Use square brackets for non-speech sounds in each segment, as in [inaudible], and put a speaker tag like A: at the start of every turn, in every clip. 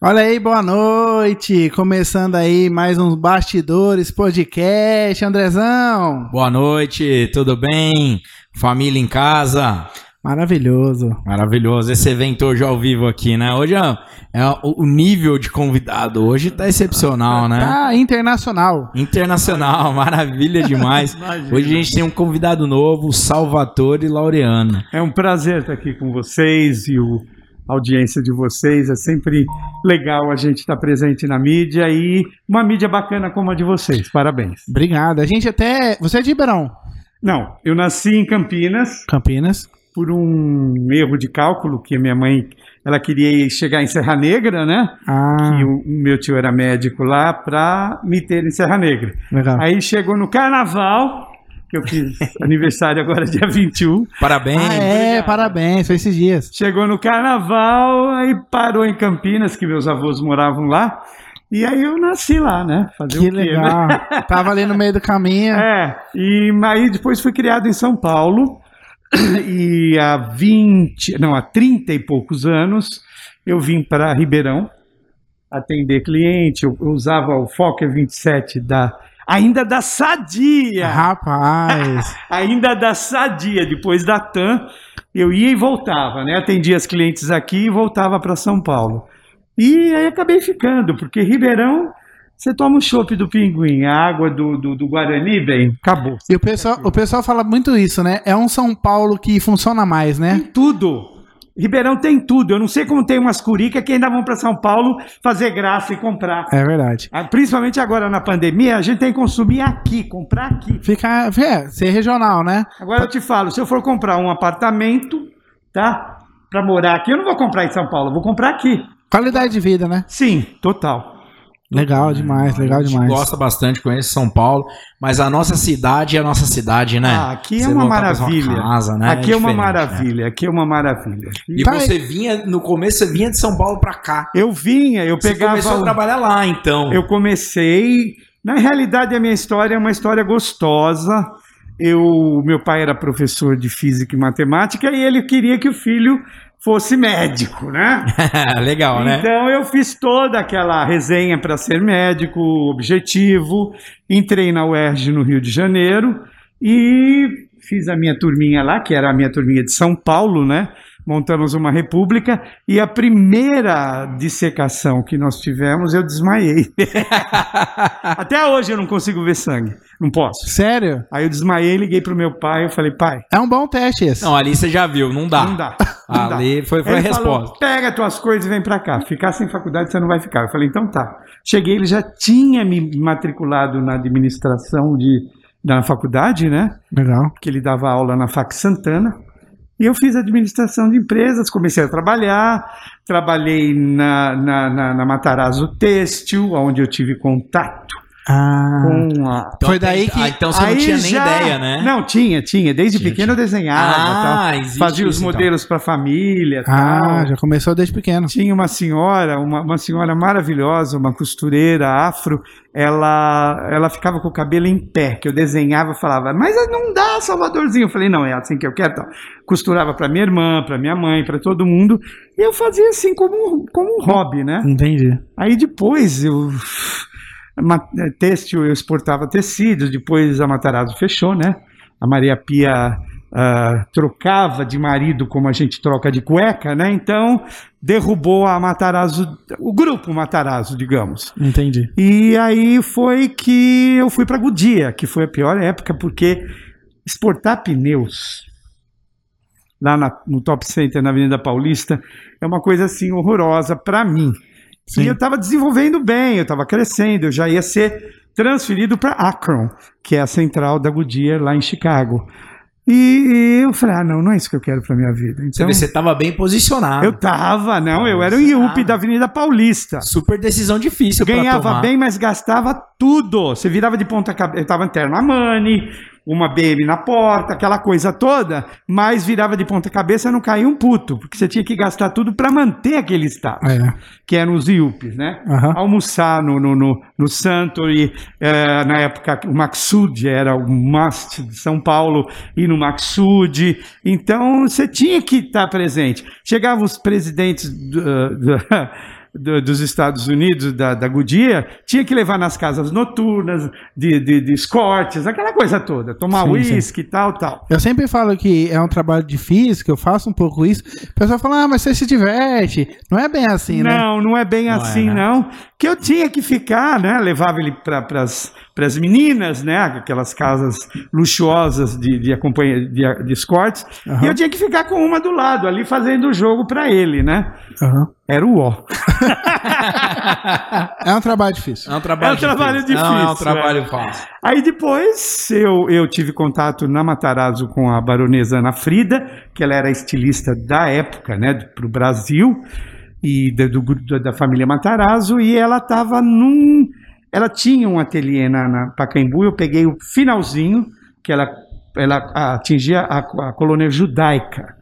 A: Olha aí, boa noite! Começando aí mais uns Bastidores Podcast, Andrezão!
B: Boa noite, tudo bem? Família em casa?
A: Maravilhoso!
B: Maravilhoso esse evento hoje ao vivo aqui, né? Hoje é, é o nível de convidado hoje tá excepcional, né?
A: Tá internacional!
B: Internacional, [laughs] maravilha demais.
C: Imagina.
B: Hoje a gente tem um convidado novo, Salvatore Laureano.
C: É um prazer estar aqui com vocês e o- a audiência de vocês. É sempre legal a gente estar presente na mídia e uma mídia bacana como a de vocês. Parabéns.
A: Obrigado. A gente até. Você é de Ribeirão?
C: Não, eu nasci em Campinas
A: Campinas.
C: por um erro de cálculo que minha mãe ela queria ir chegar em Serra Negra, né?
A: Ah,
C: E o, o meu tio era médico lá para me ter em Serra Negra.
A: legal.
C: Aí chegou no Carnaval que eu fiz aniversário agora dia 21.
B: Parabéns.
A: Ah, é, parabéns, foi esses dias.
C: Chegou no carnaval, aí parou em Campinas, que meus avós moravam lá. E aí eu nasci lá, né? Fazer
A: Que
C: o quê, né?
A: legal. Tava ali no meio do caminho.
C: É, e aí depois fui criado em São Paulo. [clears throat] E há 20, não, há 30 e poucos anos, eu vim para Ribeirão atender cliente. Eu, eu usava o Fokker 27 da ainda da Sadia.
A: Rapaz,
C: ainda da Sadia, depois da TAM, eu ia e voltava, né? Atendia as clientes aqui e voltava para São Paulo. E aí acabei ficando, porque Ribeirão, você toma o chopp do pinguim, a água do, do, do Guarani, bem, acabou.
A: e o pessoal, o pessoal fala muito isso, né? É um São Paulo que funciona mais, né?
C: Tem tudo. Ribeirão tem tudo. Eu não sei como tem umas curicas que ainda vão para São Paulo fazer graça e comprar.
A: É verdade.
C: Ah, Principalmente agora na pandemia, a gente tem que consumir aqui, comprar aqui.
A: Fica, é, ser regional, né?
C: Agora eu te falo, se eu for comprar um apartamento, tá? Pra morar aqui, eu não vou comprar em São Paulo, eu vou comprar aqui.
A: Qualidade de vida, né?
C: Sim, total.
A: Legal demais, legal
B: É, né? A gente
A: demais.
B: gosta bastante, conhece São Paulo, mas a nossa cidade é a nossa cidade, né?
C: Ah, aqui é
B: Você
C: uma
B: voltar pra sua
C: maravilha.
B: casa, né?
C: aqui é, uma
B: diferente, né?
C: maravilha, aqui é uma maravilha.
B: E
A: Tá,
B: você vinha, no começo você vinha de São Paulo pra cá.
C: Eu vinha, eu
B: Você
C: pegava.
B: começou a
C: o-
B: trabalhar lá, então.
C: Eu comecei. Na realidade, a minha história é uma história gostosa. Eu, meu pai era professor de física e matemática e ele queria que o filho fosse médico, né?
B: [laughs] Legal, né?
C: Então eu fiz toda aquela resenha para ser médico, objetivo, entrei na UERJ no Rio de Janeiro e fiz a minha turminha lá, que era a minha turminha de São Paulo, né? Montamos uma república e a primeira dissecação que nós tivemos eu desmaiei. Até hoje eu não consigo ver sangue, não posso.
A: Sério?
C: Aí eu desmaiei, liguei pro meu pai, eu falei, pai,
A: É um bom teste esse.
B: Não, ali você já viu, não dá.
C: não dá.
B: Ah,
C: Não dá.
B: ali foi, foi a
C: Ele falou,
B: resposta.
C: Pega tuas coisas e vem pra cá. Ficar sem faculdade você não vai ficar. Eu falei, então tá. Cheguei, ele já tinha me matriculado na administração de, da faculdade, né?
A: Legal.
C: Que ele dava aula na Fac Santana. E eu fiz administração de empresas, comecei a trabalhar, trabalhei na, na, na, na Matarazzo Têxtil, onde eu tive contato
A: Ah,
C: com a.
A: Foi daí que-
B: Ah, então você
C: Aí
B: não tinha nem
C: já-
B: ideia, né?
C: Não, tinha, tinha. Desde
B: Tinha,
C: pequeno eu desenhava, tal.
B: ah, existe
C: fazia os
B: isso, então.
C: modelos pra família.
A: ah
C: tal.
A: já começou desde pequeno.
C: Tinha uma senhora, uma, uma senhora maravilhosa, uma costureira afro, ela, ela ficava com o cabelo em pé, que eu desenhava, falava, mas não dá, Salvadorzinho. Eu falei, não, é assim que eu quero. Tal. Costurava para minha irmã, para minha mãe, para todo mundo. E eu fazia assim como, um- como um hobby, né?
A: Entendi.
C: Aí depois eu. ma- Têxtil, eu exportava tecidos, depois a Matarazzo fechou, né? A Maria Pia ah, trocava de marido como a gente troca de cueca, né? Então derrubou a Matarazzo, o grupo Matarazzo, digamos.
A: Entendi.
C: E aí foi que eu fui para Goodyear, que foi a pior época, porque exportar pneus lá na- no Top Center, na Avenida Paulista, é uma coisa assim horrorosa para mim.
A: Sim.
C: E eu estava desenvolvendo bem, eu estava crescendo, eu já ia ser transferido para Akron, que é a central da Goodyear lá em Chicago. E, e eu falei, ah, não, não é isso que eu quero para minha vida.
B: Você
C: Então,
B: vê, é Ah, você tava bem posicionado.
C: eu tava, não, eu era um IUP da Avenida Paulista.
B: Super decisão difícil pra
C: Ganhava
B: tomar.
C: bem, mas gastava tudo. Você virava de ponta cabeça, eu tava interno a Mani, uma BM na porta, aquela coisa toda, mas virava de ponta cabeça não caía um puto, porque você tinha que gastar tudo para manter aquele estado,
A: É.
C: que eram os IUPs, né?
A: Aham.
C: almoçar no, no, no, no Santori, eh, na época o Maxud era o must de São Paulo, e no Maxud, então você tinha que estar presente. Chegavam os presidentes do- [laughs] do- do- dos Estados Unidos, da, da Goodyear, tinha que levar nas casas noturnas, de, de, de escortes, aquela coisa toda. Tomar
A: Sim,
C: uísque e tal, tal.
A: Eu sempre falo que é um trabalho difícil, que eu faço um pouco isso. O pessoal fala, ah, mas você se diverte. Não é bem assim, né?
C: não, não é bem
B: Não é,
C: assim,
B: né?
C: não. Que eu tinha que ficar, né? Levava ele para as meninas, né? Aquelas casas luxuosas de, de, acompanha- de, de escortes.
A: Aham.
C: E eu tinha que ficar com uma do lado ali, fazendo o jogo para ele, né?
A: Aham.
C: Era o ó.
A: É um trabalho difícil.
B: É um trabalho,
C: É um trabalho
B: Não é um
C: difícil,
B: trabalho fácil.
C: Aí depois eu, eu tive contato na Matarazzo com a baronesa Ana Frida, que ela era estilista da época, né, para o Brasil, e da, do, grupo da- da família Matarazzo, e ela estava num. Ela tinha um ateliê na, na Pacaembu, eu peguei o finalzinho, que ela, ela atingia a, a colônia judaica,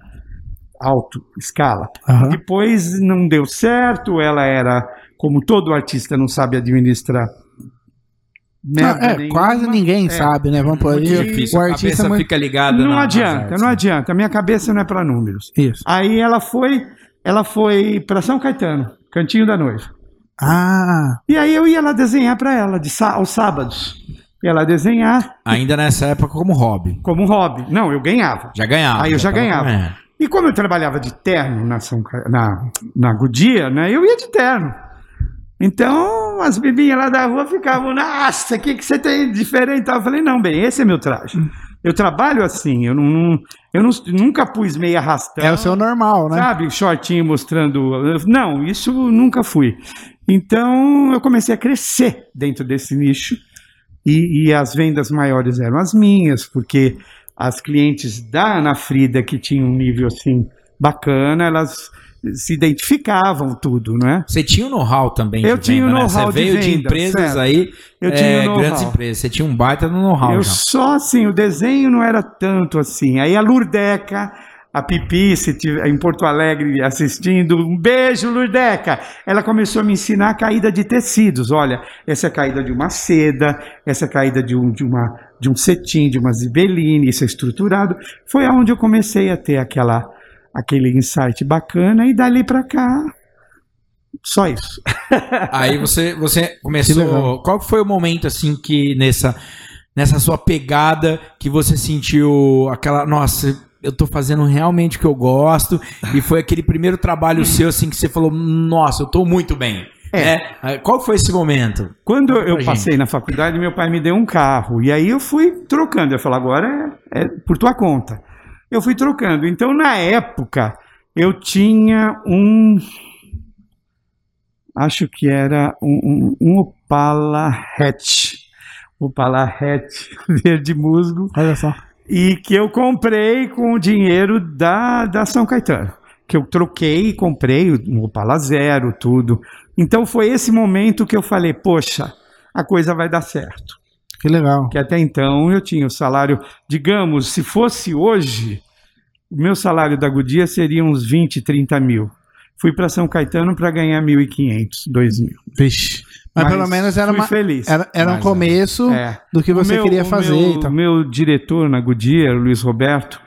C: alto, escala.
A: Aham.
C: Depois não deu certo, ela era, como todo artista não sabe administrar.
A: Não,
C: merda
A: é,
C: nenhuma.
A: quase ninguém sabe, né? Vamos por aí.
B: Muito difícil.
A: O
B: a
A: artista
B: cabeça
A: é muito...
B: fica ligada.
C: Não
B: na- nas
C: adianta,
B: artes,
C: não
B: né?
C: adianta. Minha cabeça não é para números.
A: Isso.
C: Aí ela foi, ela foi para São Caetano, Cantinho da Noiva.
A: Ah,
C: E aí eu ia lá desenhar para ela de sá- aos sábados. Ia lá desenhar
B: Ainda nessa época como hobby.
C: como um hobby. Não, eu ganhava.
B: Já ganhava.
C: Aí Ah, eu já
B: tava
C: ganhava.
B: ganhando.
C: E como eu trabalhava de terno na, São Ca- na, na Goodyear, né? Eu ia de terno. Então, as bibinhas lá da rua ficavam, nossa, o que, que você tem de diferente? Eu falei, não, bem, esse é meu traje. Eu trabalho assim, eu, não, não- eu não- nunca pus meia arrastão.
A: é o seu normal, né?
C: Sabe, shortinho mostrando. Não, isso eu nunca fui. Então eu comecei a crescer dentro desse nicho e, e as vendas maiores eram as minhas, porque as clientes da Ana Frida, que tinha um nível assim bacana, elas se identificavam tudo, né?
B: Você tinha um know-how também.
C: Eu
B: de
C: tinha
B: venda,
C: um
B: né? Você
C: know-how de
B: veio de
C: venda,
B: empresas
C: certo.
B: aí,
C: Eu
B: é,
C: tinha know-how.
B: grandes empresas. Você tinha um baita no know-how
C: Eu
B: já.
C: só assim, o desenho não era tanto assim. Aí a Lurdeca, a Pipi, se tiver em Porto Alegre assistindo, um beijo, Lurdeca. Ela começou a me ensinar a caída de tecidos. Olha, essa é a caída de uma seda, essa é a caída de um, de uma, de um cetim, de uma zibeline, isso é estruturado. Foi aonde eu comecei a ter aquela, aquele insight bacana e dali pra cá. Só isso.
B: Aí você,
C: [laughs]
B: você
A: Que legal.
B: começou. Qual que foi o momento assim que nessa nessa sua pegada que você sentiu aquela nossa eu tô fazendo realmente o que eu gosto e foi aquele primeiro
C: [laughs]
B: trabalho seu assim que você falou nossa eu tô muito bem
C: É.
B: né? Aí, qual foi esse momento
C: Quando
B: Conta pra
C: eu
B: gente.
C: passei na faculdade, meu pai me deu um carro. E aí eu fui trocando. Eu falei, agora é, é por tua conta. Eu fui trocando. Então, na época, eu tinha um. Acho que era um, um, um Opala Hatch. Opala Hatch [laughs] verde musgo
A: Olha só.
C: e que eu comprei com o dinheiro da, da São Caetano. Que eu troquei e comprei o Opala Zero, tudo. Então foi esse momento que eu falei, poxa, a coisa vai dar certo.
A: Que legal.
C: Porque até então eu tinha o salário, digamos, se fosse hoje, o meu salário da Goodyear seria uns 20, 30 mil. Fui para São Caetano para ganhar 1.500, 2 mil.
A: Vixe. Mas, pelo menos era,
C: fui
A: uma,
C: feliz.
A: era, era um
B: Mas,
A: começo
C: É.
A: do que
C: O
A: você
C: meu-
A: queria
C: o
A: fazer.
C: Meu,
A: e tal.
C: meu diretor na Goodyear, o Luiz Roberto,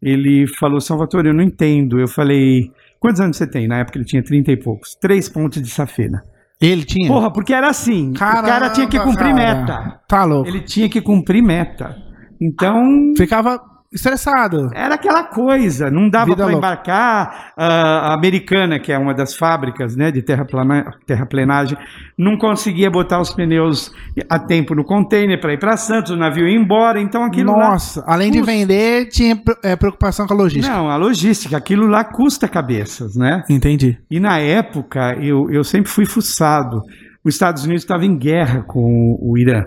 C: ele falou: Salvatore, eu não entendo. Eu falei: quantos anos você tem? Na época ele tinha 30 e poucos. Três pontos de safena.
A: Ele tinha.
C: Porra, porque era assim: o cara tinha que
A: Caramba,
C: cumprir
A: cara.
C: meta.
A: Tá louco.
C: Ele tinha que cumprir meta. Então.
A: Ficava estressado.
C: Era aquela coisa, não dava
A: Vida
C: para
A: louca.
C: embarcar. ah, a Americana, que é uma das fábricas né, de terraplana- terraplenagem, não conseguia botar os pneus a tempo no container para ir para Santos, o navio ia embora, então aquilo lá
A: Nossa, além de
C: Custa.
A: vender, tinha é, preocupação com a logística.
C: Não, a logística, aquilo lá custa cabeças, né?
A: Entendi.
C: E na época eu, eu sempre fui fuçado. Os Estados Unidos estavam em guerra com o, o Irã,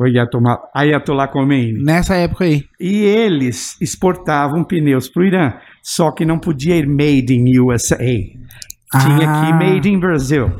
C: o Ayatollah- Ayatollah Khomeini.
A: Nessa época aí.
C: E eles exportavam pneus para o Irã, só que não podia ir made in USA. Tinha
A: Ah.
C: que ir made in Brasil.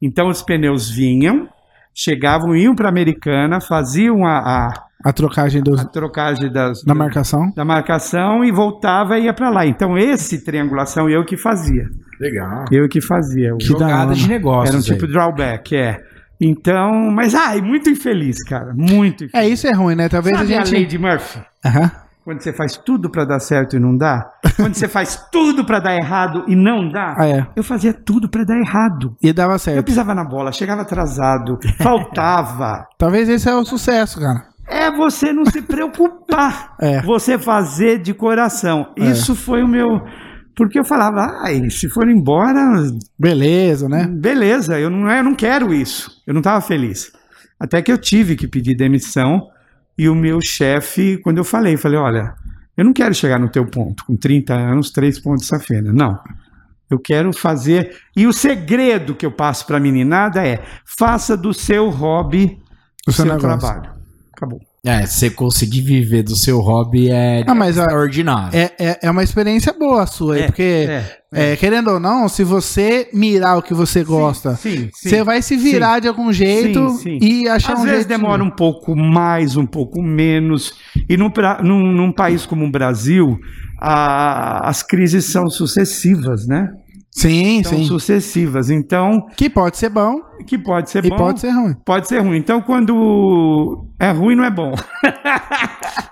C: Então os pneus vinham, chegavam, iam para a Americana, faziam a, a-
A: A trocagem dos,
C: a trocagem das,
A: da marcação.
C: da marcação e voltava e ia para lá. Então esse triangulação eu que fazia.
B: legal
C: Eu que fazia.
A: Que da hora.
B: jogada de negócio
C: Era um tipo de drawback, é. Então, mas ai, muito infeliz, cara, muito infeliz.
A: É, isso é ruim, né? Talvez
C: Sabe
A: a
C: a lei
A: gente.
C: de Murphy?
A: Aham.
C: Quando você faz tudo para dar certo e não dá? Quando você faz tudo para dar errado e não dá?
A: Ah, é.
C: Eu fazia tudo para dar errado.
A: E dava
C: Eu
A: certo.
C: pisava na bola, chegava atrasado, faltava.
A: Talvez esse é o sucesso, cara.
C: É você não se preocupar.
A: É.
C: Você fazer de coração.
A: É.
C: Isso foi o meu. Porque eu falava, ai, se for embora,
A: Beleza, né?
C: beleza, eu não, eu não quero isso. Eu não estava feliz. Até que eu tive que pedir demissão e o meu chefe, quando eu falei, falei, olha, eu não quero chegar no teu ponto, com 30 anos, três pontos safena. Não. Eu quero fazer. E o segredo que eu passo para a meninada é: faça do seu hobby
A: O
C: o
A: seu
C: seu,
A: negócio.
C: trabalho. Acabou.
B: É, você conseguir viver do seu hobby é
A: Ah, mas ó,
B: extraordinário.
A: é, é, é uma experiência boa a sua, aí, porque,
C: É.
A: é, querendo ou não, se você mirar o que você gosta,
C: Sim, sim.
A: você vai se virar de algum jeito
C: sim.
A: e achar
C: Às
A: um
C: vezes
A: jeito.
C: demora um pouco mais, um pouco menos. E num, pra- num- num país como o Brasil, a- as crises são sucessivas, né?
A: Sim,
C: São
A: sim.
C: sucessivas. Então,
A: Que pode ser bom
C: que pode ser
A: e
C: É bom,
A: pode ser ruim.
C: pode ser ruim. Então, quando é ruim, não é bom.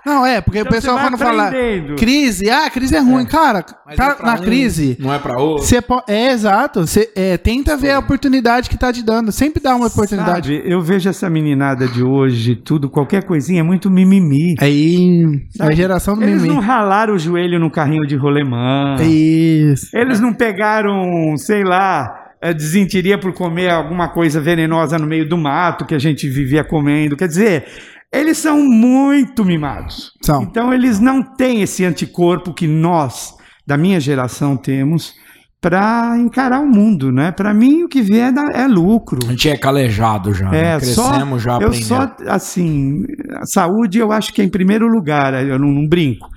A: Não, é, porque
C: Então,
A: o pessoal
C: você vai
A: quando fala
C: aprendendo.
A: crise, ah, crise é ruim. Cara,
B: Mas
A: tá
B: é pra
A: na
B: um,
A: crise,
B: Não é pra outro.
A: Você po- É, exato. Você é, tenta ver a oportunidade que tá te dando. Sempre dá uma oportunidade.
C: Sabe, eu vejo essa meninada de hoje, tudo, qualquer coisinha, é muito mimimi.
A: Aí, é a geração do
C: Eles
A: mimimi. É
C: não ralaram o joelho no carrinho de rolemã.
A: Isso.
C: Eles não pegaram, sei lá, eh, desentiria por comer alguma coisa venenosa no meio do mato que a gente vivia comendo. Quer dizer, eles são muito mimados.
A: São.
C: Então eles não têm esse anticorpo que nós, da minha geração, temos para encarar o mundo, né? Para mim o que vier dá- é lucro.
B: A gente é calejado já. né?
C: É,
B: Crescemos já
C: só, eu
B: aprendendo.
C: só, assim, a saúde eu acho que é em primeiro lugar, eu não, não brinco.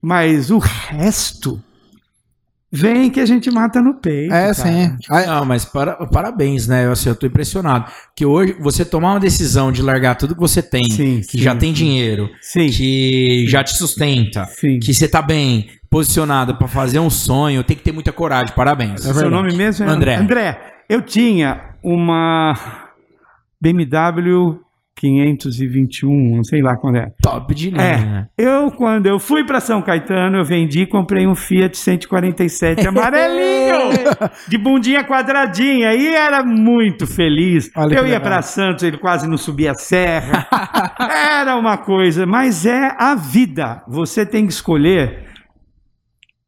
C: Mas o resto vem que a gente mata no peito.
A: É,
C: cara.
A: sim.
B: Ah, Não, mas para- parabéns, né? Eu, assim, eu tô impressionado. Que hoje você tomar uma decisão de largar tudo que você tem,
C: Sim,
B: que
C: sim,
B: já tem dinheiro,
C: Sim,
B: que já te sustenta,
C: sim.
B: que você tá bem posicionado pra fazer um sonho, tem que ter muita coragem. Parabéns.
A: É
C: Seu
A: verdade.
C: nome mesmo é
B: André.
C: André, eu tinha uma BMW 521, sei lá quando é.
B: Top né? de linha.
C: Eu, quando eu fui para São Caetano, eu vendi e comprei um
A: [laughs]
C: Fiat 147 amarelinho, de bundinha quadradinha, e era muito feliz.
A: Olha que
C: eu ia
A: legal.
C: para Santos, ele quase não subia
A: [laughs]
C: a serra. era uma coisa, mas é a vida. Você tem que escolher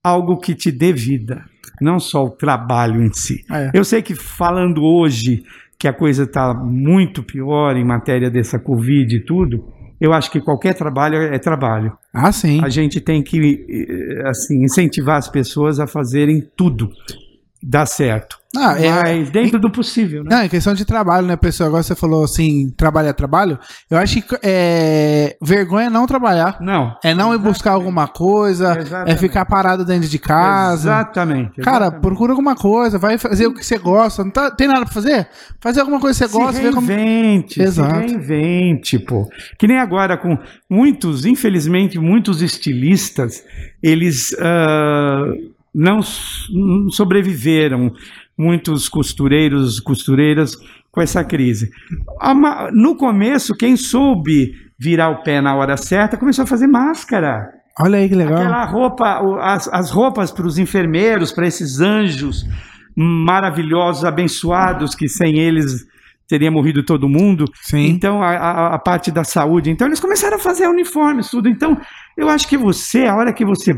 C: algo que te dê vida, não só o trabalho em si.
A: É.
C: Eu sei que falando hoje que a coisa está muito pior em matéria dessa Covid e tudo, eu acho que qualquer trabalho é trabalho.
A: Ah, sim.
C: A gente tem que eh, assim, incentivar as pessoas a fazerem tudo dar certo.
A: Ah, é.
C: Mas dentro do possível, né?
A: Não, em questão de trabalho, né, pessoal? Agora você falou assim, trabalho é trabalho. Eu acho que é, vergonha é não trabalhar.
C: Não.
A: É não ir buscar alguma coisa, é
C: Exatamente.
A: ficar parado dentro de casa.
C: Exatamente.
A: Cara,
C: exatamente.
A: procura alguma coisa, vai fazer o que você gosta. Não tá- tem nada pra fazer? Fazer alguma coisa que você gosta,
C: se
A: ver como.
C: reinvente,
A: Exato.
C: se reinvente, pô. Que nem agora com muitos, infelizmente, muitos estilistas, eles ah, não s- não sobreviveram, muitos costureiros, costureiras, com essa crise. A ma- No começo, quem soube virar o pé na hora certa, começou a fazer máscara.
A: Olha aí que legal.
C: Aquela roupa, o- as, as roupas para os enfermeiros, para esses anjos maravilhosos, abençoados, que sem eles teria morrido todo mundo.
A: Sim.
C: Então, a, a- a parte da saúde. Então, eles começaram a fazer uniformes, tudo. Então, eu acho que você, a hora que você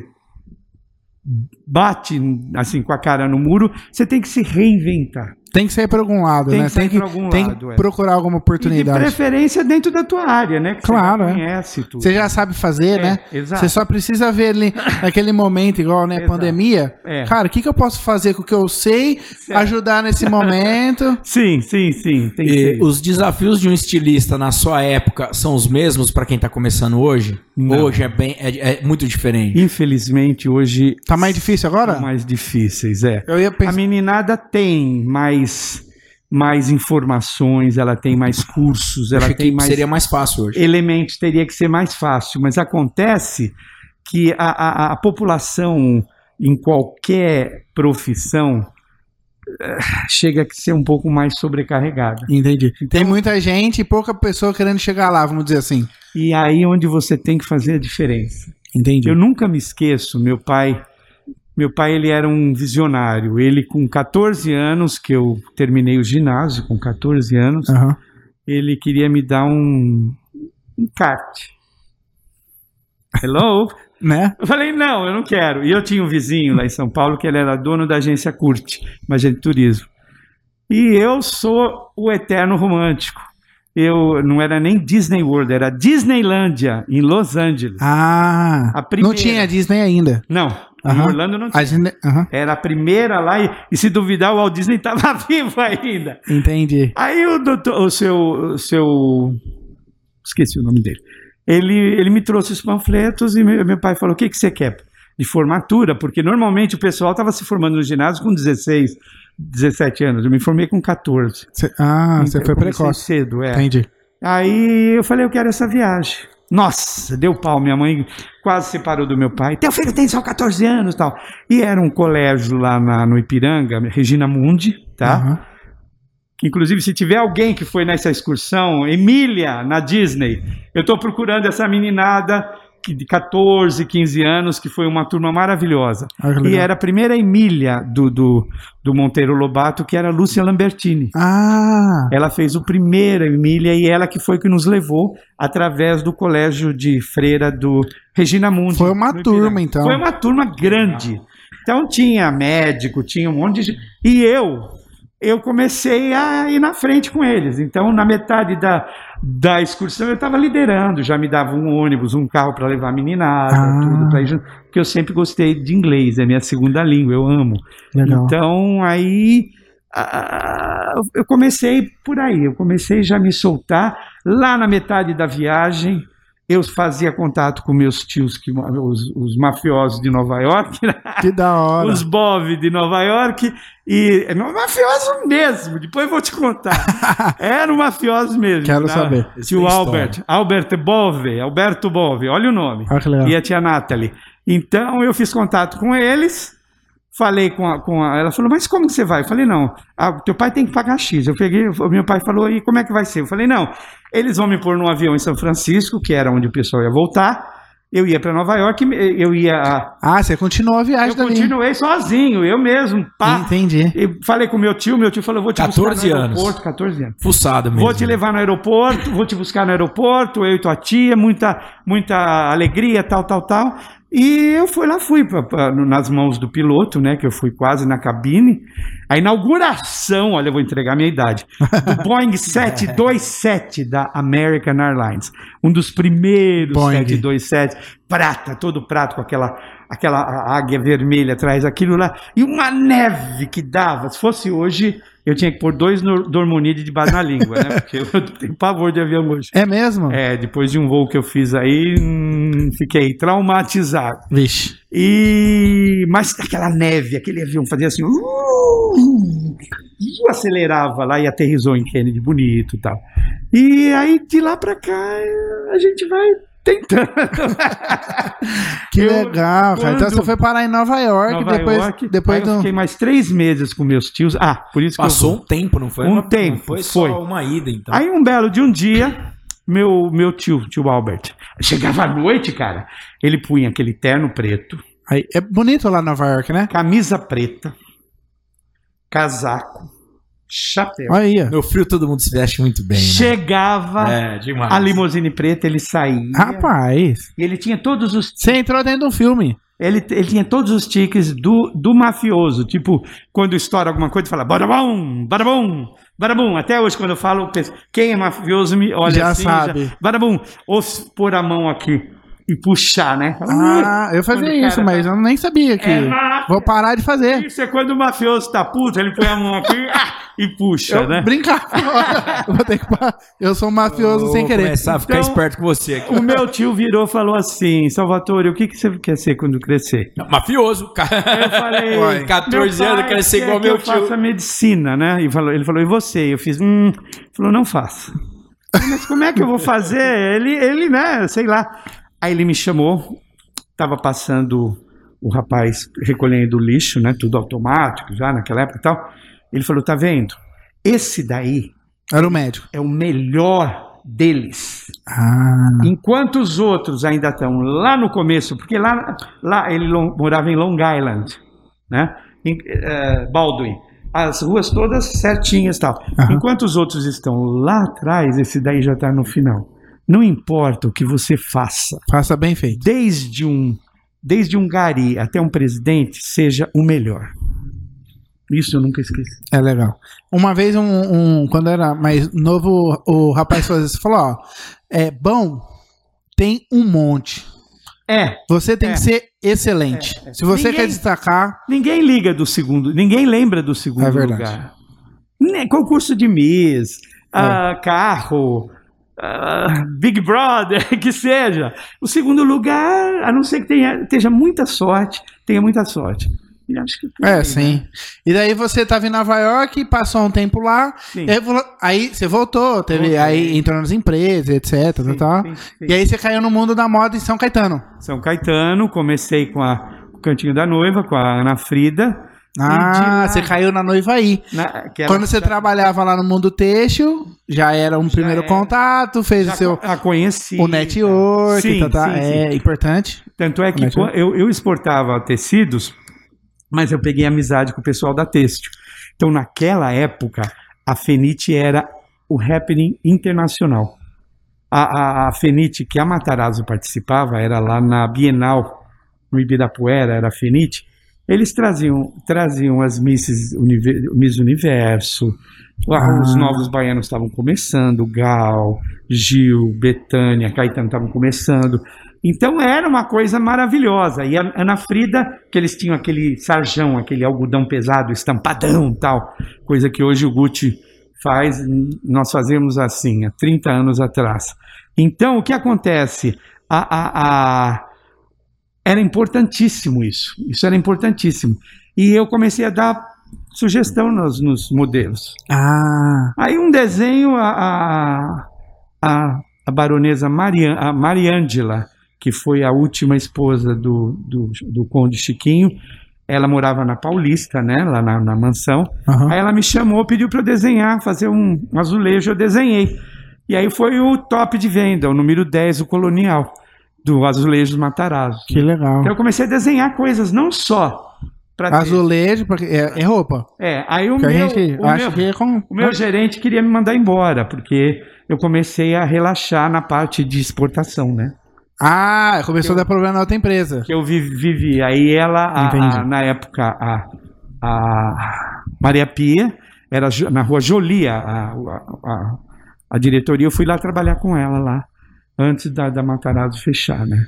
C: bate assim com a cara no muro, você tem que se reinventar.
A: Tem que sair pra algum lado,
C: Tem
A: né?
C: que sair pra algum
A: tem
C: lado,
A: que
C: é.
A: procurar alguma
C: E de
A: oportunidade.
C: preferência dentro da tua área, né? Que
A: Claro,
C: você
A: é.
C: já conhece tudo.
A: Você já sabe fazer,
C: É,
A: né?
C: Exato.
A: Você só precisa ver
C: [coughs]
A: ali naquele momento, igual, né?
C: Exato.
A: Pandemia.
C: É.
A: Cara, o que, que eu posso fazer com o que eu sei
C: Certo.
A: ajudar nesse momento?
C: Sim, sim, sim. Tem que
B: E
C: ser.
B: os desafios de um estilista na sua época são os mesmos pra quem tá começando hoje?
C: Não.
B: Hoje é bem é, é muito diferente.
C: Infelizmente, hoje
A: Tá
C: [laughs]
A: mais difícil agora?
C: são mais difíceis, é.
A: Eu ia
C: A
A: pensar.
C: meninada tem mais, mais informações, ela tem mais cursos,
B: Eu
C: ela
B: achei
C: tem
B: que
C: mais
B: seria mais fácil hoje.
C: elementos, teria que ser mais fácil, mas acontece que a, a- a população em qualquer profissão eh, chega a ser um pouco mais sobrecarregada.
A: Entendi. Tem muita gente e pouca pessoa querendo chegar lá, vamos dizer assim.
C: E aí onde você tem que fazer a diferença.
B: Entendi.
C: Eu nunca me esqueço, meu pai, meu pai ele era um visionário. Ele com 14 anos que eu terminei o ginásio com 14 anos,
A: Ah.
B: Aham.
C: ele queria me dar um um kart. Hello?
B: Né?
C: Eu falei, não, eu não quero. E eu tinha um vizinho lá em São Paulo que ele era dono da agência Curte, uma agência de turismo. E eu sou o eterno romântico. Eu não era nem Disney World, era Disneylândia, em Los Angeles.
B: Ah.
C: A primeira. É.
A: Não tinha Disney ainda.
C: Não, em
A: Aham.
C: Orlando não tinha.
A: A gente- aham,
C: Era a primeira lá e, e se duvidar, o Walt Disney estava [laughs] vivo ainda.
B: Entendi.
C: Aí o doutor, o seu, o seu, esqueci o nome dele. Ele, ele me trouxe os panfletos e meu, meu pai falou: "O que que você quer de formatura?" Porque normalmente o pessoal estava se formando no ginásio com 16, 17 anos. Eu me formei com 14.
A: Cê- ah, você
C: Eu
A: foi
C: comecei
A: precoce.
C: Cedo, é.
A: Entendi.
C: Aí eu falei, eu quero essa viagem. Nossa, deu pau. Minha mãe quase separou do meu pai. Teu filho tem só 14 anos e tal. E era um colégio lá na- no Ipiranga, Regina Mundi, tá?
A: Aham.
C: Que, Inclusive, se tiver alguém que foi nessa excursão, Emília, na Disney, eu tô procurando essa meninada que- de 14, 15 anos, que foi uma turma maravilhosa.
A: Olha que
C: E
A: legal.
C: era a primeira Emília do, do, do Monteiro Lobato, que era a Lúcia Lambertini.
A: Ah,
C: Ela fez o primeiro, Emília, e ela que foi que nos levou através do colégio de freira do Regina Mundi.
A: Foi uma
C: no Ipiranga.
A: turma, então.
C: Foi uma turma grande. Então tinha médico, tinha um monte de. gente. E eu, eu comecei a ir na frente com eles. Então, na metade da, da excursão, eu estava liderando. Já me dava um ônibus, um carro para levar a meninada,
A: Ah.
C: tudo para ir junto. Porque eu sempre gostei de inglês, é minha segunda língua, eu amo. [laughs]
A: legal.
C: Então aí ah, eu comecei por aí, eu comecei já a me soltar. Lá na metade da viagem, eu fazia contato com meus tios, que, mo- os, os mafiosos de Nova York, né?
A: Que da hora.
C: os Bov de Nova York, e é um mafioso mesmo, depois eu vou te
A: [laughs]
C: contar. Era um mafioso mesmo.
A: Quero
C: né?
A: saber.
C: Tio
B: Essa
C: Albert, Albert Bove, Alberto Bove, olha o nome
A: Olha que legal.
C: e a tia Nathalie. Então eu fiz contato com eles, falei com a, com a- Ela falou, mas como que você vai? Eu falei, não, ah, teu pai tem que pagar X. Eu peguei, o meu pai falou, e como é que vai ser? Eu falei, não, eles vão me pôr num avião em São Francisco, que era onde o pessoal ia voltar. Eu ia para Nova York, eu ia.
A: Ah, você continuou a viagem
C: Eu
A: dali.
C: continuei sozinho, eu mesmo, pá.
A: Entendi.
C: E falei com meu tio, meu tio falou, vou te buscar
B: 14
C: no
B: anos.
C: aeroporto, 14 anos.
B: Fuçado mesmo.
C: Vou te levar no aeroporto, vou te buscar no aeroporto, eu e tua tia, muita, muita alegria, tal, tal, tal. E eu fui lá, fui pra- pra- no- nas mãos do piloto, né? Que eu fui quase na cabine. A inauguração, olha, eu vou entregar a minha idade. Do Boeing 727 da American Airlines. Um dos primeiros
A: Boeing.
C: 727. Prata, todo prato com aquela, aquela á- águia vermelha atrás, aquilo lá. E uma neve que dava. Se fosse hoje, eu tinha que pôr dois nor- dormonide de base na língua, né? Porque eu [laughs] tenho pavor de avião hoje.
A: É mesmo?
C: É, depois de um voo que eu fiz aí, hum, fiquei traumatizado.
A: Vixe.
C: E mas aquela neve, aquele avião fazia assim, uh, uh, uh, acelerava lá e aterrizou em Kennedy bonito e tal. E aí de lá pra cá eh, a gente vai tentando.
A: Que
C: Eu-
A: legal, cara. Então
C: quando-
A: você foi parar em Nova York,
C: Nova
A: depois,
C: York,
A: depois
C: aí eu
A: do.
C: fiquei mais três meses com meus tios. Ah, por isso
B: Passou
C: que eu...
B: um tempo, não foi?
C: Um
B: Não- não
C: tempo,
B: Foi
C: foi.
B: só uma ida, então.
C: Aí um belo de um dia, meu meu tio, tio Albert, chegava à noite, cara, ele punha aquele terno preto,
A: Aí, é bonito lá em Nova York, né?
C: camisa preta, casaco, chapéu.
A: Olha aí, ó.
B: No frio todo mundo se veste muito bem. né?
C: Chegava
B: É, demais.
C: a limusine preta, ele saía.
A: Ah, Rapaz,
C: E ele tinha todos os
A: você entrou dentro de um filme.
C: ele, ele tinha todos os tiques do, do mafioso, tipo, quando estoura alguma coisa, fala barabum, barabum, barabum. Até hoje quando eu falo, eu penso, quem é mafioso me olha
A: Já
C: assim,
A: sabe.
C: barabum, ou se pôr a mão aqui e puxar, né?
A: Ah, eu
C: Quando
A: fazia
C: o cara
A: isso,
C: tá-
A: mas eu nem sabia que.
C: É máfia.
A: Vou parar de fazer.
C: Isso é quando o mafioso tá puto, ele põe a mão aqui [laughs] ah, e puxa,
A: Eu
C: né?
A: brincava. [laughs] Vou ter que parar. Eu sou um mafioso
B: Vou
A: sem querer.
B: começar a ficar
C: Então-
B: esperto com você aqui.
C: O meu tio virou e falou assim, Salvatore, o que, que você quer ser quando crescer?
B: [laughs] Mafioso, cara.
C: Eu falei,
B: Ué, 14
C: meu
B: anos,
C: pai
B: é eu quero ser
C: quer
B: igual
C: que
B: meu
C: eu faça
B: tio.
C: medicina, né? E falou, ele falou, e você? Eu fiz, hum. Ele falou, não faça. Mas como é que eu vou fazer? Ele, ele, né? Sei lá. Aí ele me chamou, tava passando o rapaz recolhendo o lixo, né? Tudo automático já naquela época e tal. Ele falou, tá vendo? Esse daí
A: Era o médico.
C: é o melhor deles.
A: Ah,
C: Enquanto os outros ainda estão lá no começo, porque lá, lá ele lo- morava em Long Island, né? Em, eh, Baldwin. As ruas todas certinhas e tal.
A: Aham.
C: Enquanto os outros estão lá atrás, esse daí já está no final. Não importa o que você faça,
A: faça bem feito.
C: desde um, desde um gari até um presidente, seja o melhor. Isso eu nunca esqueci.
A: É legal. Uma vez, um, um- quando eu era mais novo, o, o rapaz fazia isso, falou, ó, é bom, tem um monte.
C: É,
A: Você tem
C: É.
A: que ser excelente. Se você
C: Ninguém-
A: quer destacar,
C: Ninguém liga do segundo, ninguém lembra do segundo
A: É verdade. É.
C: lugar. Né, Concurso de Miss, ah, carro, ah, Big Brother, [laughs] que seja. O segundo lugar, a não ser que tenha, tenha muita sorte, tenha muita sorte. E acho que por
A: é
C: aí,
A: sim. E daí você tava em Nova York, passou um tempo lá,
C: Sim.
A: e aí vo- aí você voltou, teve,
C: Voltei.
A: aí entrou nas empresas, etc, tal,
C: Sim,
A: tal.
C: sim, sim.
A: E aí você caiu no mundo da moda em São Caetano.
C: São Caetano, comecei com a com o Cantinho da Noiva, com a Ana Frida.
A: Ah,
C: lá-
A: você caiu na noiva aí.
C: na- que ela
A: Quando você
C: já-
A: trabalhava lá no mundo têxtil, já era um primeiro
C: era.
A: contato, fez
C: já
A: o seu
C: a conheci. né.
A: o network,
C: Sim,
A: tá, tá,
C: sim, sim.
A: é importante.
C: Tanto é que
A: Como é que é?
C: quan- eu, eu exportava tecidos, mas eu peguei amizade com o pessoal da Têxtil. Então, naquela época, a Fenite era o happening internacional. A, a, a Fenite, que a Matarazzo participava, era lá na Bienal, no Ibirapuera, era a Fenite. Eles traziam, traziam as Misses Univer- Miss Universo, lá os
A: Ah.
C: novos baianos estavam começando, Gal, Gil, Betânia, Caetano estavam começando. Então era uma coisa maravilhosa. E a Ana Frida, que eles tinham aquele sarjão, aquele algodão pesado, estampadão tal, coisa que hoje o Gucci faz, n- nós fazemos assim, há 30 anos atrás. Então o que acontece? A- a- a- Era importantíssimo isso. Isso era importantíssimo. E eu comecei a dar sugestão nos- nos modelos.
A: Ah,
C: Aí um desenho, a, a, a, a baronesa Marian, a Mariângela, que foi a última esposa do, do, do conde Chiquinho, ela morava na Paulista, né, lá na, na mansão.
A: aham.
C: Aí ela me chamou, pediu para eu desenhar, fazer um, um azulejo, eu desenhei. E aí foi o top de venda, o número 10, o colonial, do azulejo Matarazzo.
A: que legal.
C: Então eu comecei a desenhar coisas, não só para...
A: Azulejo, porque é, é roupa.
C: É, aí o
A: Que
C: meu...
A: a gente
C: o
A: acha
C: meu-
A: que é com.
C: o meu gerente queria me mandar embora, porque eu comecei a relaxar na parte de exportação, né?
A: Ah, começou
C: Eu-
A: a dar problema na outra empresa.
C: Que eu vi- vivi. Aí ela, a-
A: Entendi.
C: a- na época, a, a Maria Pia, era jo- na rua Jolia, a, a- a- a diretoria. Eu fui lá trabalhar com ela lá, antes da, da Matarazzo fechar, né?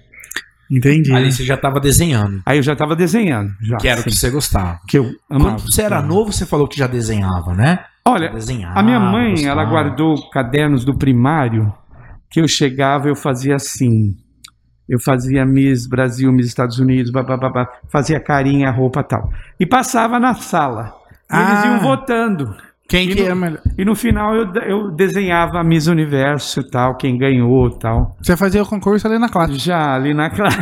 A: Entendi. é
B: Ali você já tava desenhando,
C: Aí eu já estava desenhando. Já,
B: que era o
C: assim,
B: que você gostava.
C: que eu amava.
B: Quando você era novo, você falou que já desenhava, né?
C: Olha,
B: desenhava,
C: A minha mãe,
B: Ah, gostava.
C: ela guardou cadernos do primário que eu chegava, eu fazia assim. Eu fazia Miss Brasil, Miss Estados Unidos, babá, fazia carinha, roupa tal. E passava na sala. E Eles
A: Ah.
C: iam votando.
A: Quem
C: E
A: que
C: no-
A: é melhor?
C: E no final eu, eu desenhava a Miss Universo tal, quem ganhou tal.
A: Você fazia o concurso ali na classe.
C: Já ali na classe.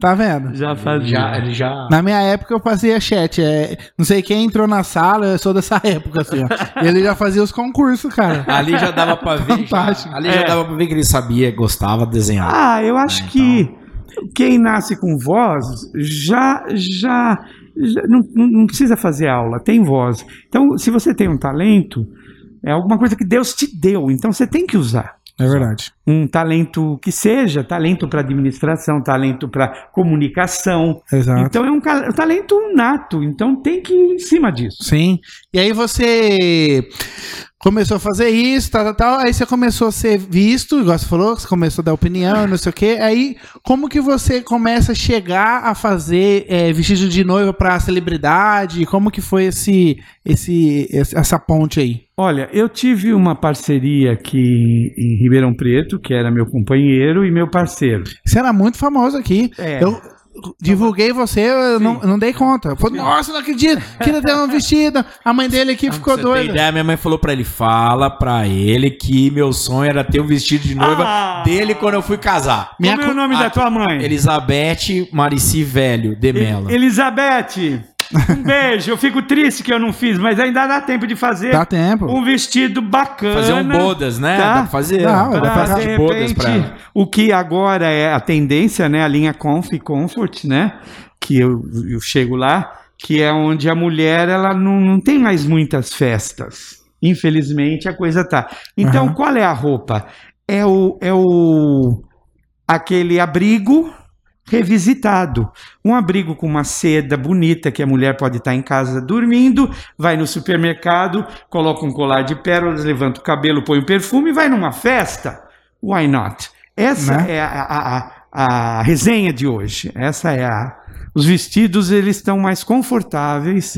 A: Tá vendo?
C: [laughs] já
B: Ele já,
C: fazia.
A: [laughs]
B: ele já-
A: Na minha época eu fazia chat. é, não sei quem entrou na sala, eu sou dessa [laughs] época, assim, ó. Ele já fazia os concursos, cara.
B: Ali já dava pra ver. já-
A: Fantástico.
B: ali já
C: É.
B: dava pra ver que ele sabia, gostava, desenhava.
C: Ah, eu acho que quem nasce com voz já já, já- não, não- não precisa fazer aula, tem voz. Então, se você tem um talento, é alguma coisa que Deus te deu, então você tem que usar.
A: É verdade.
C: Um talento que seja, talento para administração, talento para comunicação.
A: Exato.
C: Então é um ca- talento nato, então tem que ir em cima disso.
A: Sim. E aí você começou a fazer isso, tal, tal, tal. Aí você começou a ser visto, igual você falou, que você começou a dar opinião, não sei o quê. Aí como que você começa a chegar a fazer eh, vestido de noiva pra celebridade? Como que foi esse, esse, esse- essa ponte aí?
C: Olha, eu tive uma parceria aqui em Ribeirão Preto, que era meu companheiro e meu parceiro.
A: Você era muito famoso aqui.
C: É.
A: Eu divulguei você, eu não, não dei conta. Eu falei, nossa, não acredito, queria ter uma vestida. A mãe dele
C: Ah,
A: aqui ficou
B: Ah, Pra você ter
A: doida.
B: ideia, minha mãe falou pra ele: fala pra ele que meu sonho era ter um vestido de noiva
C: Ah!
B: dele quando eu fui casar.
A: Minha
C: Como é o
A: cu-
C: nome
B: Ah,
C: da tua mãe?
B: Elizabeth Marici Velho de Mello.
C: Elizabeth, Um
B: [laughs]
C: beijo. Eu fico triste que eu não fiz, mas ainda dá tempo de fazer
A: Dá tempo.
C: um vestido bacana.
B: Tá, Fazer um bodas, né?
C: Tá.
B: Dá pra fazer.
A: Dá,
B: dá
A: dá
B: pra
A: pra
B: fazer
C: de
B: de bodas
C: repente,
B: pra ela.
C: o que agora é a tendência, né? A linha Conf Comfort, né? Que eu, eu chego lá, que é onde a mulher ela não, não tem mais muitas festas. Infelizmente a coisa tá. Então
A: Aham.
C: qual é a roupa? É o é o aquele abrigo revisitado. Um abrigo com uma seda bonita que a mulher pode estar em casa dormindo, vai no supermercado, coloca um colar de pérolas, levanta o cabelo, põe o perfume e vai numa festa. Why not? Essa
A: Né?
C: é a, a- a- a resenha de hoje. Essa é a. Os vestidos eles estão mais confortáveis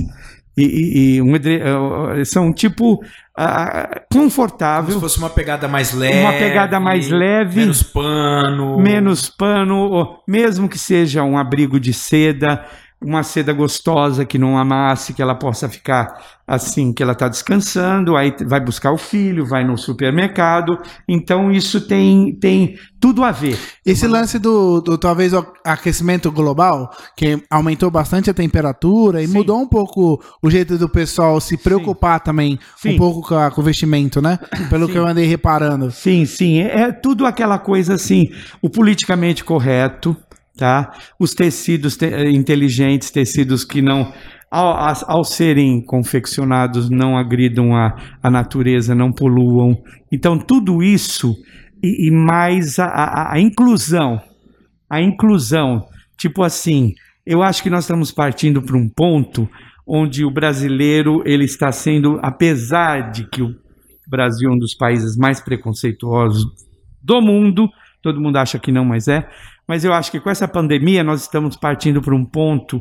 C: e, e- e um edre- eh, são tipo ah,
B: Como se
C: confortável,
B: fosse uma pegada mais leve.
C: uma pegada mais leve,
B: Menos pano.
C: menos pano, ou mesmo que seja um abrigo de seda, uma seda gostosa que não amasse, que ela possa ficar assim, que ela está descansando, aí t- vai buscar o filho, vai no supermercado. Então isso tem, tem tudo a ver.
A: Esse lance do, do talvez o aquecimento global, que aumentou bastante a temperatura e
C: Sim.
A: mudou um pouco o jeito do pessoal se preocupar também
C: Sim.
A: um pouco com, a- com o vestimento, né? Pelo que eu andei reparando.
C: Sim, sim, é, é tudo aquela coisa assim, o politicamente correto, tá? Os tecidos te- eh, inteligentes, tecidos que não ao, as- ao serem confeccionados não agridam a, a natureza, não poluam. Então tudo isso e, e mais a, a- a inclusão, a inclusão, tipo assim, eu acho que nós estamos partindo para um ponto onde o brasileiro ele está sendo, apesar de que o Brasil é um dos países mais preconceituosos do mundo. Todo mundo acha que não, mas é. Mas eu acho que com essa pandemia nós estamos partindo para um ponto,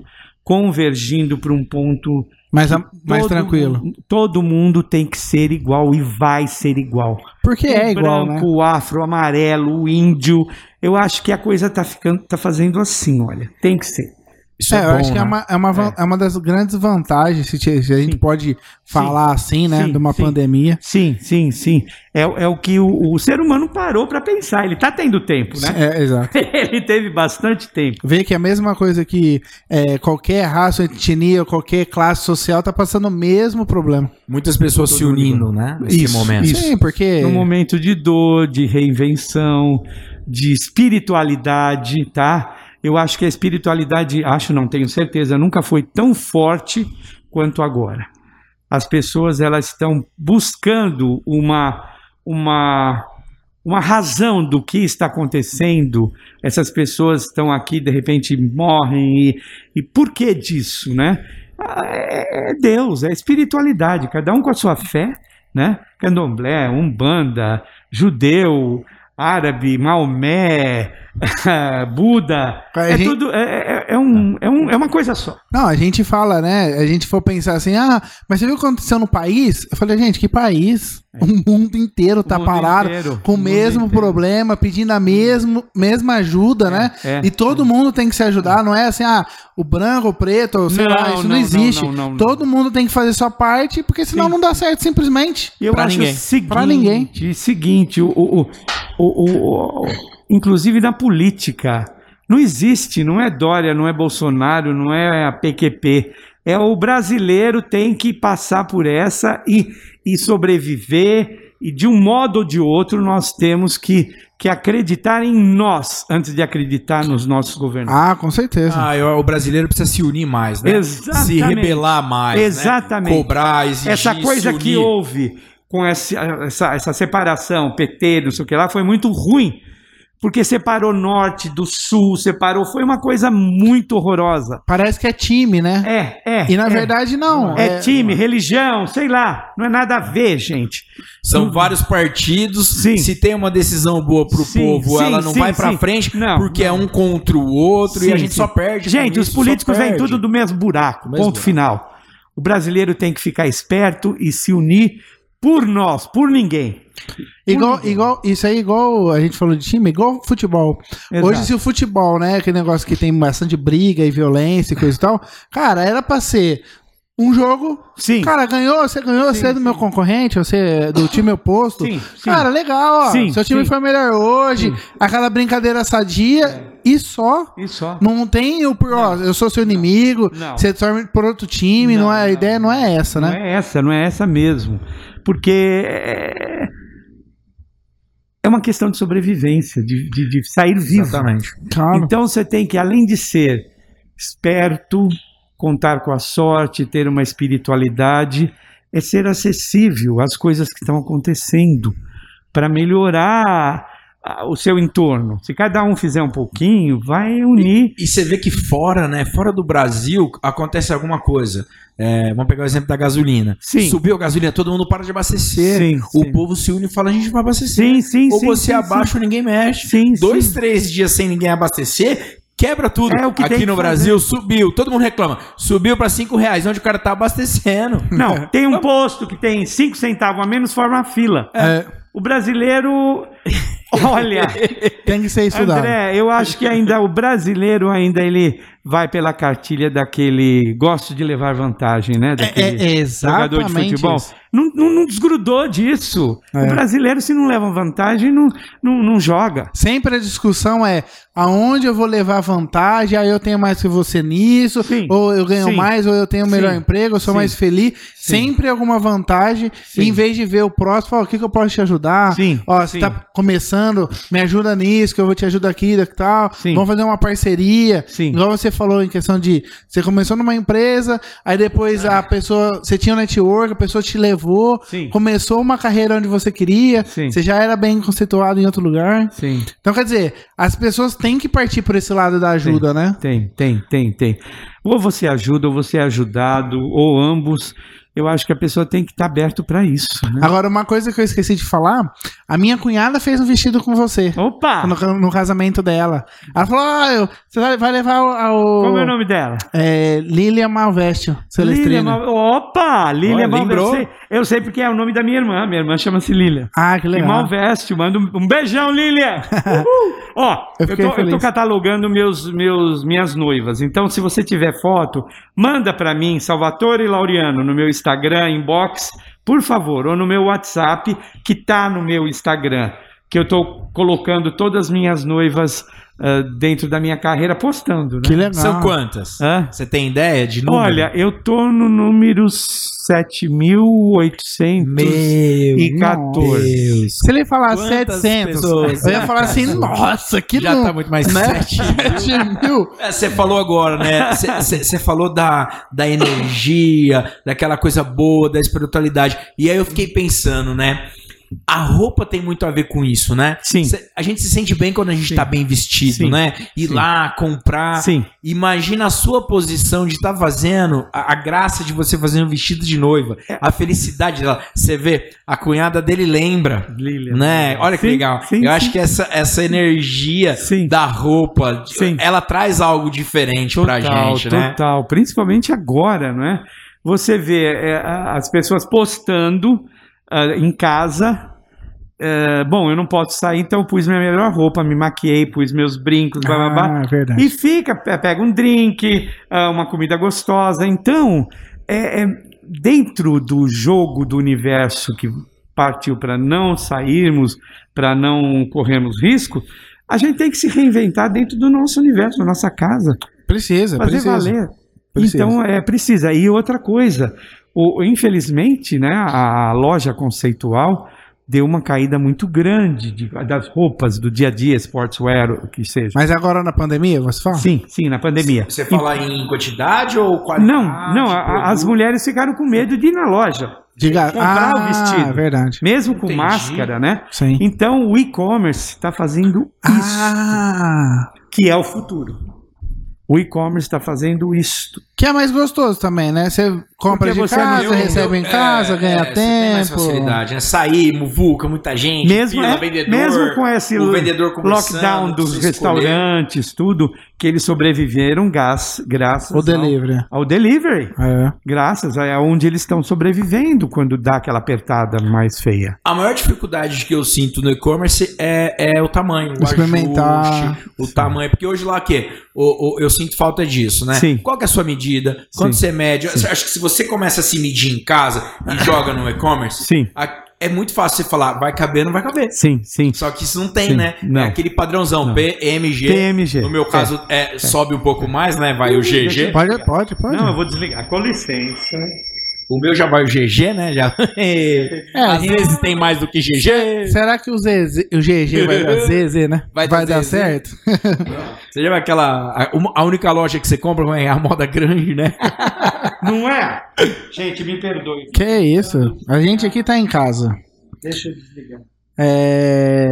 C: convergindo para um ponto
A: Mas a- mais
C: todo
A: tranquilo.
C: mu- Todo mundo tem que ser igual e vai ser igual.
A: Porque é
C: o
A: igual,
C: branco,
A: né?
C: o afro, o amarelo, o índio. Eu acho que a coisa tá ficando, tá fazendo assim, olha. Tem que ser.
B: Isso
A: é, eu
B: bom,
A: acho que é
B: né?
A: uma, é, uma, van- é uma das grandes vantagens, se te- se a gente
C: Sim.
A: pode falar assim, né?
C: Sim,
A: de uma
C: sim.
A: pandemia.
C: Sim, sim, sim. É, é o que o, o ser humano parou para pensar. Ele tá tendo tempo, né?
A: É, exato.
C: [laughs] Ele teve bastante tempo.
A: Ver que é a mesma coisa que é, qualquer raça, etnia, qualquer classe social tá passando o mesmo problema.
B: Muitas pessoas se unindo, né? Nesse
A: Isso,
B: momento.
A: isso. Sim, porque.
C: num momento de dor, de reinvenção, de espiritualidade, tá? Eu acho que a espiritualidade, acho, não tenho certeza, nunca foi tão forte quanto agora. As pessoas elas estão buscando uma uma uma razão do que está acontecendo. Essas pessoas estão aqui, de repente morrem e, e por que disso, né? Ah, É é Deus, é espiritualidade, cada um com a sua fé, né? Candomblé, Umbanda, judeu, árabe, Maomé, [laughs] Buda.
A: A
C: É
A: gente-
C: tudo. É, é- é um, é, um, é uma coisa só.
A: Não, a gente fala, né? A gente for pensar assim, ah, mas você viu o que aconteceu no país? Eu falei, gente, que país? O mundo inteiro tá
C: É. O mundo
A: parado,
C: inteiro,
A: com o
C: mundo
A: mesmo
C: inteiro.
A: problema, pedindo a mesmo, mesma ajuda, né?
C: é,
A: e todo mundo tem que se ajudar, não é assim, ah, o branco, o preto, ou sei
C: Não,
A: lá, isso não,
C: não, não,
A: existe.
C: não, não, não.
A: Todo mundo tem que fazer sua parte, porque senão
C: Sim.
A: não dá certo simplesmente.
C: E Eu
B: Pra
C: acho assim.
B: ninguém.
C: o seguinte,
A: Pra ninguém.
C: seguinte, o, o, o, o- o- o- inclusive na política, não existe, não é Dória, não é Bolsonaro, não é a PQP. É o brasileiro tem que passar por essa e, e sobreviver. E de um modo ou de outro, nós temos que, que acreditar em nós antes de acreditar nos nossos governantes.
A: Ah, com certeza.
B: Ah, eu- o brasileiro precisa se unir mais, né?
C: Exatamente.
B: Se rebelar mais. né?
C: Exatamente.
B: Cobrar, exigir.
C: essa coisa
B: se
C: que
B: unir.
C: houve com essa, essa, essa separação, PT, não sei o que lá, foi muito ruim. Porque separou norte do sul, separou. Foi uma coisa muito horrorosa.
A: Parece que é time, né?
C: É, é.
A: e na
C: é.
A: verdade, não.
C: É, time, religião, sei lá. Não é nada a ver, gente.
B: São vários partidos.
C: Uhum. Sim.
B: Se tem uma decisão boa pro
C: Sim,
B: povo,
C: sim,
B: ela não
C: sim,
B: vai pra
C: sim.
B: frente
C: Não,
B: porque é um contra o outro e
C: Sim,
B: a gente
C: sim.
B: só perde.
C: Gente,
B: com
C: os
B: isso, só
C: políticos vêm
B: perde.
C: tudo do mesmo buraco.
B: Mesmo
C: ponto
B: buraco.
C: final. O brasileiro tem que ficar esperto e se unir por nós, por ninguém.
A: Igual, igual, isso aí, é igual a gente falou de time, igual futebol.
C: Exato.
A: Hoje, se o futebol, né, aquele negócio que tem bastante briga e violência e coisa e tal, cara, era pra ser um jogo.
C: Sim.
A: Cara, ganhou, você ganhou, você é do meu concorrente, você é do time oposto.
C: Sim, sim.
A: Cara, legal, ó.
C: Sim,
A: Seu time
C: sim.
A: foi melhor hoje, aquela brincadeira sadia
C: É.
A: e só.
C: E só.
A: Não tem o por, ó, eu sou seu inimigo,
C: Não.
A: você torce por outro time, não,
C: Não,
A: é, a
C: não.
A: ideia não é essa,
C: Não
A: né?
C: é essa, não é essa mesmo. Porque é, é uma questão de sobrevivência, de, de- de sair vivo.
B: Exatamente.
A: Claro.
C: Então você tem que, além de ser esperto, contar com a sorte, ter uma espiritualidade, é ser acessível às coisas que estão acontecendo para melhorar ah, o seu entorno. Se cada um fizer um pouquinho, vai unir.
B: E você vê que fora, né? Fora do Brasil, acontece alguma coisa. É, vamos pegar o exemplo da gasolina.
C: Sim.
B: Subiu a gasolina, todo mundo para de abastecer.
C: Sim,
B: o
C: sim.
B: povo se une e fala: a gente vai abastecer.
C: Sim, sim,
B: Ou
C: sim,
B: você
C: sim,
B: abaixa ou ninguém mexe.
C: Sim, sim.
B: Dois, três dias sem ninguém abastecer, quebra tudo.
C: É o que
B: Aqui
C: tem que
B: no
C: fazer.
B: Brasil subiu, todo mundo reclama. Subiu pra cinco reais, onde o cara tá abastecendo.
A: [laughs]
C: Não, tem um posto que tem cinco centavos a menos, forma a fila.
A: É, [laughs]
C: O brasileiro, olha,
A: tem que ser estudado.
C: André, eu acho que ainda o brasileiro ainda ele vai pela cartilha daquele gosto de levar vantagem, né?
A: É,
C: Daquele
A: é,
C: jogador de
A: exatamente.
C: futebol.
A: isso.
C: Não, não- não desgrudou disso.
A: É.
C: O brasileiro, se não leva vantagem, não, não, não joga.
A: Sempre a discussão é aonde eu vou levar vantagem, aí eu tenho mais que você nisso,
C: Sim.
A: ou eu ganho
C: Sim.
A: mais, ou eu tenho o melhor
C: Sim.
A: emprego, eu sou
C: Sim.
A: mais feliz. Sempre alguma vantagem,
C: Sim.
A: em vez de ver o próximo, falar, o que, que eu posso te ajudar?
C: Sim.
A: Ó, você
C: Sim.
A: tá começando, me ajuda nisso, que eu vou te ajudar aqui, daqui e tal.
C: Sim.
A: Vamos fazer uma parceria.
C: Sim.
A: Igual você falou em questão de você começou numa empresa, aí depois a pessoa, você tinha um network, a pessoa te levou,
C: É. Sim.
A: começou uma carreira onde você queria,
C: Sim.
A: você já era bem conceituado em outro lugar.
C: Sim.
A: Então, quer dizer, as pessoas têm que partir por esse lado da ajuda, né?
C: Tem, tem, tem, tem. Ou você ajuda, ou você é ajudado, ou ambos. Eu acho que a pessoa tem que estar aberto para isso. Né?
A: Agora, uma coisa que eu esqueci de falar, a minha cunhada fez um vestido com você.
C: Opa!
A: No, no casamento dela. Ela falou: ah, eu- você vai- vai levar o- ao.
C: Como é o nome dela?
A: É, Lilia Malvestio, Celestrina.
C: Lília Mal- Opa, Lília
B: Olha,
C: Malvestio.
B: lembrou.
C: Eu sei, eu sei porque é o nome da minha irmã. Minha irmã chama-se Lília.
A: Ah, que
C: E
A: legal.
C: Malvestio, manda um, um beijão,
A: [laughs]
C: Lília! Uhul! Ó,
A: Eu
C: eu,
A: fiquei
C: tô, eu
A: feliz.
C: tô catalogando meus, meus, minhas noivas. Então, se você tiver foto, manda pra mim, Salvatore Laureano, no meu Instagram, inbox, por favor, ou no meu WhatsApp, que tá no meu Instagram. Que eu tô colocando todas as minhas noivas ah, dentro da minha carreira, postando, né?
A: Que legal.
B: São quantas?
C: Hã?
B: Você tem ideia de número?
C: É. Olha, eu tô no número 7.800.
B: meu
C: e 14.
B: Deus.
A: Se ele falar
B: Quantas
A: 700,
B: pessoas?
A: eu ia falar
B: [laughs]
A: assim: nossa, que
B: Já
A: nu-
B: tá muito mais
A: né?
C: [laughs]
B: sete. [laughs]
A: 7 mil.
B: É, Você falou agora, né? Você- Você você falou da, da energia, daquela coisa boa, da espiritualidade. E aí eu fiquei pensando, né? A roupa tem muito a ver com isso, né?
C: Sim.
B: Cê- a gente se sente bem quando a gente
C: Sim.
B: tá bem vestido,
C: Sim.
B: né? Ir
C: Sim.
B: lá, comprar.
C: Sim,
B: Imagina a sua posição de estar fazendo a, a graça de você fazer um vestido de noiva.
C: É.
B: A felicidade dela. Você vê, a cunhada dele lembra.
C: Lilian.
B: Né? Olha que
C: Sim,
B: legal.
C: sim,
B: Eu
C: sim.
B: acho que essa, essa energia
C: Sim.
B: é da roupa,
C: Sim.
B: ela traz algo diferente pra gente, né?
C: total. Principalmente agora, não é? Você vê é, a- as pessoas postando ah, em casa. é, bom, eu não posso sair, então eu pus minha melhor roupa, me maquiei, pus meus brincos, blá blá blá.
A: Ah, é verdade.
C: E fica, pe- pega um drink, ah, uma comida gostosa. Então, é, é dentro do jogo do universo que partiu para não sairmos, para não corrermos risco, a gente tem que se reinventar dentro do nosso universo, da nossa casa,
A: Precisa,
C: fazer
A: precisa.
C: valer.
A: É Precisa.
C: Então, é precisa. E outra coisa, o- infelizmente, né, a, a loja conceitual deu uma caída muito grande de- das roupas do dia a dia, sportswear, o que seja.
A: Mas agora na pandemia, você fala?
C: Sim, sim, na pandemia.
B: Você fala em quantidade ou qualidade?
C: Não, não, a- a- as
B: produto?
C: mulheres ficaram com medo de ir na loja,
A: Diga,
B: tá
C: Comprar o vestido.
A: é verdade.
C: mesmo com
B: Entendi.
C: máscara, né?
A: Sim.
C: Então o e-commerce está fazendo isso,
A: Ah,
C: que é o futuro. O e-commerce está fazendo isto.
A: que é mais gostoso também, né? Você compra
C: Porque
A: de
C: você
A: casa,
C: não-
A: recebe em
B: É,
A: casa,
B: é,
A: ganha
B: você Tem mais
A: tempo.
B: facilidade, né? Sair, muvuca, muita gente,
C: Mesmo, é, mesmo com esse
B: o vendedor conversando,
C: lockdown dos
B: precisa escolher.
C: restaurantes, tudo, que eles sobreviveram gas, graças
A: O delivery.
C: Ao, ao delivery.
A: É.
C: Graças a onde eles estão sobrevivendo quando dá aquela apertada mais feia.
B: A maior dificuldade que eu sinto no e-commerce é, é o tamanho. O
A: Experimentar.
B: ajuste, o tamanho. Porque hoje lá o quê? O- o- eu sinto falta disso, né?
C: Sim.
B: Qual que é a sua medida, quanto
C: Sim.
B: você mede. Eu Acho que se você começa a se medir em casa
C: [laughs]
B: e joga no e-commerce,
C: Sim,
B: a- é muito fácil você falar, vai caber ou não vai caber.
C: sim, sim.
B: Só que isso não tem,
C: Sim,
B: né?
C: não.
B: É aquele padrãozão,
C: Não. é
B: PMG.
C: TMG.
B: No meu caso, é, sobe um pouco mais, né? Vai o GG.
A: Pode, pode, pode.
C: Não, eu vou desligar. Com licença.
B: O meu já vai o GG, né? Já. [laughs] Às
A: É,
B: vezes tem mais do que GG.
A: será que o, ZZ, o GG vai
B: [laughs]
A: dar ZZ, né?
B: Vai
A: Vai,
B: dar
A: dar
B: ZZ.
A: certo?
B: Você já vai aquela. A, uma- a única loja que você compra é a moda grande, né?
C: Não é? Gente, me perdoe.
A: Que isso? A gente aqui tá em casa.
C: Deixa eu desligar.
A: É...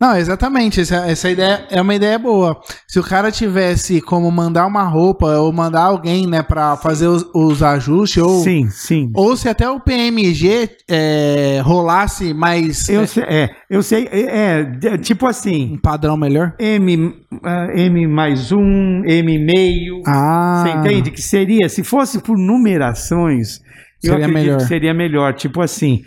A: Não, exatamente. Essa, essa ideia é uma ideia boa. Se o cara tivesse como mandar uma roupa ou mandar alguém, né, pra fazer os, os ajustes ou
C: Sim, sim.
A: ou se até o PMG é, rolasse mais
C: Eu
A: é,
C: sei, é, eu sei, é, é, de- tipo assim,
A: um padrão melhor.
C: M, ah, M mais um, M meio,
A: Ah,
C: você entende? Que seria, se fosse por numerações, eu
A: Seria
C: acredito
A: melhor.
C: que seria melhor, tipo assim,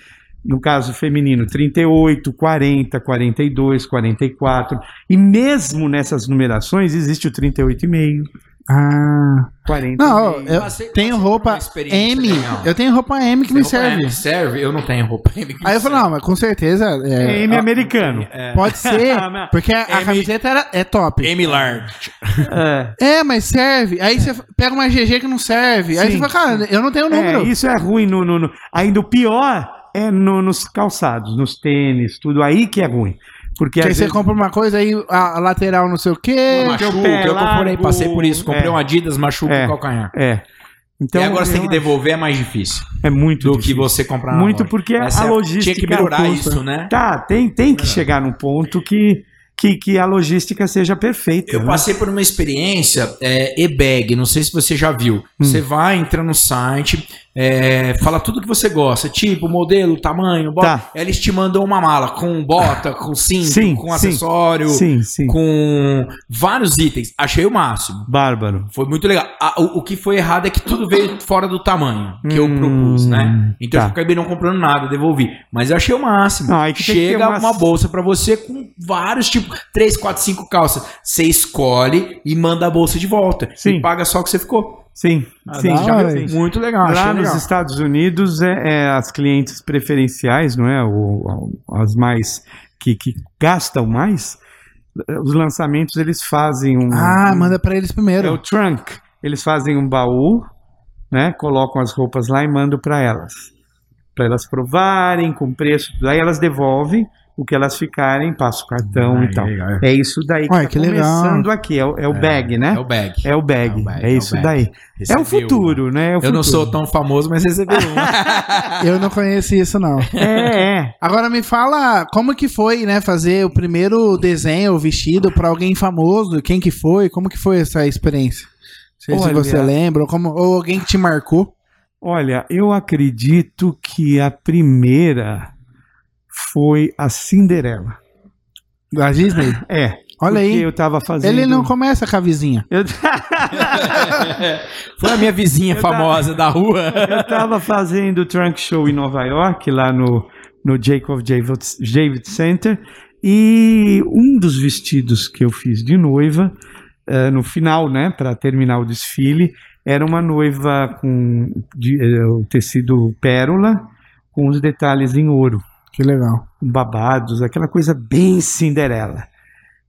C: no caso feminino, 38, 40, 42, 44, e mesmo nessas numerações existe o 38,5,
A: Ah,
C: 40.
A: não, eu
B: Passei-
A: tenho
B: passei por uma
A: roupa
B: experiência
A: M.
B: legal.
A: Eu tenho roupa M que
B: Tem
A: me
B: roupa M
A: serve.
B: que serve? Eu não tenho roupa M que
A: Aí
B: me
A: eu falo, não, mas com certeza é,
C: M americano. Ah,
A: pode ser,
B: [laughs]
A: porque a, a
B: M.
A: camiseta era, é top.
B: serve. M large.
C: É,
A: É, mas serve. Aí você pega uma GG que não serve. Aí
C: Sim,
A: você fala, cara, eu não tenho
C: é,
A: número.
C: isso é ruim. No, no- no- Ainda o pior é no- nos calçados, nos tênis, tudo aí que é ruim. Porque
A: que aí
C: às
A: você
C: vezes-
A: compra uma coisa, aí a, a lateral não sei o quê.
C: Uma-
B: Machuca,
C: É, um pé
B: eu comprei,
C: largo,
B: passei por isso. Comprei
C: é.
B: um Adidas, machuca
C: É.
B: o calcanhar.
C: É. Então,
B: e agora você tem que
C: eu-
B: devolver, é mais difícil
C: É muito
B: do que
C: difícil.
B: você comprar na
C: Muito
B: loja.
C: porque
B: Essa
C: a
B: é- Tinha
C: logística.
B: que melhorar
C: custa.
B: isso, né?
C: Tá, tem, tem que chegar num ponto que, que, que a logística seja perfeita.
B: Eu
C: né?
B: passei por uma experiência é, e-bag, não sei se você já
C: Hum.
B: viu. Você vai, entra no site, é, fala tudo que você gosta, tipo, modelo, tamanho, bota.
C: Tá.
B: Eles te mandam uma mala com bota, com cinto,
C: Sim,
B: com
C: sim.
B: acessório,
C: Sim, sim.
B: com vários itens. Achei o máximo.
C: Bárbaro.
B: Foi muito legal. A- o, o que foi errado é que tudo
C: [laughs]
B: veio fora do tamanho que eu
C: Hum,
B: propus, né? Então
C: tá.
B: eu acabei não comprando nada, devolvi. Mas eu achei o máximo.
C: Não, aí que tem que ter
B: Chega uma...
C: umas-
B: bolsa pra você com vários, tipo, 3, 4, 5 calças. Você escolhe e manda a bolsa de volta.
C: Sim.
B: E paga só o que você ficou.
C: Sim,
B: Ah,
C: sim.
A: da
C: já-
A: hora,
C: sim.
B: Muito legal. achei
C: Lá nos
B: legal.
C: Estados Unidos, é, é as clientes preferenciais, não é? O, o- as mais que, que gastam mais, eh, os lançamentos eles fazem um.
A: Ah,
C: um-
A: manda pra eles
C: É
A: primeiro.
C: o trunk. Eles fazem um baú, né? Colocam as roupas lá e mandam para elas. Para elas provarem com preço. Daí elas devolvem o que elas ficarem, passa o cartão
B: Ah,
C: e tal.
B: legal.
C: É isso daí que,
A: Olha,
C: tá
A: que legal.
C: começando aqui. É, o- é o bag, né?
B: É o bag.
C: É o bag. É,
B: É o bag, é o
C: isso
B: bag.
C: daí. É o
B: Recebeu.
C: futuro, né? É o
B: Eu não
C: futuro.
B: sou tão famoso, mas recebeu [laughs] um.
A: Eu não conheci isso, não.
C: É, é.
A: Agora me fala como que foi, né, fazer o primeiro desenho, o vestido pra alguém famoso, quem que foi, como que foi essa experiência? Não sei se
C: Olha.
A: você lembra, ou, como, ou alguém que te marcou.
C: Olha, eu acredito que a primeira foi a Cinderela.
A: Da Disney?
C: [laughs] É.
A: Olha
C: porque
A: aí.
C: Eu tava fazendo.
A: Ele não começa com a vizinha.
C: Eu-
B: [laughs] Foi a minha vizinha
C: Eu
B: famosa da rua.
C: Eu tava fazendo o Trunk Show em Nova York, lá no, no Jacob Javits Javits Center, e um dos vestidos que eu fiz de noiva, eh, no final, né, para terminar o desfile, era uma noiva com de, eh, o tecido pérola, com os detalhes em ouro
A: Que legal.
C: com babados, aquela coisa bem Cinderela.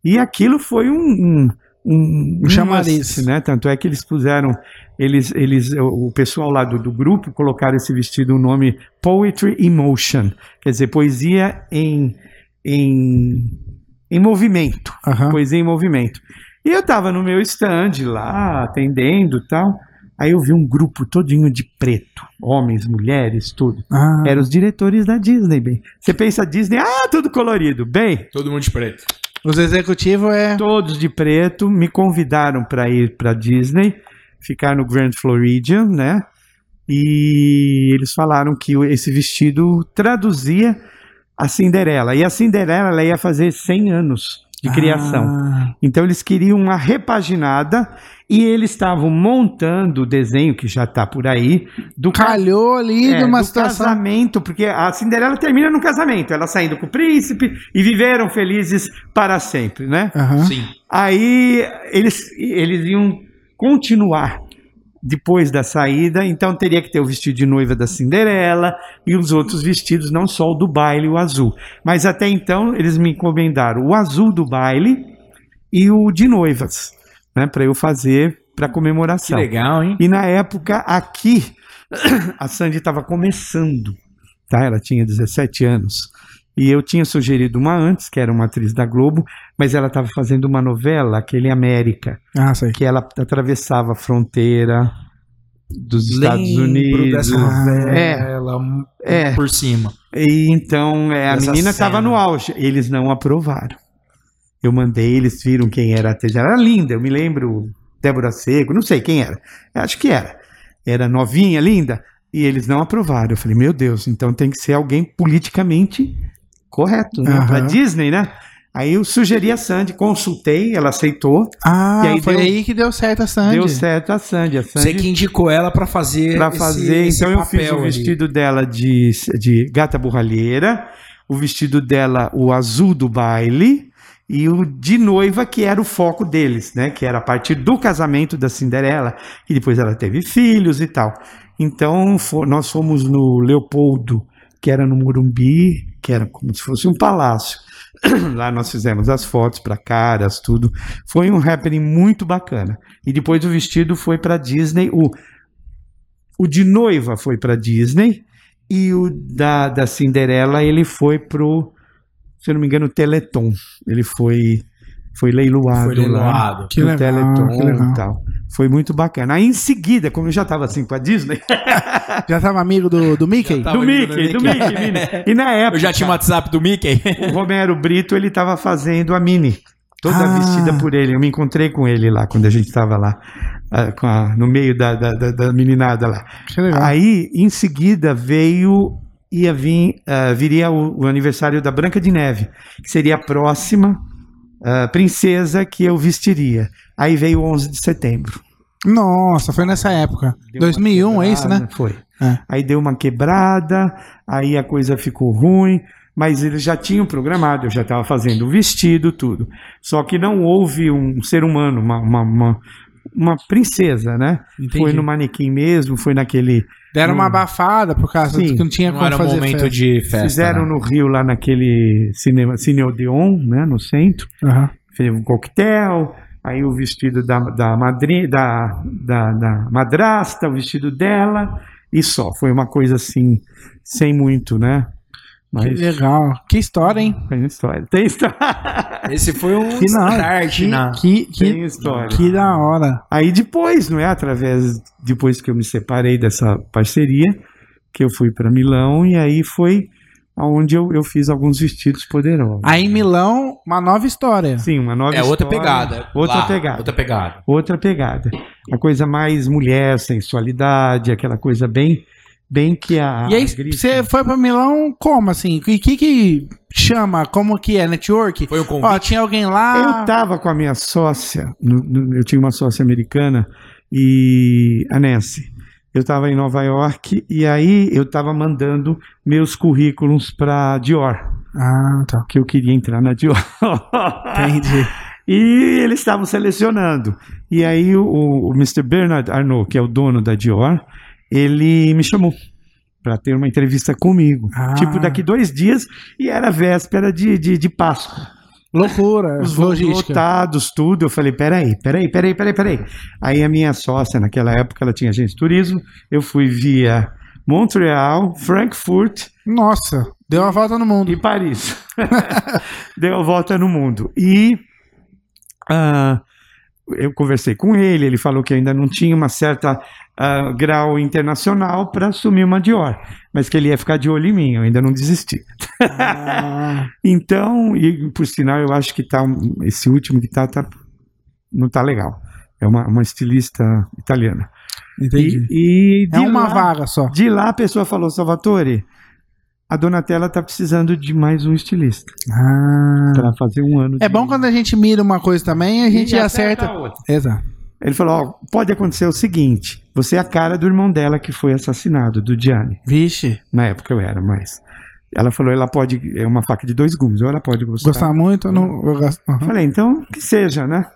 C: E aquilo foi um um, um,
A: Um chamariz.
C: must, né? Tanto é que eles puseram eles eles o o pessoal lá do, do grupo colocaram esse vestido o nome Poetry in Motion, quer dizer, poesia em em em movimento
A: Aham.
C: coisa em movimento. E eu tava no meu stand lá, atendendo e tal. Aí eu vi um grupo todinho de preto, homens, mulheres, tudo.
A: Ah,
C: Eram os diretores da Disney, bem. Você pensa Disney, ah, tudo colorido. Bem,
B: [laughs] Todo mundo de preto.
A: os executivos é...
C: todos de preto me convidaram para ir para Disney, ficar no Grand Floridian, né? E eles falaram que o- esse vestido traduzia a Cinderela. E a Cinderela ela ia fazer 100 anos de criação.
A: Ah,
C: Então eles queriam uma repaginada e eles estavam montando o desenho que já está por aí do ca-
A: calhou ali
C: é,
A: de uma
C: do
A: situação...
C: casamento, porque a Cinderela termina no casamento, ela saindo com o príncipe e viveram felizes para sempre, né?
A: Aham.
B: Sim.
C: Aí eles eles iam continuar depois da saída, então teria que ter o vestido de noiva da Cinderela e os outros vestidos, não só o do baile, o azul. Mas até então eles me encomendaram o azul do baile e o de noivas, né, para eu fazer para
B: Que
C: comemoração.
B: legal, hein?
C: E na época aqui [clears throat] a Sandy estava começando, tá? Ela tinha 17 anos. E eu tinha sugerido uma antes, que era uma atriz da Globo, mas ela estava fazendo uma novela, aquele América
A: Ah, sei.
C: que ela atravessava a fronteira dos Estados
B: Lembro
C: Unidos.
B: dessa
A: Ah.
B: novela,
C: É.
B: ela um-
C: É.
B: por cima.
C: E então é, a
B: Dessa
C: menina estava
B: cena.
C: no auge. Eles não aprovaram. Eu mandei, eles viram quem era a atriz. Ela Era linda, eu me lembro. Débora Seco, não sei quem era. Acho que era. Era novinha, linda. E eles não aprovaram. Eu falei, meu Deus, então tem que ser alguém politicamente correto, né?
A: Aham.
C: Pra Disney, né? Aí eu sugeri a Sandy, consultei, ela aceitou.
A: Ah,
C: E aí
A: foi
C: deu-
A: aí que deu certo a Sandy.
C: Deu certo a Sandy. A Sandy
B: Você que indicou ela pra fazer
C: Pra
B: esse-
C: fazer.
B: esse
C: então eu
B: papel
C: fiz o
B: ali.
C: vestido dela de, de gata borralheira, o vestido dela, o azul do baile, e o de noiva, que era o foco deles, né? Que era a partir do casamento da Cinderela, e depois ela teve filhos e tal. Então fo- nós fomos no Leopoldo, que era no Morumbi, que era como se fosse um palácio. [clears throat] Lá nós fizemos as fotos para caras, tudo. Foi um happening muito bacana. E depois o vestido foi para Disney, o o de noiva foi para Disney e o da, da Cinderela ele foi pro, se eu não me engano, Teleton. Ele foi foi leiloado,
B: Foi
C: lá.
B: leiloado.
A: Que
C: no
A: legal,
C: Teleton
A: que legal.
C: e tal. Foi muito bacana. Aí em seguida, como eu já estava assim com a Disney,
A: Já tava amigo do, do Mickey?
B: Já tava.
C: do
B: indo
C: Mickey,
B: no
C: do
B: Mickey.
C: Mickey, Mickey. E na
B: [laughs] Eu
C: época,
B: já tinha o WhatsApp do Mickey. [laughs]
C: o Romero Brito ele estava fazendo a Mini, toda
A: Ah.
C: vestida por ele. Eu me encontrei com ele lá quando a gente estava lá ah, com a- no meio da- da- da, da meninada lá.
A: Que legal.
C: Aí, em seguida, veio. Ia vir, ah, viria o, o aniversário da Branca de Neve, que seria a próxima ah, princesa que eu vestiria. Aí veio o 11 de setembro.
A: Nossa, foi nessa época.
C: Deu uma
A: 2001, é isso, né?
C: quebrada, Foi.
A: É.
C: Aí deu uma quebrada, aí a coisa ficou ruim, mas eles já tinham programado, eu já estava fazendo o vestido, tudo. Só que não houve um ser humano, uma, uma, uma, uma princesa, né? Foi no manequim mesmo, foi naquele
A: Deram uma
C: Hum.
A: abafada por causa
C: Sim.
A: que não tinha
B: Não
A: como
B: era um
A: fazer
B: momento
A: festa.
B: de festa.
C: Fizeram
B: né?
C: no Rio, lá naquele cinema, Cine Odeon, né, no centro.
A: Aham.
C: Fez um coquetel, aí o vestido da, da, madri, da, da, da madrasta, o vestido dela, e só. Foi uma coisa assim, sem muito, né?
A: Que
C: Mas
A: legal. Que história, hein?
C: tem história. Tem história. [laughs]
B: Esse foi um
A: Que não,
B: start,
A: que,
B: né?
A: que,
C: tem
A: que,
C: história.
A: que da hora.
C: Aí depois, não é? Através, depois que eu me separei dessa parceria, que eu fui para Milão, e aí foi onde eu, eu fiz alguns vestidos poderosos.
A: Aí em Milão, uma nova história.
C: Sim, uma nova
B: Ah, É outra
C: história,
B: pegada.
C: Outra
B: lá,
C: pegada.
B: Outra pegada.
C: outra pegada. A coisa mais mulher, sensualidade, aquela coisa bem, bem que a.
A: e aí,
C: a grita.
A: você foi pra Milão como, assim? O que que chama? Como que é? Network?
B: Foi o convite.
A: Ó, tinha alguém
C: Eu
A: lá...
C: tava com a minha sócia, no- no- eu tinha uma sócia americana, e a Nancy. Eu tava em Nova York e aí eu tava mandando meus currículos pra Dior,
A: Ah, tá.
C: que eu queria entrar na Dior.
A: Entendi.
C: E eles estavam selecionando. E aí o, o Mr. Bernard Arnault, que é o dono da Dior, ele me chamou para ter uma entrevista comigo.
A: Ah.
C: Tipo, daqui dois dias, e era véspera de, de, de Páscoa.
A: [laughs] Loucura.
C: Os voos
A: logística.
C: lotados, tudo. Eu falei, peraí, peraí, peraí, peraí, peraí. Aí a minha sócia, naquela época, ela tinha agência de turismo. Eu fui via Montreal, Frankfurt
A: Nossa, deu uma volta no mundo.
C: e Paris. [laughs] Deu a volta no mundo. E ah, eu conversei com ele, ele falou que ainda não tinha uma certa ah, grau internacional para assumir uma Dior, mas que ele ia ficar de olho em mim, eu ainda não desisti.
A: Ah,
C: [laughs] Então, e por sinal, eu acho que tá um- esse último que tá, tá- não tá legal. É uma, uma estilista italiana.
A: entendi.
C: E, e de
A: é uma
C: lá-
A: vaga só.
C: De lá a pessoa falou, Salvatore, a Donatella tá precisando de mais um estilista. Pra fazer um ano.
A: É
C: de-
A: bom quando a gente mira uma coisa também, a gente acerta. Exato.
C: Ele falou: ó, pode acontecer o seguinte: você é a cara do irmão dela que foi assassinado, do Gianni.
A: Vixe,
C: Na época eu era, mas. Ela falou: ela pode. É uma faca de dois gumes, ou ela pode gostar.
A: gostar muito, não. Eu gosto.
C: Eu Falei: então, que seja, né?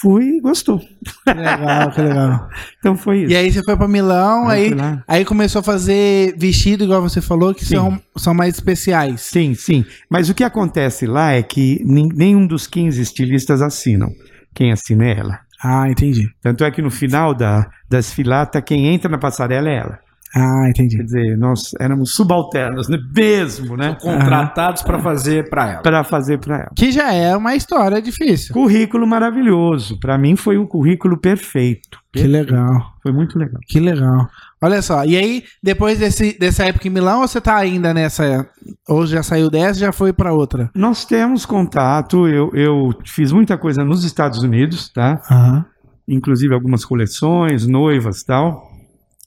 C: Fui e
A: [laughs]
C: gostou.
A: Que legal, Ah, que legal.
C: [laughs] Então foi isso.
A: E aí você foi pra Milão,
C: Aí
A: aí,
C: fui lá.
A: aí começou a fazer vestido, igual você falou, que
C: Sim.
A: são, são mais especiais.
C: Sim, sim. Mas o que acontece lá é que nin- nenhum dos 15 estilistas assinam. Quem assina é ela.
A: Ah, entendi.
C: Tanto é que no final da, da desfilata, quem entra na passarela é ela.
A: Ah, entendi.
C: Quer dizer, nós éramos subalternos, né? mesmo, né?
B: Contratados pra fazer pra ela.
C: Para fazer para ela.
A: Que já é uma história difícil.
C: Currículo maravilhoso. Para mim foi um currículo perfeito.
A: Que legal,
C: Foi muito legal.
A: que legal. Olha só, e aí, depois desse, dessa época em Milão, ou você tá ainda nessa. Ou já saiu dessa já foi pra outra?
C: Nós temos contato. Eu, eu fiz muita coisa nos Estados Unidos, tá?
A: Aham.
C: Inclusive algumas coleções, noivas, tal.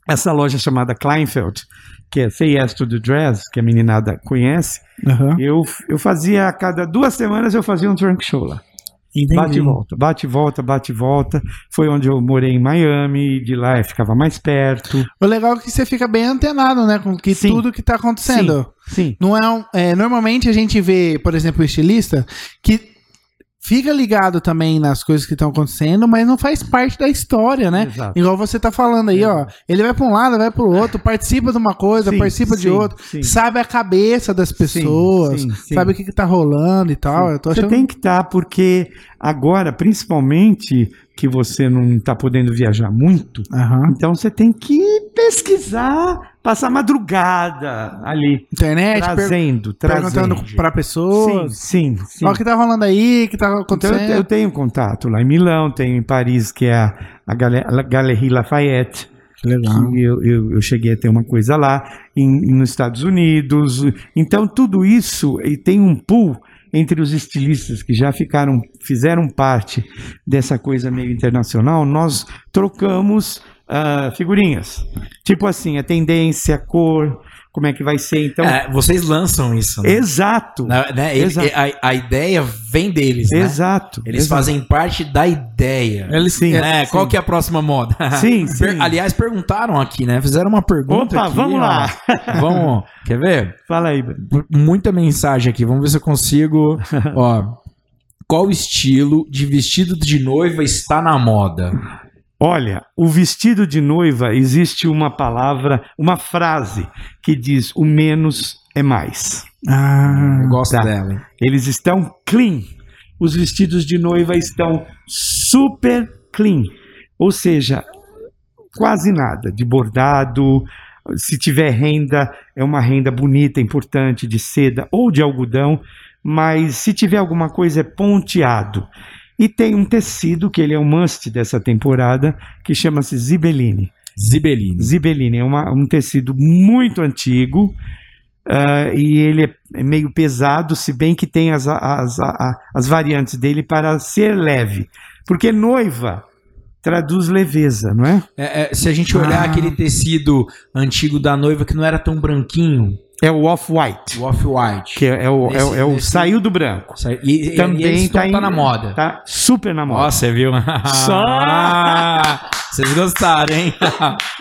C: Essa loja chamada Kleinfeld, que é Say Yes to the Dress, que a meninada conhece.
A: Aham.
C: Eu, eu fazia a cada duas semanas eu fazia um trunk show lá.
A: Entendi.
C: Bate e volta, bate e volta, bate e volta. Foi onde eu morei em Miami, de lá eu ficava mais perto.
A: O legal é que você fica bem antenado, né? Com que
C: Sim.
A: tudo que tá acontecendo.
C: Sim.
A: Não é, um, é, normalmente a gente vê, por exemplo, o estilista que fica ligado também nas coisas que estão acontecendo, mas não faz parte da história, né?
C: Exato.
A: Igual você tá falando aí, ó. Ele vai pra um lado, vai pro outro, participa de uma coisa,
C: Sim,
A: participa de
C: sim,
A: outra,
C: sim.
A: sabe a cabeça das pessoas,
C: sim, sim.
A: sabe o que, que tá rolando e tal. Eu tô
C: Você
A: achando.
C: tem que estar, porque agora, principalmente que você não está podendo viajar muito,
A: Aham.
C: então você tem que pesquisar, passar madrugada ali,
A: Internet, É, per-
C: trazendo, trazendo.
A: perguntando pra
C: Sim,
A: pessoas.
C: sim, sim.
A: Olha o que tá rolando aí, o que tá
C: Então
A: acontecendo.
C: eu, eu tenho contato lá em Milão, tenho em Paris, que é a, a Gale- a Galerie Lafayette,
A: Que
B: Tá.
A: legal.
C: que eu, eu, eu cheguei a ter uma coisa lá, em- nos Estados Unidos. Então, tudo isso e tem um pool entre os estilistas que já ficaram, fizeram parte dessa coisa meio internacional, nós trocamos ah, figurinhas. Tipo assim, a tendência, a cor, como é que vai ser. Então,
B: É, vocês lançam isso. né?
C: exato,
B: Na- né? Ele-
C: Exato.
B: a, a ideia vem deles, né?
C: exato.
B: Eles
C: exato.
B: fazem parte da ideia.
C: Eles- sim,
B: né?
C: sim.
B: Qual que é a próxima moda? [laughs]
C: Sim, sim.
B: Per- Aliás, perguntaram aqui, né? Fizeram uma pergunta.
C: Opa,
B: aqui,
C: vamos
B: ó.
C: lá.
B: Vamos. Quer ver?
C: Fala aí, Ben.
B: M- Muita mensagem aqui. Vamos ver se eu
C: [laughs]
B: consigo. ó. Qual estilo de vestido de noiva está na moda?
C: Olha, o vestido de noiva existe uma palavra, uma frase que diz o menos é mais.
A: Ah,
B: Eu gosto
C: tá.
B: dela. hein?
C: Eles estão clean. Os vestidos de noiva estão super clean. Ou seja, quase nada de bordado. Se tiver renda, é uma renda bonita, importante, de seda ou de algodão. Mas se tiver alguma coisa, é ponteado. E tem um tecido que ele é o must dessa temporada, que chama-se Zibeline.
B: Zibelini.
C: Zibeline é uma- um tecido muito antigo ah, e ele é- é meio pesado, se bem que tem as, as- a- as variantes dele para ser leve. Porque noiva traduz leveza, não é?
B: É, é, se a gente olhar
A: Ah.
B: aquele tecido antigo da noiva que não era tão branquinho,
C: É o off-white,
B: o off-white.
C: que é, é o, é o- é o
B: Nesse-
C: saiu do branco.
B: Isso aí- E, e-
C: Também
B: e eles tão-
C: tá em-
B: tá na moda.
C: Tá super na moda.
B: Nossa, viu?
C: Só!
B: [laughs] Vocês gostaram, hein?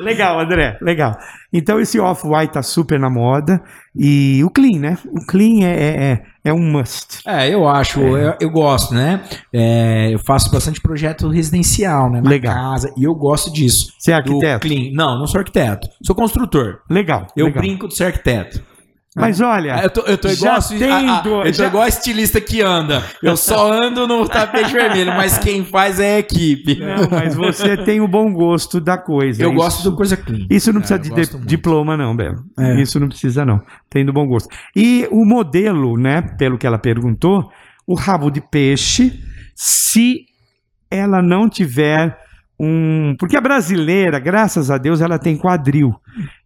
C: Legal, André, legal. Então esse off-white tá super na moda e o clean, né? O clean é, é, é- é um must.
B: É, eu acho, Eu, eu gosto, né? É, eu faço bastante projeto residencial, né? Na
C: Legal.
B: casa, e eu gosto disso.
C: Você é
B: Do
C: arquiteto?
B: clean. Não, não sou arquiteto. Sou construtor.
C: Legal.
B: Eu
C: legal.
B: brinco de ser arquiteto.
C: Mas olha,
B: É, Eu tô, eu tô igual,
C: Já
B: a su-
C: tem
B: a- a-
C: do-
B: eu tô
C: já-
B: igual a estilista que anda. Eu só ando no tapete vermelho, mas quem faz é a equipe.
C: Não, mas você tem o bom gosto da coisa. é
B: eu
C: Isso-
B: gosto de coisa clean.
C: Isso não
B: É,
C: precisa
B: eu
C: de
B: gosto
C: di-
B: muito.
C: diploma, não, Belo.
A: É.
C: Isso não precisa, não. Tem do bom gosto. E o modelo, né? Pelo que ela perguntou, o rabo de peixe, se ela não tiver um. Porque a brasileira, graças a Deus, ela tem quadril.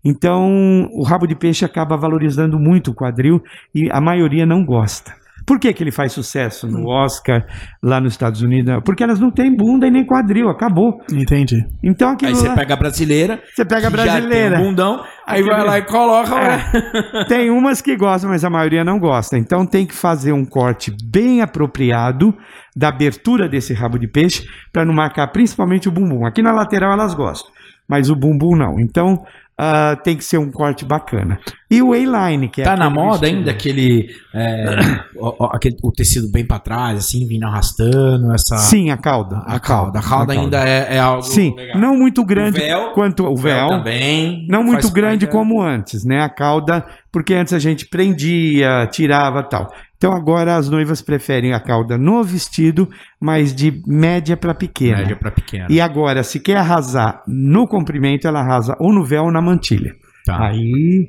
C: Então, o rabo de peixe acaba valorizando muito o quadril e a maioria não gosta. Por que, que ele faz sucesso no Oscar, lá nos Estados Unidos? Porque elas não têm bunda e nem quadril, acabou.
A: entendi.
C: Então aquilo
B: Aí você
C: lá-
B: pega a brasileira,
C: você pega a
B: que já tem
C: brasileira.
B: um bundão, aí
C: Aquele-
B: vai lá e coloca.
C: É.
B: né?
C: Tem umas que gostam, mas a maioria não gosta. Então tem que fazer um corte bem apropriado da abertura desse rabo de peixe para não marcar principalmente o bumbum. Aqui na lateral elas gostam, mas o bumbum não. Então ah, tem que ser um corte bacana. E o A-line, que é
B: Tá na
C: aquele
B: moda
C: estilo.
B: ainda aquele, [coughs] é, o, o- aquele- o tecido bem pra trás, assim, vindo arrastando, essa.
C: Sim, a cauda.
B: a cauda. A cauda ainda é, é algo.
C: Sim,
B: legal.
C: não muito grande
B: véu-
C: quanto o véu. tá.
B: também.
C: Não muito
B: faz
C: grande
B: parte,
C: como antes, né? A cauda, porque antes a gente prendia, tirava tal. Então agora as noivas preferem a cauda no vestido, mas de média para
B: é,
C: pequena.
B: Média pra pequena.
C: E agora, se quer arrasar no comprimento, ela arrasa ou no véu ou na mantilha.
B: Tá.
C: Aí,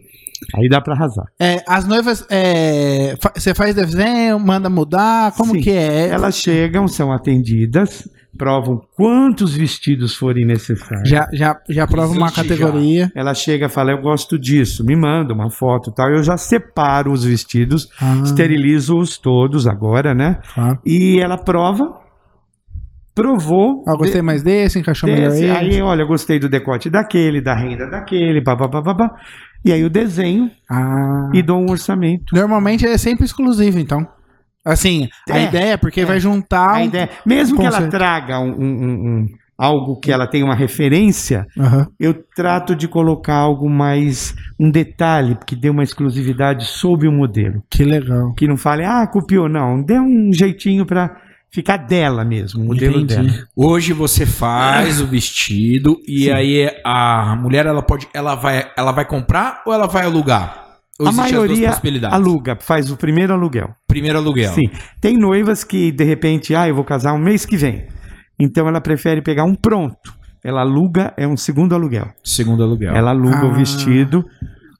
C: aí dá para arrasar.
A: É, as noivas, é, fa- você faz desenho, manda mudar, como
C: Sim.
A: que é?
C: Elas chegam, são atendidas, provam quantos vestidos forem necessários.
A: Já, já, já aprova uma
B: Existe
A: categoria.
C: Ela chega e fala: Eu gosto disso, me manda uma foto e tal. Eu já separo os vestidos,
A: Ah,
C: esterilizo-os todos agora, né?
A: tá.
C: E ela prova, provou.
A: Ah, gostei mais desse, encaixou melhor
C: desse,
A: ele.
C: aí, olha, gostei do decote daquele, da renda daquele, babá, babá. E aí eu desenho
A: Ah.
C: e dou um orçamento.
A: Normalmente é sempre exclusivo, então. Assim, a
C: É,
A: ideia é porque
C: é.
A: vai juntar.
C: A
A: um-
C: ideia, mesmo que ela
A: conceito.
C: traga um- um- um- algo que ela tenha uma referência,
A: Aham.
C: eu trato de colocar algo mais, um detalhe que dê uma exclusividade sob o modelo.
A: Que legal.
C: Que não fale, ah, copiou, não. Dê um jeitinho pra ficar dela mesmo, o modelo
A: Entendi.
C: dela.
B: Hoje você faz o vestido e aí a mulher ela pode, ela vai, ela vai comprar ou ela vai alugar? Ou
C: A
B: existe as
C: maioria
B: duas possibilidades?
C: Aluga, faz o primeiro aluguel.
B: Primeiro aluguel.
C: Sim. Tem noivas que, de repente, ah, eu vou casar um mês que vem. Então ela prefere pegar um pronto. Ela aluga, é um segundo aluguel.
B: Segundo aluguel.
C: Ela aluga o
A: Ah.
C: vestido.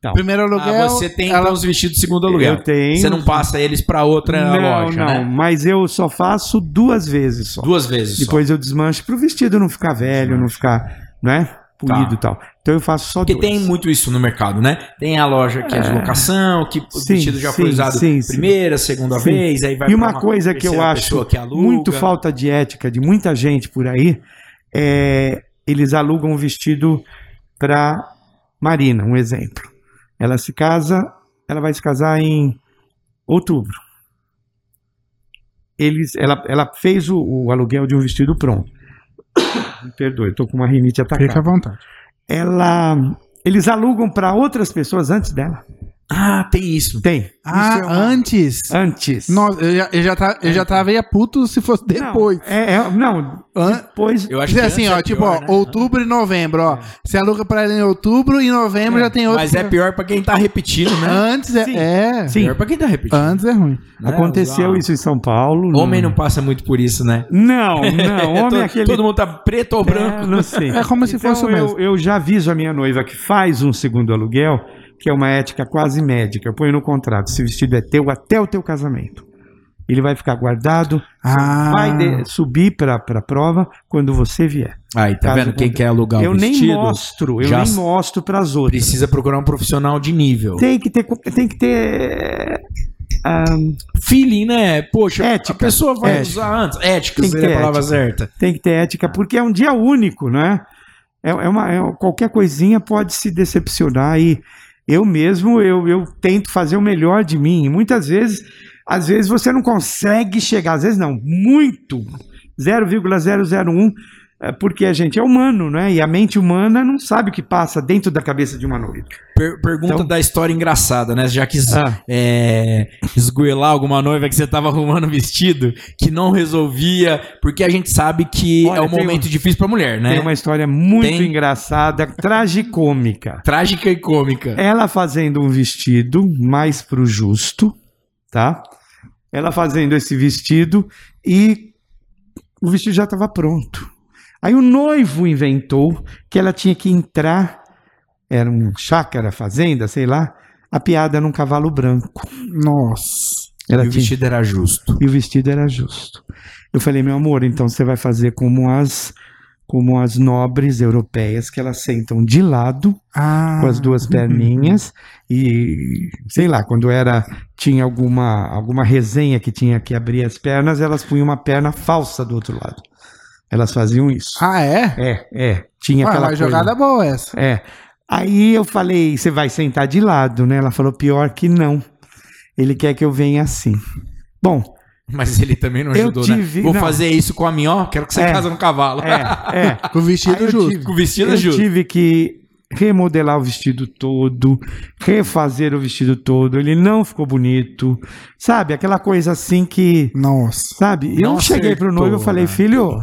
C: tal.
A: Primeiro aluguel.
B: ah, você tem
A: ela-
B: então, os vestidos de segundo aluguel.
C: Eu tenho.
B: Você não passa eles pra outra
C: não,
B: loja,
C: não,
B: né?
C: mas eu só faço duas vezes só.
B: Duas vezes só.
C: Depois eu desmancho pro vestido não ficar velho, não ficar, né? Polido e tal. Então eu faço só
B: Tá. Porque
C: duas.
B: tem muito isso no mercado, né? Tem a loja que é de locação, que o
C: Sim,
B: vestido já foi
C: sim,
B: usado
C: sim, sim.
B: primeira, segunda
C: Sim.
B: vez, aí vai
C: E
B: pra
C: uma coisa que eu
B: terceira
C: acho
B: pessoa que aluga.
C: Muito falta de ética de muita gente por aí. é, eles alugam um vestido pra Marina, um exemplo. Ela se casa, ela vai se casar em outubro. Eles, ela, ela fez o, o aluguel de um vestido pronto. [coughs] Perdoe, eu tô com uma rinite atacada.
A: Fica à vontade.
C: ela eles alugam para outras pessoas antes dela.
B: Ah, tem isso.
C: Tem.
A: Ah,
C: Isso é uma-
A: antes.
C: antes.
A: Nossa, eu já, eu já, tá, eu já tava ia puto se fosse depois.
C: Não, é, é- não,
A: An-
C: depois
B: Eu acho
A: Dizer
B: que
A: assim,
B: antes
A: ó,
B: é
A: tipo,
B: pior,
A: ó,
B: né?
A: outubro e novembro,
C: É.
A: ó. Você aluga pra ela em outubro e em novembro já tem outro.
B: Mas é pior pra quem tá repetindo, né?
A: Antes é.
C: Sim.
A: é.
C: Sim.
B: Pior pra quem tá repetindo.
A: Antes é ruim.
B: né?
C: aconteceu
B: Os-
C: isso em São Paulo.
B: Homem
C: no-
B: não passa muito por isso, né?
C: Não,
B: [laughs]
C: não,
B: É,
C: homem
B: to-
C: é aquele
B: Todo mundo tá preto ou branco.
C: É, não sei. Então,
A: É como se fosse o
C: eu,
A: mesmo.
C: eu já aviso a minha noiva que faz um segundo aluguel, que é uma ética quase médica. Eu ponho no contrato, esse vestido é teu até o teu casamento. Ele vai ficar guardado,
A: Ah.
C: vai de- subir para a prova quando você vier.
B: Aí, tá
C: Caso
B: vendo? Quem
C: contrário.
B: quer alugar
C: eu
B: o vestido
C: nem mostro, eu
B: já
C: nem mostro para as outras.
B: precisa procurar um profissional de nível.
C: Tem que ter, co- tem que ter
B: Feeling, né? Poxa,
C: Ética.
B: a pessoa vai
C: Ética.
B: usar antes. Ética
C: Tem que
B: seria
C: ter
B: a palavra certa.
C: Tem que ter ética, porque é um dia único, né? É, é uma, é- qualquer coisinha pode se decepcionar e eu mesmo, eu, eu tento fazer o melhor de mim. E muitas vezes, às vezes você não consegue chegar, às vezes não, muito, 0,001, é, porque a gente é humano, né? E a mente humana não sabe o que passa dentro da cabeça de uma noiva.
B: Per- pergunta
C: Então- Ah.
B: da história engraçada, né? Já que é, esgoelar alguma noiva que você tava arrumando um vestido que não resolvia, porque a gente sabe que
C: Olha,
B: é um
C: tem
B: momento difícil pra mulher, né?
C: Tem uma história muito
B: Tem.
C: engraçada, tragicômica.
B: Trágica e cômica.
C: Ela fazendo um vestido mais pro justo, tá? Ela fazendo esse vestido e o vestido já estava pronto. Aí o noivo inventou que ela tinha que entrar, era um chácara, fazenda, sei lá, a piada num cavalo branco.
A: Nossa.
C: Ela
B: E o
C: tinha-
B: vestido era justo.
C: e o vestido era justo. Eu falei, meu amor, então você vai fazer como as como as nobres europeias que elas sentam de lado
A: Ah.
C: com as duas perninhas e sei lá quando era tinha alguma alguma resenha que tinha que abrir as pernas elas punham uma perna falsa do outro lado elas faziam isso
A: Ah, é?
C: é é tinha
A: Ah,
C: aquela
A: uma
C: coisa.
A: jogada boa essa.
C: é aí eu falei você vai sentar de lado né ela falou pior que não ele quer que eu venha assim bom
B: Mas ele também não
C: Eu
B: ajudou,
C: tive-
B: né? Vou
C: não.
B: fazer isso com a minha, ó. Quero que você
C: É.
B: [laughs] casa no cavalo.
C: é é
A: Com o vestido
C: Aí eu
A: justo.
C: tive-
B: Com o vestido é
C: eu
B: justo.
C: tive que remodelar o vestido todo, refazer o vestido todo, ele não ficou bonito, sabe? Aquela coisa assim que,
A: Nossa.
C: sabe? Eu
B: Não
C: cheguei pro
B: acertou,
C: noivo e falei,
B: né?
C: filho,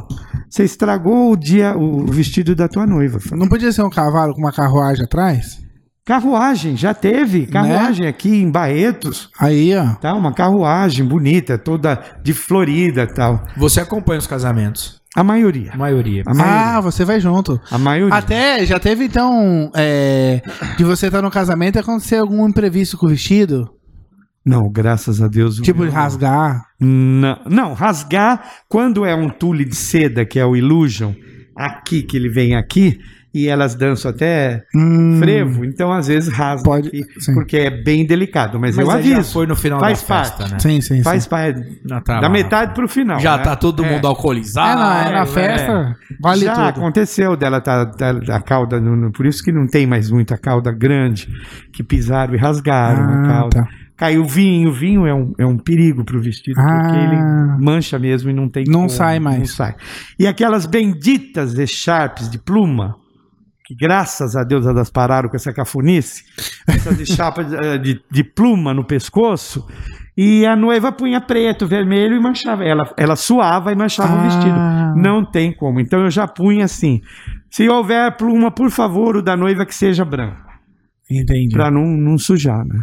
C: você estragou o dia, o vestido da tua noiva.
A: Não podia ser um cavalo com uma carruagem atrás?
C: Carruagem, já teve
B: Né?
C: carruagem aqui em Barretos,
A: Aí, ó.
C: tá? Uma carruagem bonita, toda de Florida, tal.
B: Você acompanha os casamentos.
C: A maioria.
B: A maioria.
C: A maioria.
A: Ah, você vai junto.
C: A maioria.
A: Até já teve então é, de você estar no casamento e acontecer algum imprevisto com o vestido,
C: Não, graças a Deus. o
A: tipo
C: meu-
A: rasgar.
C: Não, não, rasgar quando é um tule de seda, que é o Illusion, aqui que ele vem aqui, e elas dançam até
A: Hum,
C: frevo, então às vezes rasga
A: Pode-
C: aqui,
A: sim.
C: porque é bem delicado, mas, eu
B: aí já
C: aviso.
B: foi no final
C: Faz
B: da festa,
C: parte.
B: né? tá
A: Sim, sim, sim.
C: Faz parte
B: Na trava,
C: da metade pro final.
B: já
C: né?
B: tá todo
C: É.
B: mundo alcoolizado.
A: é, na, é na
B: né?
A: festa, vale
C: já
A: tudo.
C: aconteceu dela tá, tá a cauda no- no- por isso que não tem mais muita cauda grande que pisaram e rasgaram a
A: Ah,
C: cauda.
A: tá.
C: Caiu vinho, vinho é um, é um perigo pro vestido porque ele
A: Ah,
C: mancha mesmo e não tem
A: Não sai mais.
C: não sai. E aquelas benditas echarpes de pluma, que graças a Deus elas pararam com essa cafunice, essas echarpes eh, de, de pluma no pescoço, e a noiva punha preto, vermelho e manchava. Ela, ela suava e manchava o vestido.
A: ah,
C: Não tem como. Então eu já punha assim. Se houver pluma, por favor, o da noiva que seja branco.
A: Entendi.
C: Pra não, não sujar, né?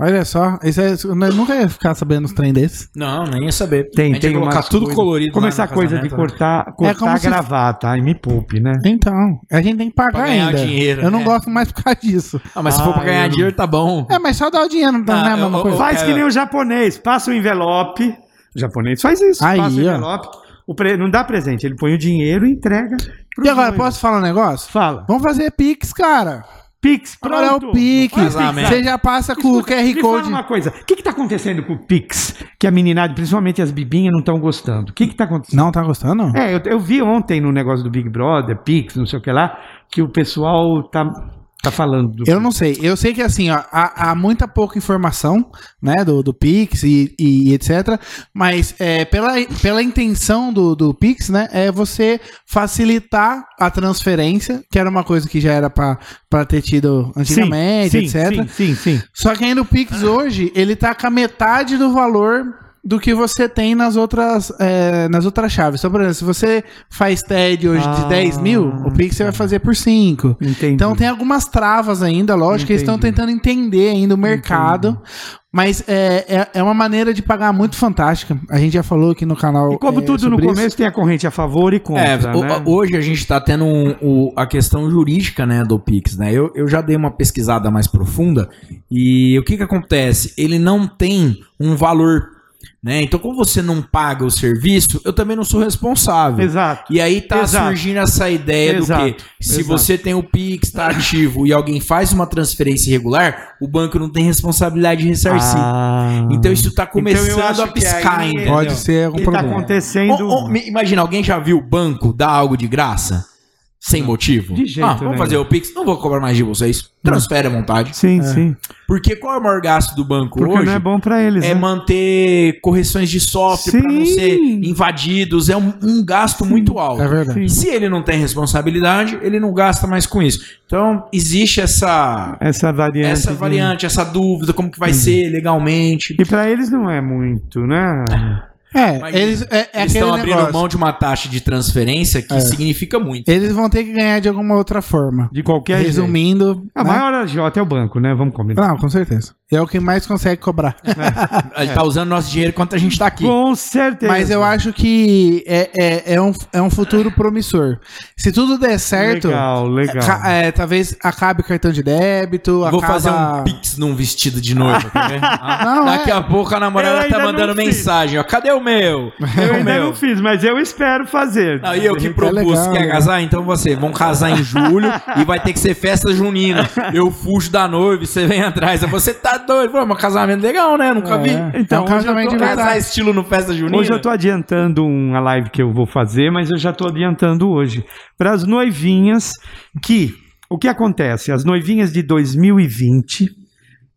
A: Olha só, isso é, eu nunca ia ficar sabendo os trem desses.
B: Não, nem ia saber.
C: Tem-
B: a gente
C: tem
B: ia colocar
C: umas
B: tudo
C: coisas-
B: colorido.
C: Como
B: lá
C: é essa
B: no
C: coisa de
B: casamento, né?
C: cortar,
A: como
C: cortar
A: se-
C: gravata. Ai, me poupe, né?
A: Então, a gente tem que pagar
B: ganhar
A: ainda.
B: dinheiro,
A: eu não
B: né?
A: gosto mais por causa
B: [laughs]
A: disso.
B: Ah, mas se for pra
C: Ah,
B: ganhar
C: eu-
B: dinheiro, tá bom.
A: É, mas só dá o dinheiro, não é a
B: Ah,
A: mesma
B: eu-
A: coisa.
C: Faz
B: É.
C: que nem o japonês, passa o envelope. O japonês faz isso,
A: Aí,
C: passa o
A: ó.
C: envelope. O pre- Não dá presente, ele põe o dinheiro e entrega. pro
A: E agora,
C: noivo.
A: posso falar um negócio?
C: Fala.
A: Vamos fazer Pix, cara.
C: Pix,
A: Agora é o
C: pronto.
A: Pix.
B: Faz lá, merda.
A: Você já passa com o
C: Escuta,
A: QR
C: me fala
A: Code.
C: uma coisa. O que está acontecendo com o Pix? Que a meninada, principalmente as bibinhas, não estão gostando. O que está acontecendo?
A: Não tá gostando?
C: É, eu, eu vi ontem no negócio do Big Brother, Pix, não sei o que lá, que o pessoal tá, tá falando do
A: Eu não sei. Eu sei que assim, ó, há, há muita pouca informação, né, do, do Pix e, e etc. Mas é, pela, pela intenção do, do Pix, né, é você facilitar a transferência, que era uma coisa que já era para ter tido antigamente,
C: sim,
A: etc.
C: Sim, Ah. sim, sim.
A: Só que ainda o Pix hoje, ele tá com a metade do valor do que você tem nas outras, é, nas outras chaves. Então, por exemplo, se você faz TED hoje
C: Ah, tá.
A: de 10 mil, o Pix você vai fazer por 5.
C: Entendi.
A: Então tem algumas travas ainda, lógico, que eles estão
C: Uhum. Entendi.
A: tentando entender ainda o mercado. Mas é, é, é uma maneira de pagar muito fantástica. A gente já falou aqui no canal.
C: E como
A: é,
C: tudo no
A: sobre isso.
C: começo tem a corrente a favor e contra,
B: É, o-
C: né?
B: hoje a gente tá tendo um- o- a questão jurídica, né, do Pix, né? Eu, eu já dei uma pesquisada mais profunda e o que que acontece? Ele não tem um valor, né? Então, como você não paga o serviço, eu também não sou responsável.
C: Exato.
B: E aí tá
C: Exato.
B: surgindo essa ideia do
C: Exato.
B: que se
C: Exato.
B: você tem o Pix, tá ativo e alguém faz uma transferência irregular, o banco não tem responsabilidade de ressarcir. Então isso tá começando
C: Ah. eu acho
B: a
C: que
B: piscar
C: aí-
B: ainda.
A: Pode ser algum
C: que tá
A: problema.
C: acontecendo
B: Ô, ô, me- imagina, alguém já viu o banco dar algo de graça? Sem motivo?
C: De jeito
B: ah, vamos
C: nenhum.
B: fazer o Pix, não vou cobrar mais de vocês. Transfere à vontade.
C: Sim, sim.
B: Porque qual é o maior gasto do banco
C: Porque
B: hoje?
C: não é bom pra eles,
B: É
C: né?
B: manter correções de software para não
C: Sim.
B: ser invadidos. É um, um gasto muito alto.
A: É verdade.
C: Sim.
B: Se ele não tem responsabilidade, ele não gasta mais com isso. Então, existe essa,
C: Essa variante.
B: essa
C: de-
B: variante, essa dúvida, como que vai ser legalmente.
C: E pra eles não é muito, né?
A: É,
B: Mas
A: eles, é, é
B: Eles
A: aquele
B: estão abrindo
A: negócio.
B: mão de uma taxa de transferência que significa muito.
A: Eles vão ter que ganhar de alguma outra forma.
C: De qualquer jeito.
A: Resumindo.
C: A
A: né?
C: maior agiota é o banco, né? Vamos combinar. né?
A: Não, com certeza. É o que mais consegue cobrar.
B: Ah, Ele tá usando nosso dinheiro enquanto a gente tá aqui.
C: Com certeza.
A: Mas eu acho que é, é, é, um, é um futuro promissor. Se tudo der certo,
C: Legal, legal.
A: ca- é, talvez acabe cartão de débito,
B: Vou
A: acaba...
B: fazer um pix num vestido de noiva, quer ver? Ah,
A: [laughs] Não,
B: Daqui
A: é.
B: a pouco a
C: Eu
B: namorada
C: ainda
B: tá
C: não
B: mandando
C: fiz.
B: mensagem, ó. Cadê o meu?
C: Eu
B: Cadê é, o
C: ainda
B: meu?
C: não fiz, mas eu espero fazer.
B: Aí eu que
A: É
B: propus,
A: legal,
B: quer
A: né?
B: casar? Então você, vão casar em
A: [laughs]
B: julho e vai ter que ser festa junina. Eu fujo da noiva e você vem atrás. Você tá doido? Pô, mas casamento legal, né? Nunca vi.
A: É, é
C: Então,
A: um
C: hoje eu
A: casamento
C: tô-
A: de
B: Casar
A: verdade.
B: estilo no festa junina.
C: Hoje eu tô adiantando uma live que eu vou fazer, mas eu já tô adiantando hoje. Para as noivinhas que o que acontece? As noivinhas de 2020,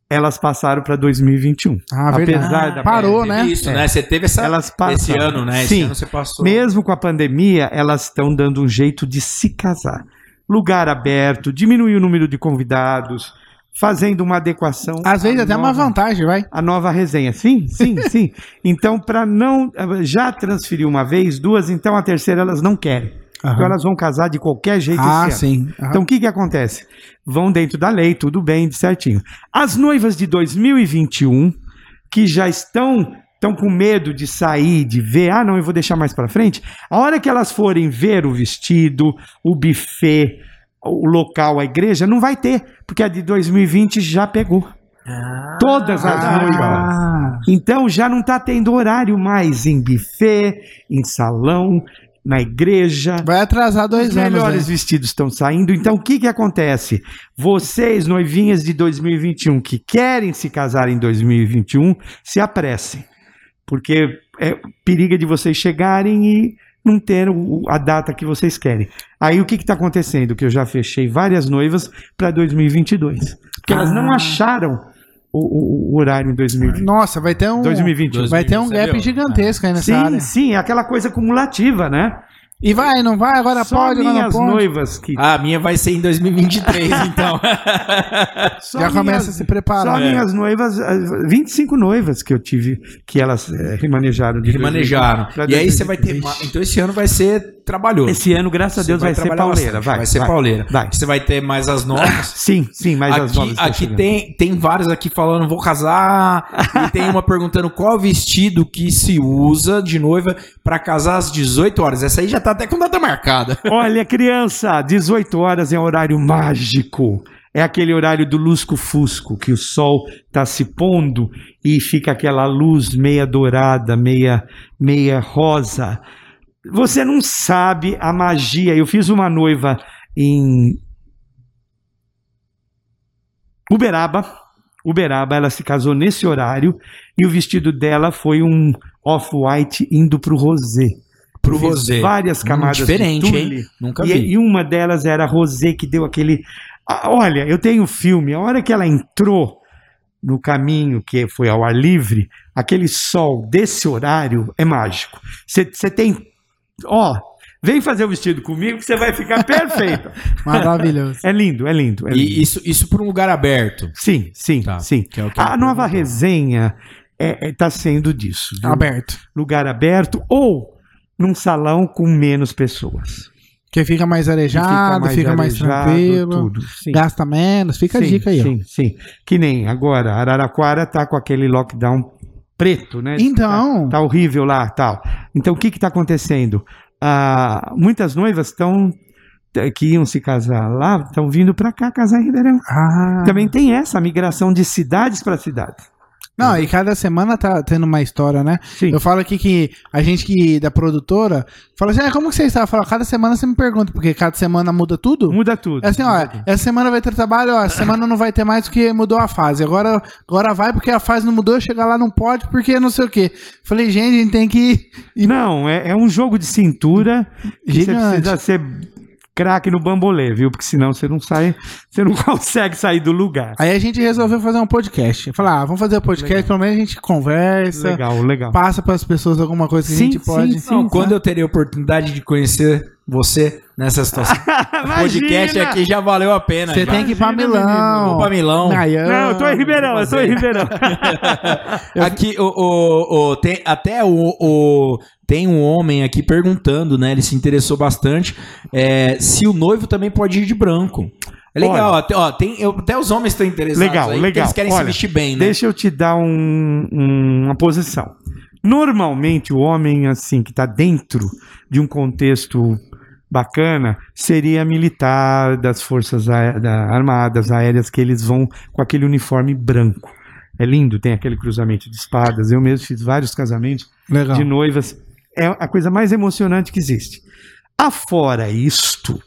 C: elas passaram para 2021.
A: Ah, verdade.
C: Apesar da
A: Parou,
B: Teve
A: né?
B: Isso, né? Você teve essa,
C: um. Elas passam.
B: esse ano, né? Esse
C: É. Sim.
B: ano você passou.
C: Mesmo com a pandemia, elas estão dando um jeito de se casar. lugar aberto, diminuir o número de convidados, fazendo uma adequação.
A: Às
C: à
A: vezes até uma
C: Tá nova-
A: vantagem, vai.
C: a nova resenha. Sim, sim,
A: [laughs]
C: sim. Então, para não. Já transferiu uma vez, duas, então a terceira elas não querem. Então elas vão casar de qualquer jeito.
A: Ah,
C: esse ano.
A: sim. Aham.
C: Então o que, que acontece? Vão dentro da lei, tudo bem, de certinho. As noivas de 2021, que já estão estão com medo de sair, de ver, ah, não, eu vou deixar mais para frente. A hora que elas forem ver o vestido, o buffet, o local, a igreja, não vai ter, porque a de 2020 já pegou.
A: Então,
C: Todas as noivas.
A: Ah,
C: Então já não está tendo horário mais em buffet, em salão, na igreja.
A: vai atrasar dois
C: Os
A: anos.
C: melhores
A: né?
C: vestidos estão saindo. Então o que que acontece? Vocês, noivinhas de 2021 que querem se casar em 2021, se apressem. Porque é periga de vocês chegarem e não ter o- a data que vocês querem. Aí o que está acontecendo? Que eu já fechei várias noivas para 2022. Porque elas
A: Ah.
C: não acharam o, o- o horário em 2020.
A: Nossa, vai ter um.
C: 2021.
A: Vai ter um gap
B: Entendeu?
A: gigantesco aí um nessa
C: Sim,
A: área.
C: sim, é aquela coisa cumulativa, né?
A: E vai, não vai, agora
C: Só
A: pode, agora não
C: minhas
A: pode.
C: noivas que
B: Ah, a minha vai ser em
C: [laughs]
B: 2023, então.
C: só
A: Já começa a
C: minhas-
A: se
C: Só
A: preparar.
B: É.
C: minhas noivas, eh, 25 noivas que eu tive, que elas eh, remanejaram. de
B: Eles manejaram.
C: 2020 pra
B: E aí você vai ter.
C: 2020.
B: ma- Então esse ano vai ser trabalhoso.
C: Esse ano, graças a Deus, vai, ser
B: trabalhar
C: pauleira.
B: bastante,
C: Vai,
B: ser pauleira.
C: Vai.
B: Você vai ter mais as
C: [laughs]
B: novas.
C: Sim, sim, mas as
B: aqui
C: novas estão
B: aqui
C: chegando.
B: tem, tem vários aqui falando, vou [laughs] casar. e tem uma perguntando qual vestido que se usa de noiva pra casar às 18 horas. Essa aí já tá até com data marcada.
C: Olha, criança, 18 horas é um horário mágico. É aquele horário do lusco-fusco, que o sol está se pondo e fica aquela luz meia dourada, meia, meia rosa. Você não sabe a magia. Eu fiz uma noiva em Uberaba. Uberaba, ela se casou nesse horário e o vestido dela foi um off-white indo pro rosé.
B: Pro é,
C: Eu fiz
B: rosé.
C: Várias
B: Hum,
C: camadas
B: diferente,
C: de
B: hein?
C: tule.
B: Nunca
C: E,
B: vi.
C: e uma delas era a Rosé, que deu aquele. Ah, olha, eu tenho um filme. A hora que ela entrou no caminho, que foi ao ar livre, aquele sol desse horário é mágico. Você tem. Ó, vem fazer o vestido comigo que você vai
A: [laughs]
C: ficar perfeita.
A: Maravilhoso.
C: é lindo, é lindo. é
B: E
C: lindo.
B: isso, isso pra um lugar aberto.
C: Sim, sim,
B: Tá.
C: sim.
B: que é o que
C: A
B: eu-
C: nova resenha está sendo disso. [laughs] viu?
A: Aberto.
C: Lugar aberto ou num salão com menos pessoas.
A: Que fica mais arejado, fica mais,
C: arejado,
A: tranquilo,
C: tudo. Sim.
A: gasta menos, fica a
C: sim,
A: dica aí. ó.
C: Sim, sim. Que nem agora, Araraquara tá com aquele lockdown preto, né?
A: Então,
C: Tá, tá horrível lá, tal. Então, o que que tá acontecendo? Ah, muitas noivas estão que iam se casar lá, estão vindo para cá casar em Ribeirão.
A: ah,
C: Também tem essa migração de cidades para cidades.
A: não, e cada semana tá tendo uma história, né?
C: Sim.
A: Eu falo aqui que a gente que da produtora fala assim: ah, como que você está? Eu falo, cada semana você me pergunta, porque cada semana muda tudo?
C: Muda tudo.
A: É assim, ó, essa semana vai ter trabalho, ó, essa semana não vai ter mais porque mudou a fase. Agora, agora vai porque a fase não mudou, chegar lá não pode porque não sei o quê. Falei, gente, a gente tem que.
C: Não, é, é um jogo de cintura que você
A: Gigante.
C: precisa ser craque no bambolê, viu? Porque senão você não sai, você não [laughs] consegue sair do lugar.
A: Aí a gente resolveu fazer um podcast. Falar, ah, vamos fazer o podcast, pelo menos a gente conversa.
C: Legal, legal.
A: passa pras pessoas alguma coisa que
C: Sim,
A: a gente pode.
C: sim, sim.
B: Não, quando eu terei a oportunidade de conhecer você nessa [laughs] situação. O podcast
C: Imagina!
B: aqui já valeu a pena.
A: Você
B: já.
A: tem que ir pra
C: Imagina,
A: Milão.
B: Vou pra Milão.
A: Miami.
C: Não, eu tô em Ribeirão, eu tô em Ribeirão.
B: Aqui, o, o, o- tem, até o, o- tem um homem aqui perguntando, né? Ele se interessou bastante. é, se o noivo também pode ir de branco. É legal, até, ó, tem, eu- até os homens estão interessados.
C: Legal,
B: aí, porque
C: legal.
B: Eles querem se
C: Olha,
B: vestir bem, né?
C: [laughs] Deixa eu te dar um- um- uma posição. Normalmente, o homem, assim, que tá dentro de um contexto bacana, seria militar das forças aé- da- armadas aéreas, que eles vão com aquele uniforme branco. É lindo, tem aquele cruzamento de espadas. Eu mesmo fiz vários casamentos
A: Legal.
C: de noivas. É a coisa mais emocionante que existe. Afora isto,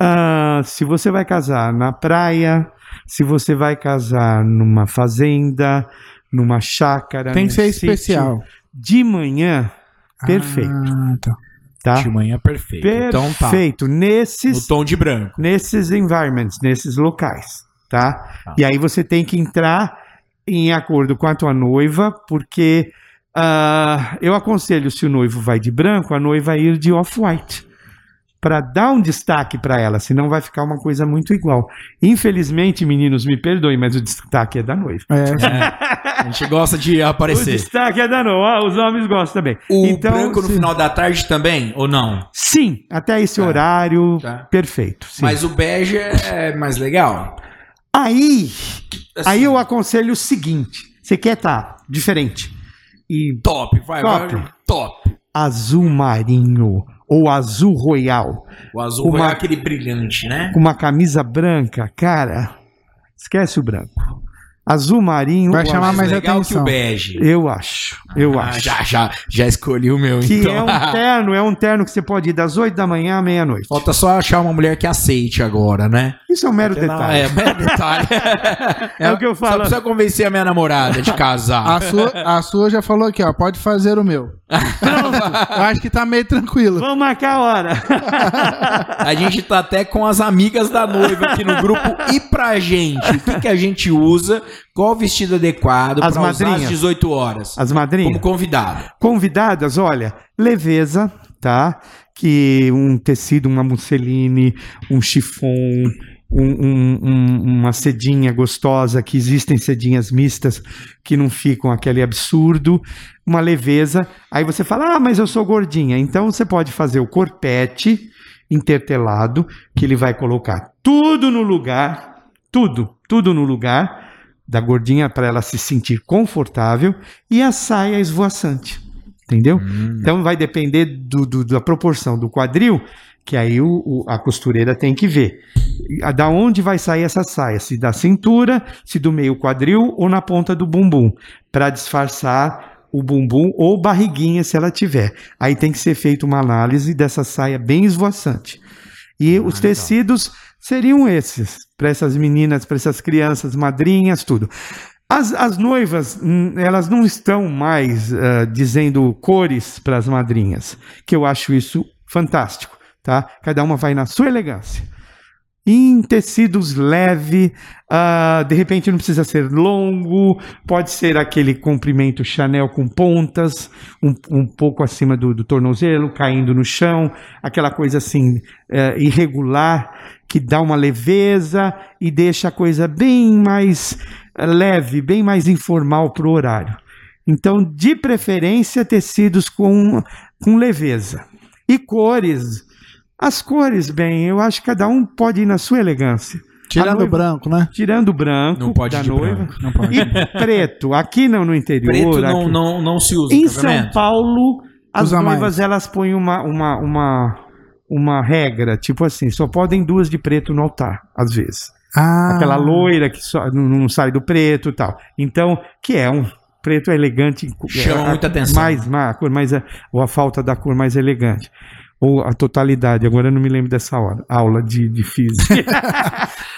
C: ah, se você vai casar na praia, se você vai casar numa fazenda, numa chácara.
A: Tem que
C: num
A: ser
C: sítio,
A: especial.
C: De manhã, perfeito.
A: Ah, tá.
C: tá?
B: De manhã perfeito. Então tá.
C: Perfeito. Nesses
B: No tom de branco.
C: nesses environments, nesses locais, tá?
B: Tá.
C: E aí você tem que entrar em acordo com a tua noiva, porque ah, eu aconselho se o noivo vai de branco, a noiva ir de off-white. para dar um destaque para ela, senão vai ficar uma coisa muito igual. Infelizmente, meninos, me perdoem, mas o destaque é da noiva.
B: A gente gosta de
C: O
B: aparecer.
C: destaque é da noiva, os homens gostam também.
B: O
C: então,
B: branco no
C: sim.
B: final da tarde também, ou não?
C: Sim, até esse horário,
B: É. tá.
C: perfeito. sim.
B: Mas o bege é mais legal.
C: Aí,
B: Assim,
C: aí eu aconselho o seguinte: você quer estar diferente e
B: Top, vai,
C: Top.
B: vai. Top.
C: azul marinho ou azul royal,
B: O azul
C: Uma-
B: é aquele brilhante, né?
C: com uma camisa branca, cara, esquece o branco. Azul marinho,
A: Vai
C: ou
A: chamar
C: azul-
A: mais
B: legal que
A: atenção.
B: o bege.
C: eu acho, eu
B: Ah,
C: acho.
B: já, já, já escolhi o meu,
C: Que
B: então. [laughs]
C: é um terno, é um terno que você pode ir das 8 da manhã à meia-noite.
B: Falta só achar uma mulher que aceite agora, né?
C: Isso é um mero
B: Ah,
C: detalhe.
B: é, [laughs] mas é detalhe.
C: É o que eu [laughs] falo.
B: Só precisa convencer a minha namorada de
C: Ah.
B: casar.
A: A sua, a sua já falou aqui, ó. Pode fazer o
C: [laughs]
A: meu. Eu acho que tá meio tranquilo.
C: Vamos marcar a hora.
B: A gente tá até com as amigas da noiva aqui no grupo. E pra gente? O que, que a gente usa? Qual o vestido adequado
C: As
B: pra usar às
C: madrinhas.
B: 18 horas?
C: As
B: Como
C: madrinhas.
B: convidado.
C: Convidadas, olha, leveza, tá? Que um tecido, uma musseline, um chifon, um- um- um- uma cedinha gostosa, que existem cedinhas mistas que não ficam aquele absurdo, uma leveza. Aí você fala, ah, mas eu sou gordinha. Então você pode fazer o corpete intertelado, que ele vai colocar tudo no lugar, tudo, tudo no lugar da gordinha para ela se sentir confortável e a saia esvoaçante. Entendeu?
B: Uhum. Hum.
C: Então vai depender do- do- da proporção do quadril, que aí o- o- a costureira tem que ver. A- Da onde vai sair essa saia? Se da cintura, se do meio quadril ou na ponta do bumbum, para disfarçar o bumbum ou barriguinha se ela tiver. Aí tem que ser feita uma análise dessa saia bem esvoaçante. E os tecidos seriam esses, para essas meninas, para essas crianças, madrinhas, tudo. As, as noivas, hum, elas não estão mais ah, dizendo cores para as madrinhas, que eu acho isso fantástico, tá? Cada uma vai na sua elegância. Em tecidos leve, ah, de repente não precisa ser longo, pode ser aquele comprimento Chanel com pontas, um, um pouco acima do, do tornozelo, caindo no chão, aquela coisa assim eh, irregular, que dá uma leveza e deixa a coisa bem mais é, leve, bem mais informal para o horário. Então, de preferência, tecidos com, com leveza. E cores. As cores, bem, eu acho que cada um pode ir na sua elegância. A
A: Tirando o
C: Ah, noiva-
A: branco, né?
C: Tirando o branco
B: Não pode
C: da
B: de
C: noiva.
B: branco. Não pode.
C: E preto. Aqui não no interior.
B: Preto não,
C: aqui. é um
B: não, não se usa,
C: Em
B: tá vendo?
C: São Paulo, as
A: Usa mais.
C: noivas elas põem uma, uma, uma, uma regra, tipo assim, só podem duas de preto no altar, às vezes
A: Ah,
C: aquela loira que só, não, não sai do preto e tal. Então, que é um preto elegante.
B: Chama
C: é,
B: muita
C: a-
B: atenção.
C: Mais, mais, a cor mais, ou a falta da cor mais elegante. Ou a totalidade, agora eu não me lembro dessa hora, aula de, de física.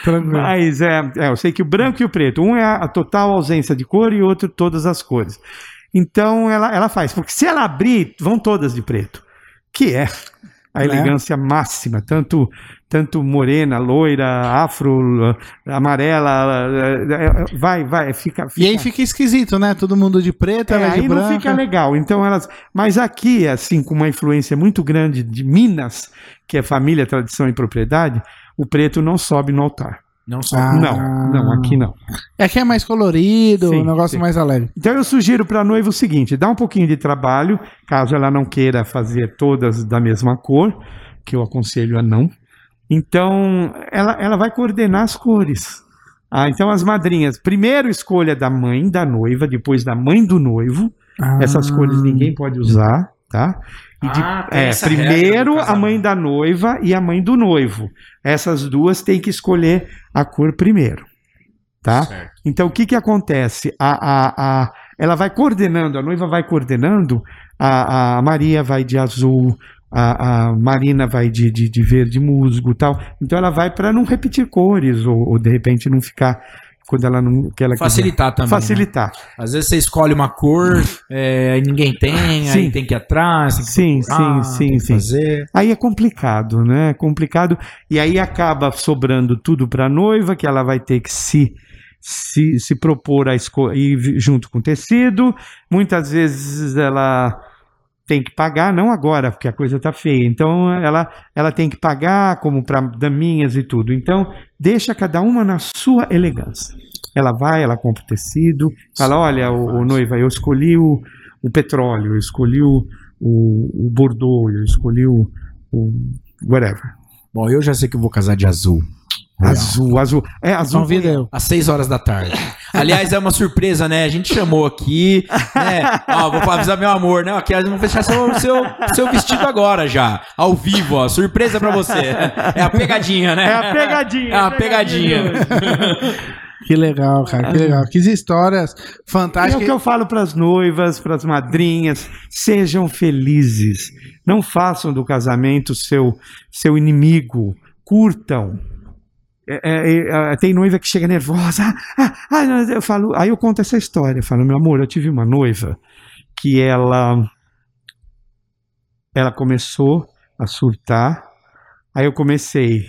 A: tranquilo.
C: Mas é, é, eu sei que o branco e o preto, um é a, a total ausência de cor e outro todas as cores. Então ela, ela faz, porque se ela abrir, vão todas de preto, que é a
A: Né?
C: elegância máxima, tanto tanto morena, loira, afro, amarela, eh, eh, vai, vai, fica.
A: E aí fica esquisito, né? Todo mundo de preto,
C: É,
A: ela de
C: aí não
A: branco.
C: fica legal. Então elas, mas aqui assim com uma influência muito grande de Minas, que é família, tradição e propriedade, o preto não sobe no altar.
B: Não só.
A: Ah.
C: Não, não, aqui não.
A: É que é mais colorido,
C: Sim,
A: um negócio
C: sim.
A: mais alegre.
C: Então eu sugiro para a noiva o seguinte: dá um pouquinho de trabalho, caso ela não queira fazer todas da mesma cor, que eu aconselho a não. Então ela, ela vai coordenar as cores. Ah, então as madrinhas, primeiro escolha da mãe da noiva, depois da mãe do noivo.
A: Ah,
C: Essas cores ninguém pode usar, tá? E de-
B: Ah, tem
C: é,
B: essa regra do
C: primeiro a
B: casamento.
C: mãe da noiva e a mãe do noivo. Essas duas têm que escolher a cor primeiro, tá?
B: Certo.
C: Então, o que, que acontece? A, a, a, ela vai coordenando, a noiva vai coordenando, a, a Maria vai de azul, a, a Marina vai de, de, de verde musgo e tal. Então, ela vai para não repetir cores, ou, ou, de repente não ficar quando ela não. Que ela quiser.
B: Facilitar também. né?
C: Facilitar.
B: Às vezes você escolhe uma cor, é, aí ninguém tem, aí
C: Sim.
B: tem que ir atrás, tem que
C: Sim,
B: procurar,
C: sim,
B: tem
C: sim,
B: que
C: sim.
B: fazer.
C: Aí é complicado, né? É complicado. E aí acaba sobrando tudo para a noiva, que ela vai ter que se, se, se propor a escolher junto com o tecido. Muitas vezes ela tem que pagar, não agora, porque a coisa está feia. Então, ela, ela tem que pagar, como para daminhas e tudo. Então, deixa cada uma na sua elegância. Ela vai, ela compra o tecido, fala: olha, o, o noiva, eu escolhi o, o petróleo, eu escolhi o, o, o bordeaux, eu escolhi o, o tipo, whatever.
B: Bom, eu já sei que eu vou casar de azul. Real.
C: Azul, azul. É,
B: Então
C: azul.
A: Convida eu.
B: Às 6 horas da tarde. Aliás, é uma surpresa, né? A gente chamou aqui, né? Ó, vou avisar meu amor, né? Aqui, vamos fechar seu, seu, seu vestido agora já. Ao vivo, ó. Surpresa pra você. É a pegadinha, né?
C: É a
B: [laughs]
C: pegadinha.
B: É a pegadinha.
A: Que legal, cara, que legal. Que histórias
C: É Ah. o
A: fantásticas.
C: que eu falo para as noivas, para as madrinhas, sejam felizes. Não façam do casamento seu seu inimigo. Curtam. É, é, é, tem noiva que chega nervosa. Ah, ah, ah, não, eu falo, aí eu conto essa história. Eu falo, meu amor, eu tive uma noiva que ela ela começou a surtar. Aí eu comecei.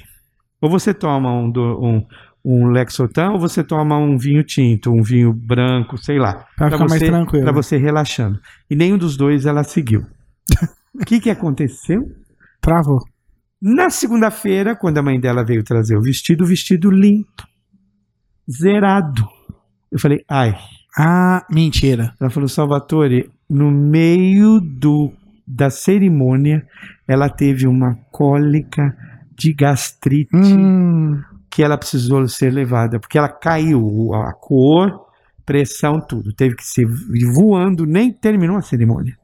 C: Ou você toma um, do- um, um Lexotan, ou você toma um vinho tinto, um vinho branco, sei lá.
A: Pra
C: Pra
A: ficar mais
C: você-
A: tranquilo.
C: Pra você relaxando. E nenhum dos dois ela
A: [laughs]
C: seguiu. O que, que aconteceu?
A: Travou.
C: Na segunda-feira, quando a mãe dela veio trazer o vestido, o vestido limpo, zerado. Eu falei, ai.
A: Ah, mentira.
C: Ela falou, Salvatore, no meio do, da cerimônia, ela teve uma cólica de gastrite
A: Hum,
C: que ela precisou ser levada, porque ela caiu a cor, pressão, tudo. Teve que ser voando, nem terminou a cerimônia.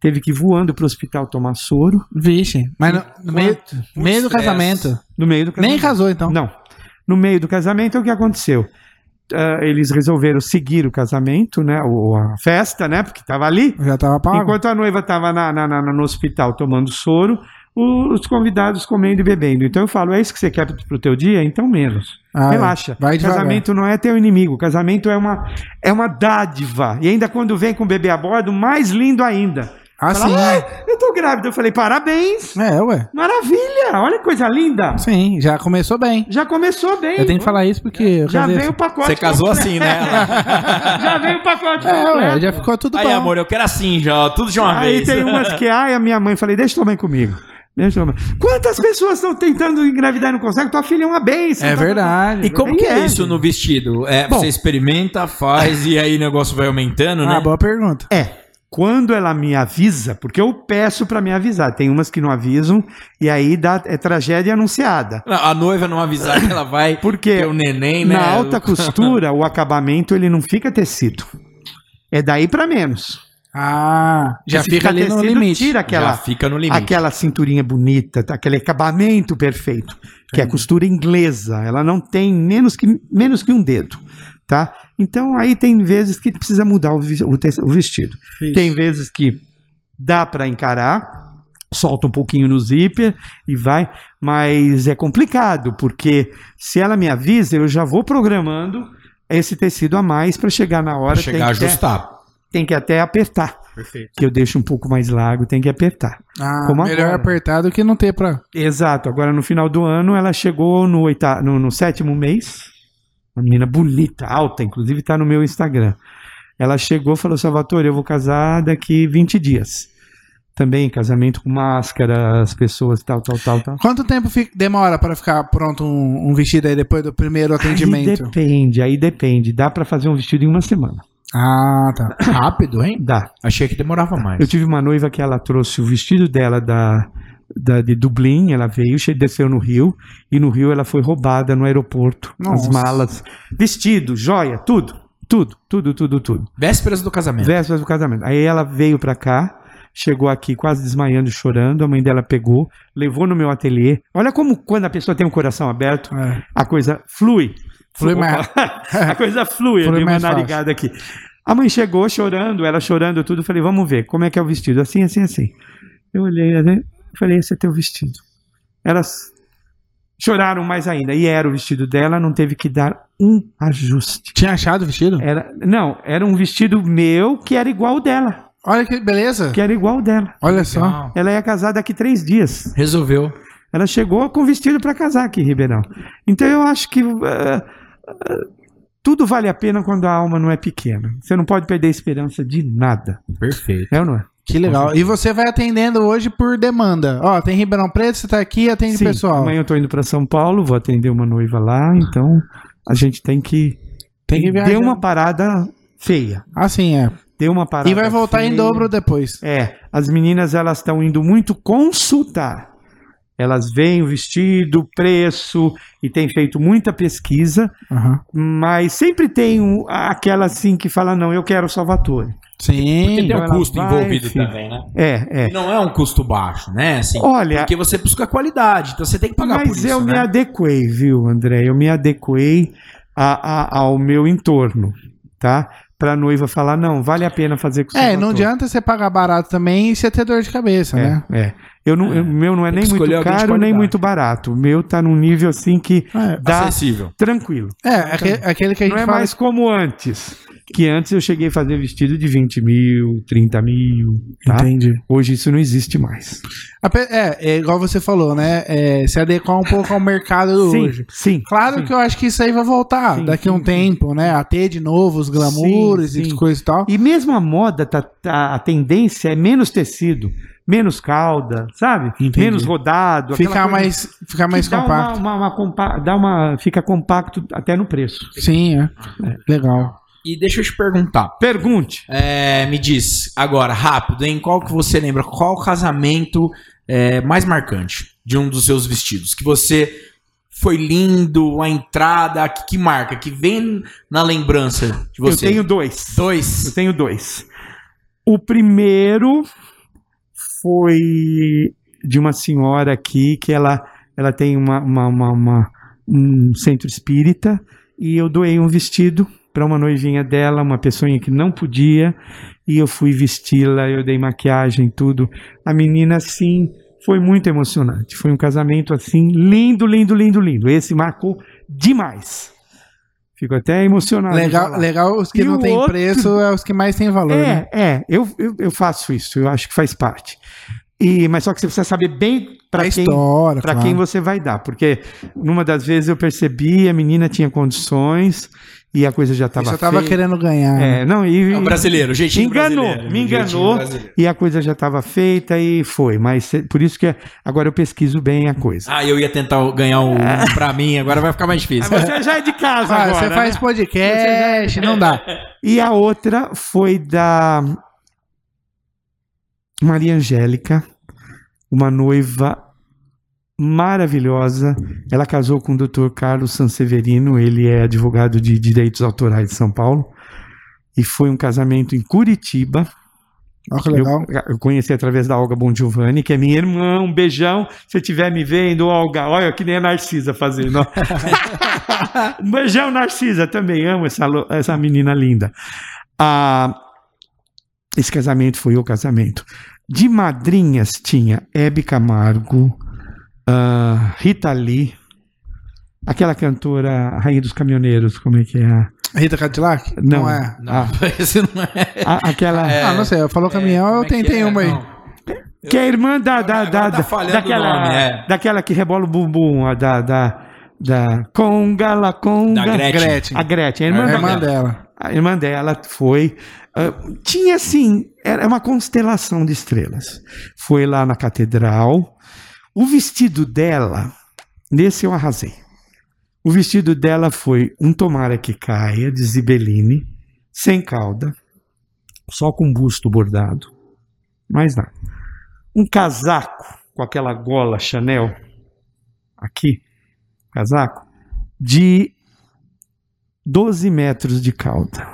C: Teve que ir voando para o hospital tomar soro.
A: vixe. Mas no, no meio, no meio do
B: Putz,
A: casamento.
C: No meio do
A: Nem casou, então.
C: Não. No meio do casamento, o que aconteceu? Ah, eles resolveram seguir o casamento, né? Ou a festa, né? Porque estava ali.
A: Já tava pago.
C: Enquanto a noiva estava na, na- na- no hospital tomando soro, o- os convidados comendo e bebendo. Então eu falo, é isso que você quer pro teu dia? Então menos.
A: Ah, é.
C: Relaxa.
A: Vai devagar.
C: casamento não é teu inimigo. Casamento é uma, é uma dádiva. E ainda quando vem com o bebê a bordo, mais lindo ainda.
A: Ah, sim.
C: Fala, "Ai, eu tô grávida. Eu falei, parabéns.
A: É, ué.
C: Maravilha. Olha que coisa linda.
A: Sim, já começou bem.
C: Já começou bem.
A: Eu tenho que falar isso porque eu
C: Já
A: casei
C: veio o
A: assim.
C: pacote.
B: Você casou assim, né?
C: [laughs] Já veio o pacote.
A: É, ué,
C: completo.
A: já ficou tudo
B: Aí,
A: bom.
B: amor, eu quero assim já, ó, tudo de uma
C: Aí
B: vez.
C: tem umas que, ai, a minha mãe, falei, deixa tua mãe comigo. Deixa tua mãe. Quantas pessoas estão tentando engravidar e não conseguem? Tua filha é uma bênção.
A: É
C: Tá-
A: verdade.
B: E como que é
C: É.
B: isso no vestido? É,
A: Bom.
B: você experimenta, faz e aí o negócio vai aumentando, né?
A: Ah, boa pergunta.
C: É. Quando ela me avisa, porque eu peço pra me avisar, tem umas que não avisam, e aí dá, é tragédia anunciada.
B: Não, A noiva não avisar que ela vai
C: Porque
B: ter o neném, né?
C: na alta costura, o acabamento ele não fica tecido. É daí pra menos.
A: Ah, já
C: Se
A: fica
C: ficar
A: ali no
C: tecido,
A: limite.
C: Tira
B: aquela
C: aquela,
B: fica no limite.
C: aquela cinturinha bonita, tá? aquele acabamento perfeito, que é a costura inglesa, ela não tem menos que, menos que um dedo, tá? Então aí tem vezes que precisa mudar o, vis- o te- o vestido.
A: Isso.
C: Tem vezes que dá para encarar, solta um pouquinho no zíper e vai, mas é complicado, porque se ela me avisa, eu já vou programando esse tecido a mais para chegar na hora,
B: Pra chegar a
C: tem, que até,
B: ajustar.
C: tem que até apertar,
B: Perfeito.
C: que eu deixo um pouco mais largo, tem que apertar.
A: Ah,
C: Como
A: melhor
C: agora.
A: apertar do que não ter pra.
C: Exato. Agora no final do ano ela chegou no, oita... no, no sétimo mês. Uma menina bonita, alta, inclusive tá no meu Instagram. Ela chegou e falou: Salvatore, eu vou casar daqui 20 dias. Também casamento com máscara, as pessoas, tal, tal, tal, tal.
A: Quanto tempo fica- demora pra ficar pronto um, um vestido aí depois do primeiro
C: Aí
A: atendimento?
C: depende, aí depende. Dá pra fazer um vestido em uma semana.
A: Ah, tá.
B: [coughs] Rápido, hein?
C: Dá.
B: Achei que demorava mais.
C: [laughs] Eu tive uma noiva que ela trouxe o vestido dela da, da- de Dublin, ela veio, che- desceu no Rio, e no Rio ela foi roubada no aeroporto,
A: Nossa.
C: as malas, vestido, joia, tudo, tudo, tudo, tudo, tudo.
B: Vésperas do casamento.
C: Vésperas do casamento. Aí ela veio pra cá, chegou aqui quase desmaiando, chorando, a mãe dela pegou, levou no meu ateliê. Olha como quando a pessoa tem um coração aberto,
A: É.
C: a coisa flui.
A: Flui
C: Opa.
A: mais.
C: [laughs] a coisa flui, eu
A: Flui
C: dei uma
A: mais fácil.
C: narigada aqui. A mãe chegou chorando, ela chorando tudo, eu falei, vamos ver, como é que é o vestido? Assim, assim, assim. Eu olhei, né, falei, esse é teu vestido. Elas choraram mais ainda, e era o vestido dela, não teve que dar um ajuste.
A: Tinha achado o vestido?
C: Era, não, era um vestido meu que era igual o dela,
A: Olha que beleza.
C: que era igual o dela.
A: Olha só.
B: Legal.
C: Ela ia casar daqui três dias.
B: Resolveu.
C: Ela chegou com vestido para casar aqui em Ribeirão. Então eu acho que eh, eh, tudo vale a pena quando a alma não é pequena. Você não pode perder a esperança de nada.
B: Perfeito.
C: É ou não é?
A: Que legal. E você vai atendendo hoje por demanda. Ó, tem Ribeirão Preto, você tá aqui, atende
C: Sim,
A: pessoal.
C: amanhã eu tô indo para São Paulo, vou atender uma noiva lá, então a gente tem que
A: Tem que viajar.
C: deu uma parada feia.
A: Assim é.
C: Deu uma parada.
A: E vai voltar em
C: feia.
A: dobro depois.
C: É, as meninas elas estão indo muito consultar. Elas veem o vestido, o preço e tem feito muita pesquisa,
A: Aham.
C: mas sempre tem um- aquela assim que fala não, eu quero Salvatore.
B: Porque
A: Sim.
B: tem um
C: ela
B: custo
C: vai,
B: envolvido
C: filho.
B: também, né?
C: É, é.
B: E Não é um custo baixo, né? Assim,
C: Olha,
B: porque você busca qualidade, então você tem que pagar
C: Mas
B: por isso,
C: eu me
B: né?
C: adequei, viu, André? Eu me adequei a- a- ao meu entorno, tá? Pra noiva falar, não, vale a pena fazer com
A: É, não
C: Salvatore.
A: adianta você pagar barato também e você ter dor de cabeça, né?
C: É, é. Eu não, eu- o meu não é
B: Tem
C: nem
B: que
C: muito
B: escolher alguém de
C: caro, nem
B: qualidade.
C: muito barato. O meu tá num nível assim que
A: É,
C: dá
B: Acessível.
C: tranquilo.
A: é aque- aquele que a gente
C: Não é
A: fala.
C: mais como antes. Que antes eu cheguei a fazer vestido de 20 mil, 30 mil, tá?
A: Entendi.
C: Hoje isso não existe mais.
A: Ape- É, é igual você falou, né? É, se adequar um pouco ao mercado hoje.
C: sim.
A: Claro que eu acho que isso aí vai voltar
C: Sim,
A: daqui a um
C: sim,
A: tempo, né? A ter de novo os glamours
C: Sim,
A: e
C: sim.
A: coisas e tal.
C: E mesmo a moda, tá, tá- a tendência é menos tecido, menos cauda, sabe?
A: Entendi.
C: Menos rodado. aquela
A: Ficar
C: coisa
A: mais, ficar
C: que
A: mais
C: dá um
A: compacto.
C: Uma, uma- uma compa- dá uma, fica compacto até no preço.
A: Sim, é. Legal.
B: E deixa eu te perguntar.
C: Pergunte.
B: É, me diz, agora, rápido, hein? Qual que você lembra? Qual o casamento é, mais marcante de um dos seus vestidos? Que você foi lindo, a entrada, que, que marca, que vem na lembrança de você?
C: Eu tenho dois. Eu
B: dois.
C: tenho dois. O primeiro foi de uma senhora aqui que ela, ela tem uma, uma- uma- uma- um centro espírita e eu doei um vestido para uma noivinha dela, uma pessoinha que não podia, e eu fui vesti-la, eu dei maquiagem, tudo. A menina, assim, foi muito emocionante. Foi um casamento, assim, lindo, lindo, lindo, lindo. Esse marcou demais. Fico até emocionado. de
A: Legal,
C: Ah, falar.
A: legal os que
C: E
A: não
C: o
A: tem
C: outro-
A: preço é os que mais têm valor,
C: É,
A: né?
C: é, eu, eu, eu faço isso, eu acho que faz parte. E, mas só que você precisa saber bem
A: Pra
C: para quem,
A: É história,
C: pra
A: claro.
C: quem você vai dar, porque numa das vezes eu percebi, a menina tinha condições e a coisa já
A: E
C: estava
A: só tava querendo ganhar.
C: É, não, e,
B: É o brasileiro, gente.
C: Enganou, me enganou. e a coisa já estava feita e foi, mas é- por isso que é- agora eu pesquiso bem a coisa.
B: Ah, eu ia tentar ganhar um pra mim, agora vai ficar mais difícil.
C: [laughs] Você já é de casa
A: Ah,
C: agora,
A: você faz
C: né?
A: podcast, não dá.
C: E a outra foi da Maria Angélica, uma noiva maravilhosa. Ela casou com o Dr. Carlos Sanseverino, ele é advogado de direitos autorais de São Paulo. E foi um casamento em Curitiba.
A: Olha que legal.
C: Eu, eu conheci através da Olga Bongiovanni, que é minha irmã. Um beijão. Se estiver me vendo, Olga, olha que nem a Narcisa fazendo. ó. [laughs] um beijão, Narcisa. Também amo essa, lo- essa menina linda. Ah, esse casamento foi o casamento. De madrinhas tinha Hebe Camargo, ah, Rita Lee, aquela cantora Rainha dos Caminhoneiros, como é que é? a-
A: Rita Cadillac?
C: Não, Ah,
A: é.
B: Não, [laughs] esse não é.
C: a- aquela.
A: ah, não sei. Falou caminhão,
B: Como
A: eu
B: é que
A: tentei
B: é?
A: uma aí.
B: Não.
C: Que é a irmã da. da,
B: Agora-
C: da,
B: agora tá falhando
C: daquela,
B: o nome, é.
C: daquela que rebola o bumbum, a da. da da Conga, la Conga.
B: Da Gretchen. É,
A: Gretchen.
C: A Gretchen, a
A: A
C: irmã, da-
A: irmã dela.
C: a irmã dela foi. ah, tinha assim, era uma constelação de estrelas. Foi lá na catedral. O vestido dela, nesse eu arrasei. O vestido dela foi um tomara que caia, de Zibellini, sem cauda, só com busto bordado. Mais nada. Um casaco com aquela gola Chanel, aqui, casaco, de 12 metros de cauda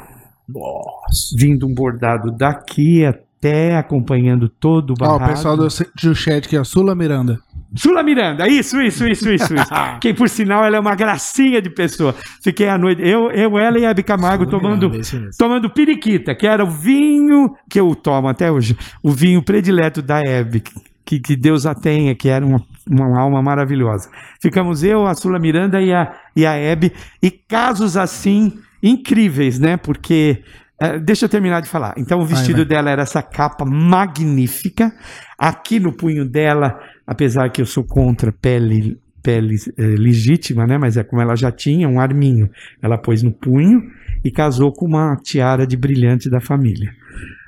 B: Nossa.
C: vindo um bordado daqui até acompanhando todo o
A: Ó,
C: barrado.
A: o pessoal do, do chat aqui, ó. Sula Miranda.
C: Sula Miranda, isso, isso, isso, isso, isso.
A: [laughs]
C: que por sinal ela é uma gracinha de pessoa. Fiquei a noite, eu, eu ela e a Hebe Camargo tomando
A: Miranda, esse mesmo.
C: tomando periquita, que era o vinho que eu tomo até hoje, o vinho predileto da Hebe, que, que Deus a tenha, que era uma, uma alma maravilhosa. Ficamos eu, a Sula Miranda e a, e a Hebe, e casos assim incríveis, né? Porque. eh, Deixa eu terminar de falar. Então, o vestido
A: vai.
C: dela era essa capa magnífica. Aqui no punho dela, apesar que eu sou contra pele, pele eh, legítima, né? Mas é como ela já tinha, um arminho. Ela pôs no punho e casou com uma tiara de brilhante da família.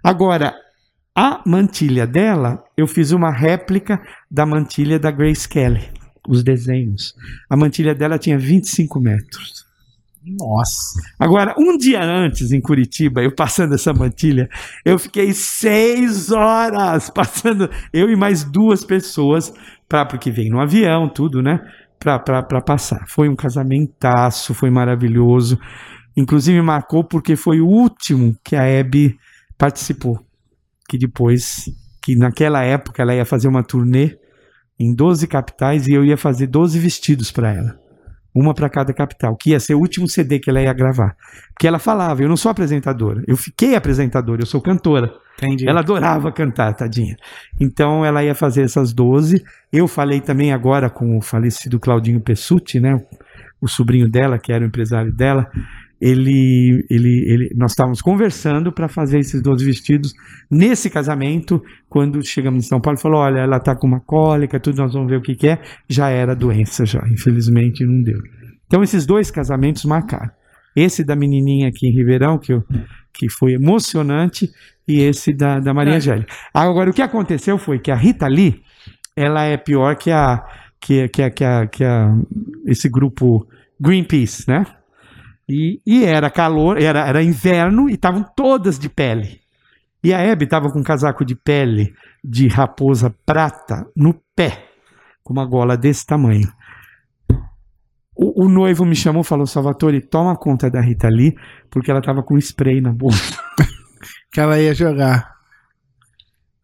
C: Agora, A mantilha dela, eu fiz uma réplica da mantilha da Grace Kelly, os desenhos. A mantilha dela tinha 25 metros.
A: Nossa.
C: Agora, um dia antes, em Curitiba, eu passando essa mantilha, eu fiquei seis horas passando, eu e mais duas pessoas, pra, porque vem no avião, tudo, né? Pra, pra, pra passar. Foi um casamentaço, foi maravilhoso. Inclusive, marcou porque foi o último que a Hebe participou. Que depois, que naquela época ela ia fazer uma turnê em 12 capitais e eu ia fazer 12 vestidos pra ela. Uma pra cada capital, que ia ser o último CD que ela ia gravar. Porque ela falava, eu não sou apresentadora, eu fiquei apresentadora, eu sou cantora.
A: Entendi.
C: Ela adorava cantar, tadinha. Então ela ia fazer essas 12. Eu falei também agora com o falecido Claudinho Pessutti, né? O sobrinho dela, que era o empresário dela. Ele, ele, ele, nós estávamos conversando para fazer esses 12 vestidos nesse casamento. Quando chegamos em São Paulo, ele falou: Olha, ela tá com uma cólica, tudo, nós vamos ver o que, que é. Já era doença, já. Infelizmente não deu. Então, esses dois casamentos marcaram. Esse da menininha aqui em Ribeirão, que, eu, que foi emocionante, e esse da, da Maria Angélica. Agora, o que aconteceu foi que a Rita Lee, ela é pior que a que, que, que, a, que a, esse grupo Greenpeace, né? E, e era calor, era, era inverno e estavam todas de pele. E a Hebe estava com um casaco de pele de raposa prata no pé, com uma gola desse tamanho. O, o noivo me chamou e falou: Salvatore, toma conta da Rita Lee, porque ela estava com spray na boca.
A: Que ela ia jogar.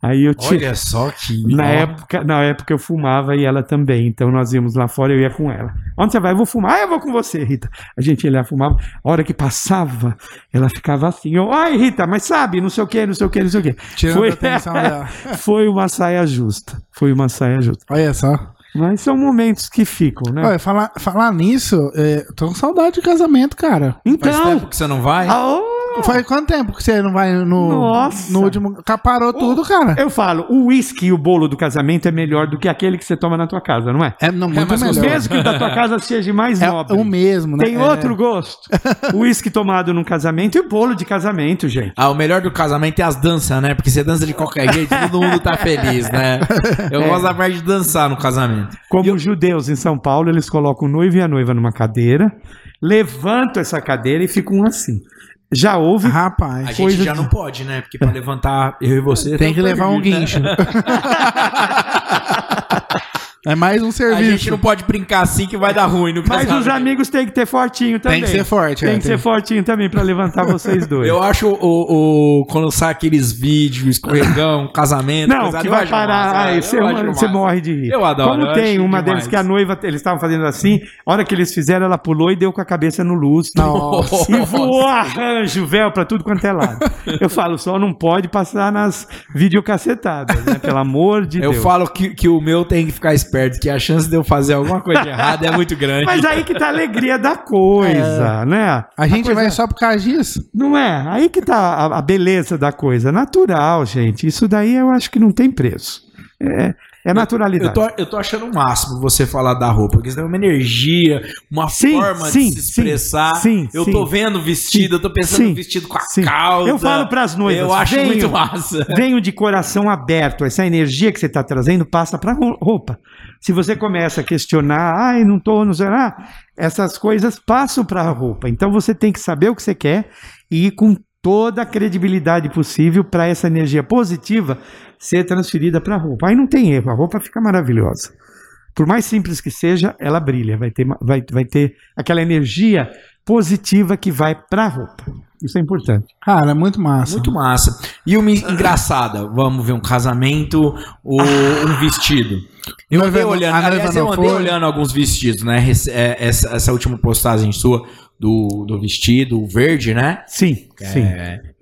C: Aí eu tirei.
B: Olha só que.
C: Na época, na época eu fumava e ela também. Então nós íamos lá fora, eu ia com ela. Onde você vai? Eu vou fumar. Ah, eu vou com você, Rita. A gente ia lá, fumava. A hora que passava, ela ficava assim. Eu, ai, Rita, mas sabe, não sei o quê, não sei o quê, não sei
A: [laughs]
C: o quê.
A: Tirando
C: Foi.
A: a atenção dela.
C: Foi uma saia justa. Foi uma saia justa.
A: Olha só.
C: Mas são momentos que ficam, né?
A: Olha, falar, falar nisso, é, tô com saudade de casamento, cara.
B: Faz tempo
C: Então.
B: que você não vai?
C: aô,
A: Faz quanto tempo que você não vai no,
C: Nossa.
A: no último. Caparou tudo, cara.
C: Eu falo, o uísque e o bolo do casamento é melhor do que aquele que você toma na tua casa, não é?
A: É não, muito
B: mas
A: melhor.
C: Mesmo que o da tua casa seja mais
A: É
C: nobre.
A: o mesmo, né?
C: Tem
A: É.
C: outro gosto.
A: [laughs]
C: Uísque tomado num casamento e bolo de casamento, gente.
B: Ah, o melhor do casamento é as danças, né? Porque você dança de qualquer jeito, todo mundo tá feliz, né?
C: É.
B: Eu gosto da parte de dançar no casamento.
C: Como os judeus em São Paulo, eles colocam o noivo e a noiva numa cadeira, levantam essa cadeira e ficam assim. Já houve.
B: A
A: Rapaz.
B: gente
C: Coisa
B: já
C: de-
B: não pode, né? Porque pra levantar eu e você.
A: Tem que
B: tá
A: levar um
B: proibido, né?
A: guincho. é mais um
B: A gente
A: serviço.
B: não pode brincar assim que vai dar ruim no
C: Mas
B: casamento.
C: os amigos têm que ter fortinho também.
A: Tem que ser forte,
C: Tem
A: é,
C: que ser fortinho também pra levantar vocês
B: [laughs]
C: dois.
B: Eu acho o, o- quando sai aqueles vídeos, escorregão, um casamento,
C: Não,
B: coisa,
C: que
B: eu
C: vai
B: acho massa,
C: parar.
B: eu
C: ai,
B: acho
C: você, você
B: massa.
C: morre de rir.
B: Eu adoro,
C: Como
B: eu
C: tem
B: acho
C: uma
B: demais.
C: deles que é a noiva, eles estavam fazendo assim, a hora que eles fizeram, ela pulou e deu com a cabeça no lustro.
A: Nossa.
C: E voou arranjo, véu, pra tudo quanto é lado. Eu falo, só não pode passar nas videocassetadas, né? Pelo amor de
B: Eu
C: Deus.
B: falo que, que o meu tem que ficar esperto, que a chance de eu fazer alguma coisa de errada é muito grande.
C: Mas aí que tá a alegria da coisa, né?
A: A gente
C: coisa-
A: vai só por causa disso.
C: Não é? Aí que tá a, a beleza da coisa. Natural, gente. Isso daí eu acho que não tem preço. É, é naturalidade.
B: Eu tô, eu tô achando o máximo você falar da roupa, porque você tem uma energia, uma
C: Sim,
B: forma
C: sim,
B: de se
C: sim,
B: expressar.
C: sim,
B: eu
C: sim.
B: tô vendo vestido, eu tô pensando
C: Sim,
B: no vestido com a
C: sim.
B: calça.
C: Eu falo pras noivas,
B: Eu acho
C: venham.
B: muito massa.
C: Venho de coração aberto. Essa energia que você está trazendo passa para roupa. Se você começa a questionar, ai, não tô, não sei lá, essas coisas passam para a roupa. Então você tem que saber o que você quer e ir com toda a credibilidade possível para essa energia positiva ser transferida para a roupa. Aí não tem erro, a roupa fica maravilhosa. Por mais simples que seja, ela brilha, vai ter, ma- vai, vai ter aquela energia positiva que vai para a roupa. Isso é importante.
A: Cara, é muito massa.
B: Muito massa. E uma engraçada, vamos ver um casamento ou um vestido. Eu
A: Noiva
B: andei
A: não-
B: olhando,
A: a noiva
B: aliás, eu
A: não
B: andei
A: foi?
B: olhando alguns vestidos, né? Rece- é, Essa, essa última postagem sua do, do vestido verde, né? É,
C: Sim, sim.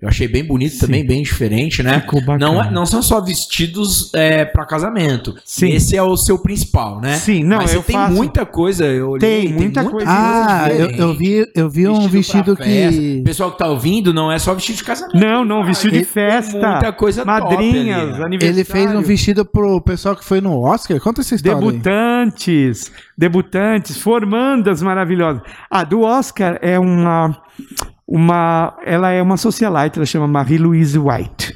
B: Eu achei bem bonito também, bem diferente, né?
C: Ficou bacana.
B: Não, é- não são só vestidos é, para casamento.
C: Sim.
B: Esse é o seu principal, né?
C: Sim, não,
B: Mas
C: eu
B: tem
C: faço-
B: muita coisa. Eu olhei,
C: Tem muita coisa.
A: Ah, eu, eu vi, eu vi um vestido
B: pra festa.
A: que.
B: O pessoal que tá ouvindo não é só vestido de casamento. é
C: Não, não, vestido de
A: ele-
C: festa.
B: Muita coisa
C: madrinhas,
B: top ali, né?
C: aniversário.
A: Ele fez um vestido pro pessoal que foi no Oscar. Conta essa história. aí.
C: Debutantes, debutantes, formandas maravilhosas. A do Oscar é uma, uma, ela é uma socialite, ela chama Marie-Louise White.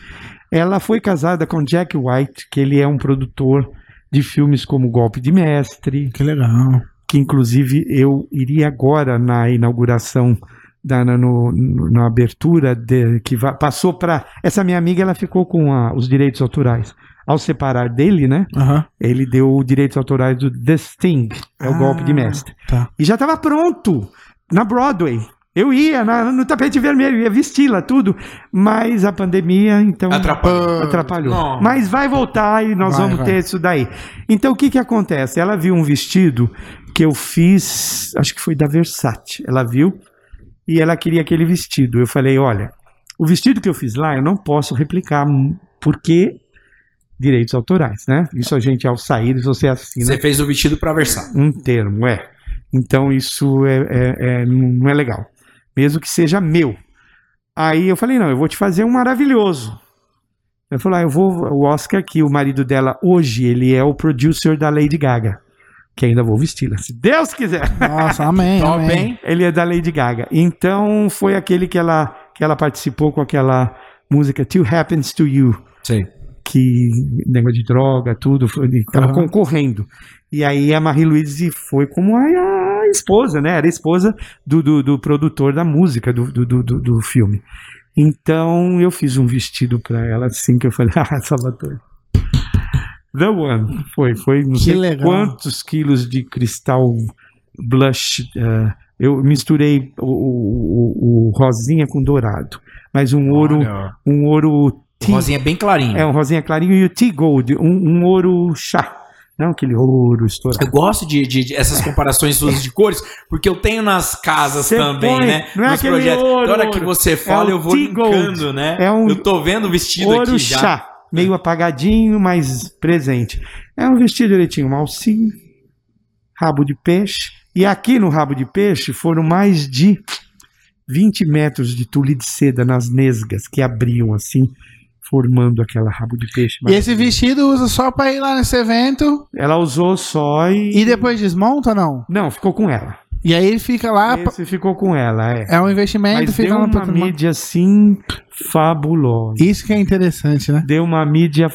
C: Ela foi casada com Jack White, que ele é um produtor de filmes como Golpe de Mestre,
A: Que legal.
C: que inclusive eu iria agora na inauguração da na, no- no- na abertura de- que va- passou para essa minha amiga ela ficou com a- os direitos autorais ao separar dele né
A: Aham.
C: ele deu os direitos autorais do The Sting é o
A: Ah,
C: golpe de mestre
A: tá.
C: e já estava pronto na Broadway eu ia na- no tapete vermelho ia vesti-la tudo mas a pandemia então
B: Atrapalhou.
A: Ah,
C: atrapalhou.
B: Não.
C: Mas vai voltar e nós
A: Vai,
C: vamos
A: vai.
C: ter isso daí. Então o que que acontece? Ela viu um vestido que eu fiz, acho que foi da Versace. Ela viu e ela queria aquele vestido. Eu falei, olha, o vestido que eu fiz lá eu não posso replicar hum, porque direitos autorais, né? Isso a gente ao sair você assina
B: Você fez o vestido pra versar.
C: um termo, é. Então isso é, é- é- não é legal. Mesmo que seja meu. Aí eu falei, não, eu vou te fazer um maravilhoso. Ela falou, ah, eu vou. O Oscar, que o marido dela hoje, ele é o producer da Lady Gaga. Que ainda vou vesti-la, se Deus quiser.
A: Nossa, amém.
B: Top,
A: amém.
B: hein?
C: Ele é da Lady Gaga. Então foi aquele que ela, que ela participou com aquela música Till Happens to You
B: Sei.
C: que negócio de droga, tudo, foi- ele tava
A: Aham.
C: concorrendo. E aí a Marie-Louise foi como a, a esposa, né? Era a esposa do, do, do produtor da música do, do, do, do- do filme. Então eu fiz um vestido pra ela assim que eu falei, [laughs] ah, Salvador. The One. Foi, foi não
A: Que
C: sei
A: legal.
C: quantos quilos de cristal blush. eh, eu misturei o, o- o- o rosinha com dourado. Mas um ouro,
B: Olha,
C: um ouro
B: o Rosinha é bem clarinho.
C: é um rosinha clarinho e o T-Gold, um, um ouro chá. Não aquele ouro estourado.
B: Eu gosto de, de- de essas comparações suas de cores, porque eu tenho nas casas
C: Você
B: também,
C: põe,
B: né?
C: não é aquele ouro,
B: Toda hora que
C: ouro.
B: você fala,
C: É um
B: eu vou
C: T-gold.
B: linkando, né?
C: É um
B: eu tô vendo o vestido
C: Ouro
B: aqui já.
C: chá. Meio apagadinho, mas presente. É um vestido direitinho, uma alcinha, rabo de peixe. E aqui no rabo de peixe foram mais de 20 metros de tule de seda nas nesgas que abriam assim, formando aquela rabo de peixe.
A: E esse vestido usa só pra ir lá nesse evento
C: Ela usou só e.
A: e depois desmonta, não?
C: Não, ficou com ela.
A: E aí fica lá, Ah, pa-
C: Esse ficou com ela, é.
A: é um investimento,
C: Mas
A: fica
C: deu
A: lá
C: uma
A: pra tomar.
C: mídia assim fabulosa.
A: Isso que é interessante, né?
C: Deu uma mídia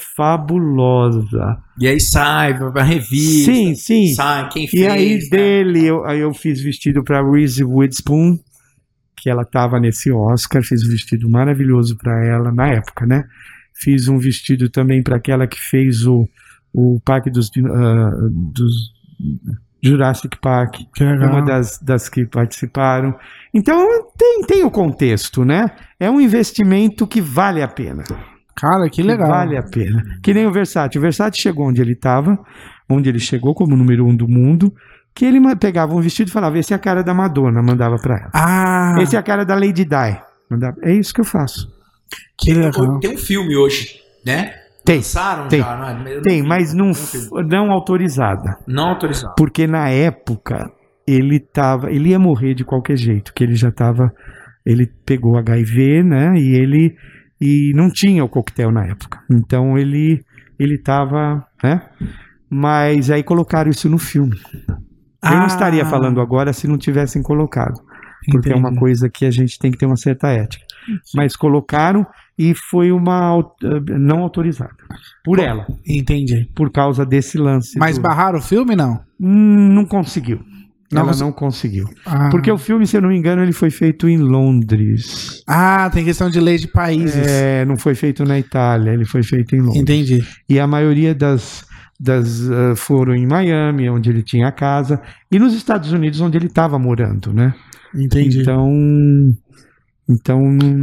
C: fabulosa.
B: E aí sai, vai pra revista.
C: sim, sim.
B: Sai, quem fez.
C: E aí
B: né?
C: dele, eu, aí eu fiz vestido pra Reese Witherspoon, que ela tava nesse Oscar, fiz um vestido maravilhoso pra ela na época, né? Fiz um vestido também pra aquela que fez o, o Parque dos, Din- ah, dos Jurassic Park, é
A: Que legal.
C: uma das, das que participaram. Então tem, tem o contexto, né? É um investimento que vale a pena.
A: Cara, que legal.
C: Vale a pena. Que nem o Versace. O Versace chegou onde ele estava, onde ele chegou como número um do mundo, que ele ma- pegava um vestido e falava: esse é a cara da Madonna, mandava pra ela.
A: Ah,
C: Esse é a cara da Lady Di. Mandava. É isso que eu faço.
A: que legal.
B: Tem um filme hoje, né?
C: Tem.
B: Lançaram
C: tem,
B: já, não é? Eu não
C: Tem,
B: vi,
C: mas não,
B: vi.
C: f- não autorizada.
B: Não autorizado.
C: Porque na época ele tava. Ele ia morrer de qualquer jeito, que ele já tava. Ele pegou HIV, né? E ele. E não tinha o coquetel na época. Então ele. Ele tava. né? Mas aí colocaram isso no filme. Eu não estaria falando agora se não tivessem colocado. Porque é uma
A: Entendi.
C: coisa que a gente tem que ter uma certa ética. Mas colocaram e foi uma au- eh, não autorizada. Por ela.
A: Entendi.
C: Por causa desse lance.
A: Mas
C: do-
A: barraram o filme, não?
C: Hum, não conseguiu.
A: Não
C: ela
A: cons-
C: não conseguiu.
A: Ah.
C: Porque o filme, se eu não me engano, ele foi feito em Londres.
A: Ah, tem questão de lei de países.
C: É, não foi feito na Itália, ele foi feito em Londres.
A: Entendi.
C: E a maioria das, das ah, foram em Miami, onde ele tinha a casa, e nos Estados Unidos, onde ele estava morando, né?
A: Entendi.
C: Então. Então.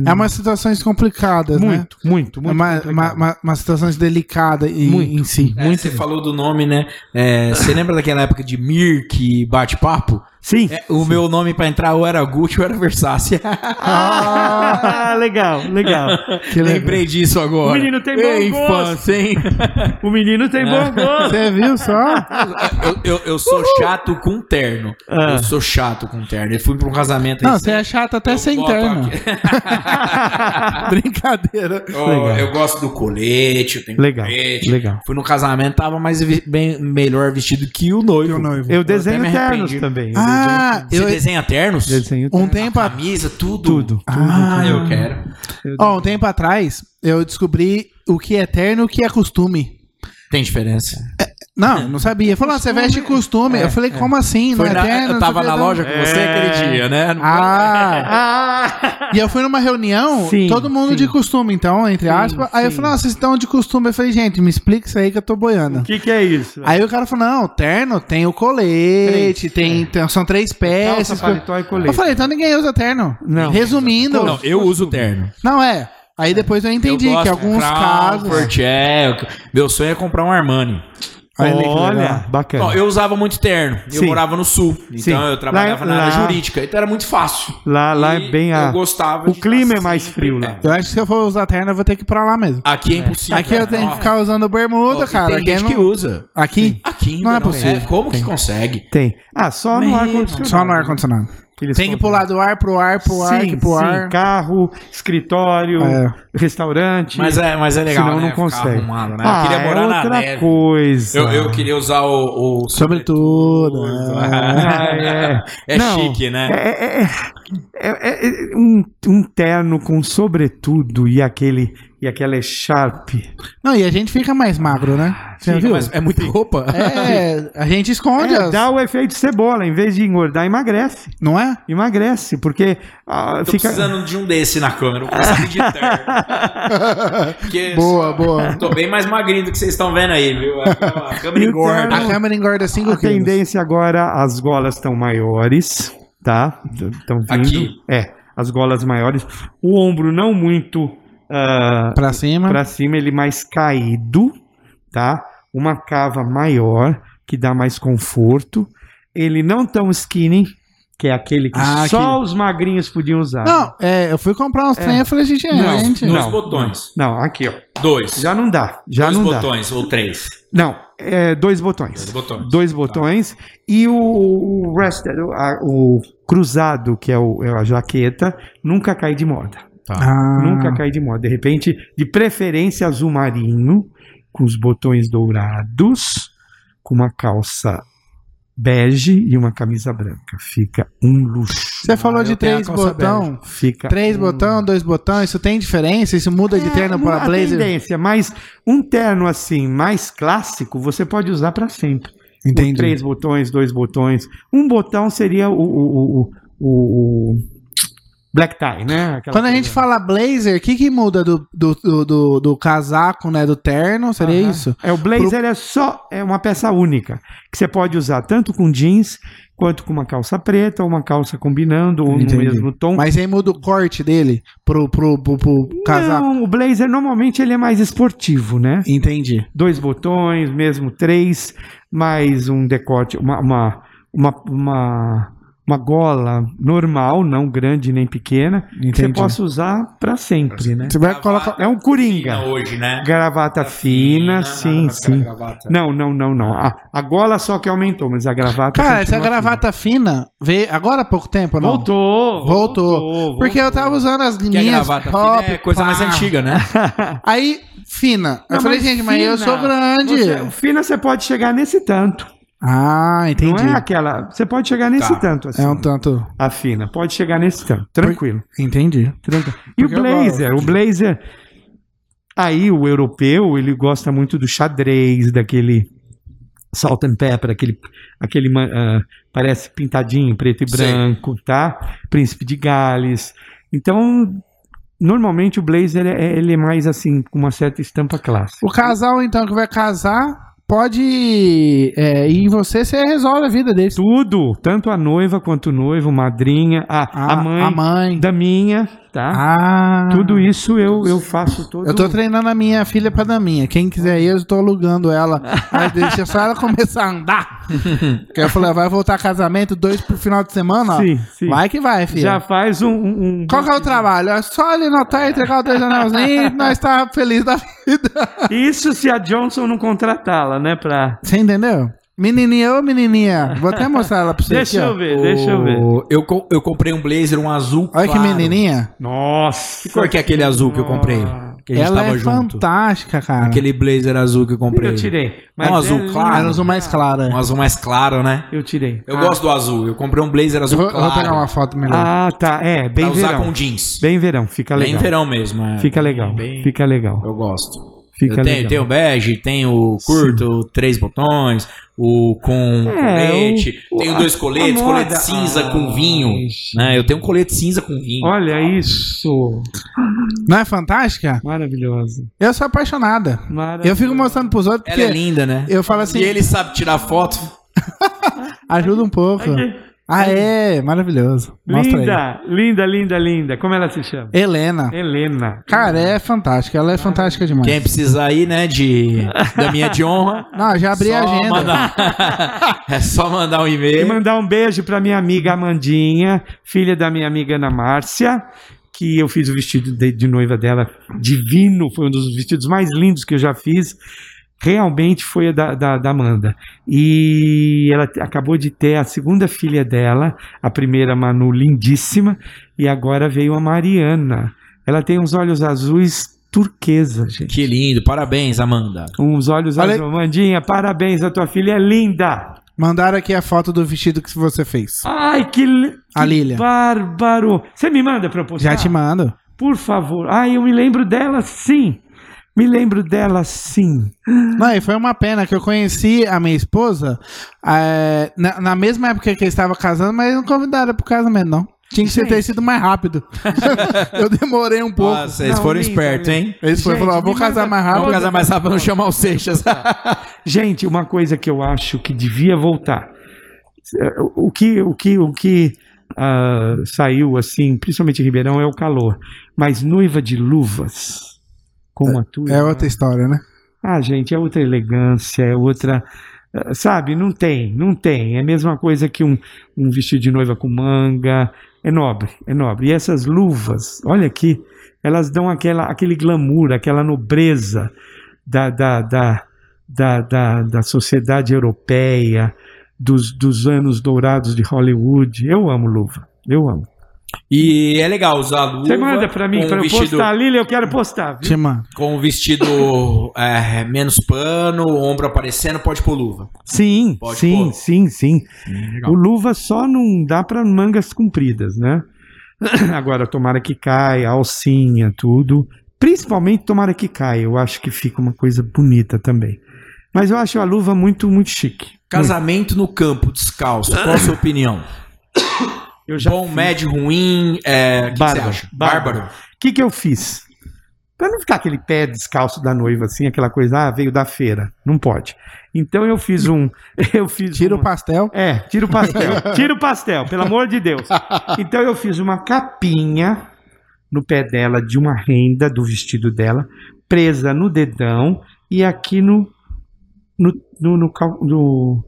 A: é umas situações complicadas, né?
C: muito, muito, muito.
A: é uma,
C: muito
A: uma,
C: legal.
A: uma- uma situações delicadas em,
C: Muito.
A: em si.
B: É, você falou do nome, né? É, você lembra daquela época de Mirk e bate-papo?
C: Sim.
B: É, o meu nome pra entrar ou era Gucci ou era Versace. [laughs]
C: Ah, [laughs] legal, legal.
A: [laughs] Que legal.
B: Lembrei disso agora.
C: O menino tem bom
B: Ei,
C: gosto.
B: infância,
C: [laughs]
B: hein?
C: O menino tem
A: É.
C: bom gosto.
A: Você viu só?
B: Eu, eu, eu sou chato com terno.
C: Ah.
B: Eu sou chato com terno. Eu fui pra um casamento
A: Não,
B: recente,
A: você é chato até
B: eu
A: sem
B: boto
A: terno.
C: [laughs]
B: aqui-
A: [laughs] Brincadeira.
B: Eu,
C: Legal.
B: eu gosto do colete, eu tenho
C: Legal,
B: colete.
C: legal.
B: Fui no casamento, tava mais vi- bem, melhor vestido que o noivo.
C: Eu desenho
B: me
C: ternos
B: arrependi.
C: também. eu
A: Ah,
B: Você
A: eu,
B: desenha ternos?
C: desenho, desenho
A: um
C: ternos.
A: tempo atrás.
C: Ah,
B: Camisa, tudo?
C: Tudo.
B: Ah, eu quero.
C: Eu
A: Ó, um tempo atrás, eu descobri o que é eterno e o que é costume.
B: Tem diferença.
C: É.
A: Não, não sabia. Falou, ah, você veste costume. eu falei, como assim?
B: Foi
A: não é
B: na-
A: eterno?
B: eu
A: não sei
B: tava
A: o
B: na
A: que, não.
B: loja com você
C: É.
B: aquele dia, né?
A: Ah,
C: Ah!
A: E eu fui numa reunião,
C: Sim,
A: todo mundo
C: sim.
A: de costume, então, entre
C: Sim,
A: aspas. Aí eu
C: sim.
A: falei, não, vocês estão de costume. Eu falei, gente, me explica isso aí que eu tô boiando.
C: O que, que é isso?
A: Aí o cara falou, não, terno tem o colete, tem,
C: é.
A: tem- são três
C: Calça,
A: peças.
C: paletó e
A: Eu
C: colete.
A: falei, então ninguém usa terno.
C: Não.
A: Resumindo,
B: Não,
A: não,
B: eu uso terno.
A: é. Aí depois eu
B: Eu
A: entendi
B: gosto
A: que
B: de um
A: alguns
B: Crown,
A: casos...
B: Fortier, meu sonho é comprar um Armani.
A: Olha que
C: Olha,
A: legal.
C: bacana.
B: Ó, eu usava muito terno. Eu
C: Sim.
B: morava no sul. Então
C: Sim.
B: eu trabalhava
C: Lá-
B: na área
C: lá-
B: jurídica. Então era muito fácil.
C: Lá, lá
B: E
C: é bem
B: Eu
C: a.
B: gostava.
C: O
B: de
C: clima
B: estar
C: é mais
B: sempre-
C: frio lá.
A: Eu acho que se eu for usar terno, eu vou ter que ir pra lá mesmo.
B: Aqui é impossível.
A: Aqui eu tenho que ficar usando bermuda,
B: Ó, e
A: cara.
B: Tem gente
A: Quem
B: que
A: não...
B: usa.
A: Aqui?
B: Aqui
A: Não é
B: Ribeirão
A: possível.
B: Preto. Como que consegue?
C: Tem. Ah, só no
B: Meu,
C: ar-condicionado.
A: Só no ar-condicionado.
C: Eles
A: Tem que
C: compram.
A: pular do ar pro ar, pro ar,
C: sim,
A: que pro
C: sim,
A: ar.
C: carro, escritório,
A: É.
C: restaurante.
B: Mas é, mas é legal,
C: senão
B: né?
C: não
B: Ficar
C: consegue.
B: arrumado, né?
C: Ah,
B: eu queria morar
C: é
B: na
C: outra
B: neve.
C: coisa.
B: Eu, eu queria usar o... o-
A: Sobretudo. né?
C: Ah, é.
B: É
C: Não,
B: chique, né?
C: É, é- é- é- é- é um, um terno com sobretudo e aquele e aquela Sharp.
A: Não, e a gente fica mais magro, né? Você
B: Fica,
A: viu?
B: mas é muita roupa.
A: É, a gente esconde
C: É,
A: as-
C: dá o efeito cebola, em vez de engordar, emagrece.
A: Não [laughs] é?
C: Emagrece, porque ah,
B: Tô
C: fica.
B: precisando de um desse na câmera. Eu vou conseguir de terno.
C: [laughs]
B: Porque
A: Boa, boa.
B: tô bem mais magrinho do que vocês estão vendo aí, viu? É uma
C: [laughs]
B: câmera
C: E o
B: engorda.
A: A câmera engorda
C: A
A: 5 quilos.
C: tendência agora, as golas estão maiores, tá? Estão vindo.
B: Aqui.
C: É, as golas maiores. O ombro não muito ah,
A: Pra cima.
C: pra cima, ele mais caído, tá? Uma cava maior, que dá mais conforto. Ele não tão skinny, que é aquele que
A: Ah,
C: só os magrinhos podiam usar.
A: Não, é, eu fui comprar uns trem e falei, gente, é
C: Não,
A: gente.
B: Dois
C: não.
B: botões.
C: Não, aqui, ó.
B: Dois.
C: Já não dá. Já
B: dois
C: não dá.
B: botões, ou três.
C: Não, é,
B: Dois
C: dois botões.
B: botões.
C: dois botões e o, o rest, o, a- o cruzado que é, o- é a jaqueta nunca cai de moda
A: Ah,
C: nunca cai de moda de repente de preferência azul marinho com os botões dourados com uma calça bege e uma camisa branca fica um luxo
A: Você falou
B: eu
A: de
B: tenho a
A: três
B: calça
A: botão.
C: fica
A: Três
C: um-
A: botão, dois botão, isso tem diferença? Isso muda de
C: É,
A: terno
C: uma-
A: pra
C: a
A: blazer?
C: tendência, mas um terno assim mais clássico você pode usar para sempre Com três botões, dois botões. Um botão seria o, o- o- o- o- black tie, né? Aquela
A: Quando a
C: coisa.
A: gente fala blazer, o que, que muda do, do, do, do- do casaco, né? Do terno? Seria
C: Aham.
A: isso?
C: É, o blazer é só é uma peça única, que você pode usar tanto com jeans, quanto com uma calça preta, ou uma calça combinando, ou
A: Entendi.
C: no mesmo tom.
A: Mas aí muda o corte dele pro, pro, pro, pro casaco.
C: Não, o blazer normalmente ele é mais esportivo, né?
A: Entendi.
C: Dois botões, mesmo três, mais um decote, uma, uma, uma, uma, uma gola normal, não grande nem pequena, que você
A: Entendi.
C: possa usar para sempre, né?
A: Você vai colocar.
C: É um coringa.
B: Hoje, né?
C: Gravata fina,
B: nada
C: sim,
B: pra ficar
C: sim.
B: gravata.
C: Não, não, não, não. A, a gola só que aumentou, mas a gravata.
A: Cara, essa
C: continua
A: gravata fina veio agora há pouco tempo,
C: fina.
A: não?
C: Voltou,
A: Voltou.
C: voltou.
A: Porque eu tava usando as
B: Que a
A: minhas
B: gravata
A: top,
B: fina é coisa mais
A: pá.
B: antiga, né?
A: Aí, fina. eu
C: Não,
A: falei,
C: mas
A: gente, mas eu
C: fina,
A: sou grande.
C: Você, é um o fina você pode chegar nesse tanto.
A: Ah, entendi.
C: Não é aquela. Você pode chegar nesse
B: Tá.
C: tanto,
A: é...
C: assim.
A: um tanto.
C: A fina. Pode chegar nesse tanto. Tranquilo.
A: Entendi.
C: tranquilo. E o
A: Porque eu
C: blazer? O blazer. Aí o europeu, ele gosta muito do xadrez, daquele salt and pepper, aquele, aquele ma- ah, parece pintadinho, preto e
B: Sim.
C: branco, tá? Príncipe de Gales. Então, normalmente o blazer, é, ele é mais assim, com uma certa estampa clássica.
A: O casal, então, que vai casar, pode é, ir em você, você resolve a vida deles.
C: Tudo, tanto a noiva quanto o noivo, madrinha, a, a
A: Ah,
C: mãe
A: A mãe.
C: da minha, tá?
A: Ah.
C: Tudo isso eu, eu faço todo
A: Eu tô treinando a minha filha pra dar minha. Quem quiser ir, eu tô alugando ela. Aí deixa só ela começar a
C: [laughs]
A: andar. que eu falei, vai voltar casamento, dois pro final de semana, ó.
C: Sim, sim.
A: Vai que vai, filha.
C: Já faz um. um- um-
A: Qual que é o trabalho? É só ele notar e entregar os dois anelzinhos e nós tá feliz da vida.
C: Isso se a Johnson não contratá-la, né? Pra...
A: Você entendeu? Menininha ou menininha? Vou até mostrar ela pra você
C: Deixa
A: aqui,
C: eu
A: ó.
C: ver, deixa eu ver.
B: O- Eu, co- eu comprei um blazer, um azul
A: Olha que
B: claro.
A: menininha.
C: Nossa!
B: Que cor que é aquele azul que eu comprei? Que a gente
A: Ela
B: tava
A: é
B: junto.
A: fantástica, cara.
B: Aquele blazer azul que eu comprei.
C: Eu tirei.
B: É um azul claro.
A: Ah, ela usou mais clara.
B: Um azul mais claro, né?
C: Eu tirei.
B: Eu gosto do azul. Eu comprei um blazer
A: Eu
B: azul
A: vou, eu
B: claro.
A: vou pegar uma foto melhor.
C: Ah, tá. É,
B: pra
C: bem
B: usar
C: verão.
B: com jeans.
C: Bem verão, fica
B: Bem
C: legal.
B: verão mesmo. é.
C: Fica legal.
B: Bem-
C: Fica legal.
B: Eu gosto. Eu tenho, tenho o bege, tenho o curto, o três botões, o com um
C: É,
B: colete,
C: o-
B: tenho
C: a-
B: dois coletes,
C: a
B: colete
C: Ah, moda-
B: cinza
C: Ah,
B: com vinho.
C: gente.
B: Né? Eu tenho um colete cinza com vinho.
C: Olha isso.
A: Não é fantástica?
C: Maravilhosa.
A: Eu sou apaixonada.
C: Maravilhosa.
A: Eu fico mostrando pros outros
B: Ela é
A: porque
B: linda, né?
A: eu falo assim,
B: E ele sabe tirar foto.
A: ajuda um pouco. Ah, é, maravilhoso. Mostra aí.
C: Linda, linda, linda, linda. Como ela se chama?
A: Helena.
C: Helena.
A: Cara, é fantástica. Ela é fantástica demais.
B: Quem precisar aí, né, de, da minha de
C: [laughs]
B: honra.
A: Não, já abri a
B: só
A: agenda.
B: mandar- [laughs] é só mandar um
C: E
B: e-mail.
C: mandar um beijo pra minha amiga Amandinha, filha da minha amiga Ana Márcia, que eu fiz o vestido de, de noiva dela divino, foi um dos vestidos mais lindos que eu já fiz. Realmente foi a da, da, da Amanda. E ela te- acabou de ter a segunda filha dela, a primeira Manu, lindíssima, e agora veio a Mariana. Ela tem uns olhos azuis turquesa, gente.
B: Que lindo, parabéns, Amanda.
C: Uns olhos
A: Olha-
C: azuis. Amandinha, parabéns, a tua filha é linda.
A: Mandaram aqui a foto do vestido que você fez.
C: Ai, que, li-
A: A Lilia.
C: Bárbaro. Você me manda pra eu postar?
A: Já te mando.
C: Por favor. Ai, eu me lembro dela sim. Me lembro dela sim.
A: Não, e foi uma pena que eu conheci a minha esposa eh, na, na mesma época que eu estava casando, mas não convidaram pro casamento, não. Tinha que ser- ter sido mais
B: [laughs]
A: rápido. eu demorei um pouco.
B: Nossa, Ah, vocês
C: Não,
B: foram
C: lindo,
B: espertos,
C: lindo.
B: hein?
A: Eles foram
C: Gente,
A: falar, vou
C: me
A: casar
C: manda-
A: mais
B: Vamos
A: rápido.
B: casar mais rápido, não chamar o Seixas.
C: [laughs] Gente, uma coisa que eu acho que devia voltar. É, O que o que o que ah, saiu assim, principalmente em Ribeirão é o calor, mas noiva de luvas como a tua.
A: É outra história, né?
C: Ah, gente, é outra elegância, é outra. eh, Sabe, não tem, não tem. É a mesma coisa que um, um vestido de noiva com manga. É nobre, é nobre. E essas luvas, olha aqui, elas dão aquela, aquele glamour, aquela nobreza da, da, da, da, da, da sociedade europeia, dos, dos anos dourados de Hollywood. Eu amo luva, eu amo.
B: E é legal usar luva.
C: Você manda pra mim,
B: com
C: pra eu
B: vestido,
C: postar, Lili, eu quero postar. viu?
A: Te mando.
B: Com o vestido é, menos pano, ombro aparecendo, pode pôr luva.
C: Sim,
B: Pode
C: sim,
B: pôr. Hum,
C: sim, sim.
B: Legal.
C: O luva só não dá para mangas compridas, né? [clears throat] Agora, tomara que caia, alcinha, tudo. Principalmente tomara que caia. Eu acho que fica uma coisa bonita também. Mas eu acho a luva muito, muito chique.
B: Casamento no campo, descalço. Qual a sua opinião?
C: Eu [laughs] já
B: Bom, médio, ruim, é, o que você
C: Bárbaro,
B: acha?
C: bárbaro. O que, que eu fiz? Pra não ficar aquele pé descalço da noiva, assim, aquela coisa, ah, veio da feira. Não pode. Então eu fiz um. [laughs] Eu fiz
A: Tira
C: uma-
A: o pastel.
C: É, tira o pastel. tira o pastel, pelo amor de Deus. Então eu fiz uma capinha no pé dela de uma renda do vestido dela, presa no dedão e aqui no. no, no, no cal- no-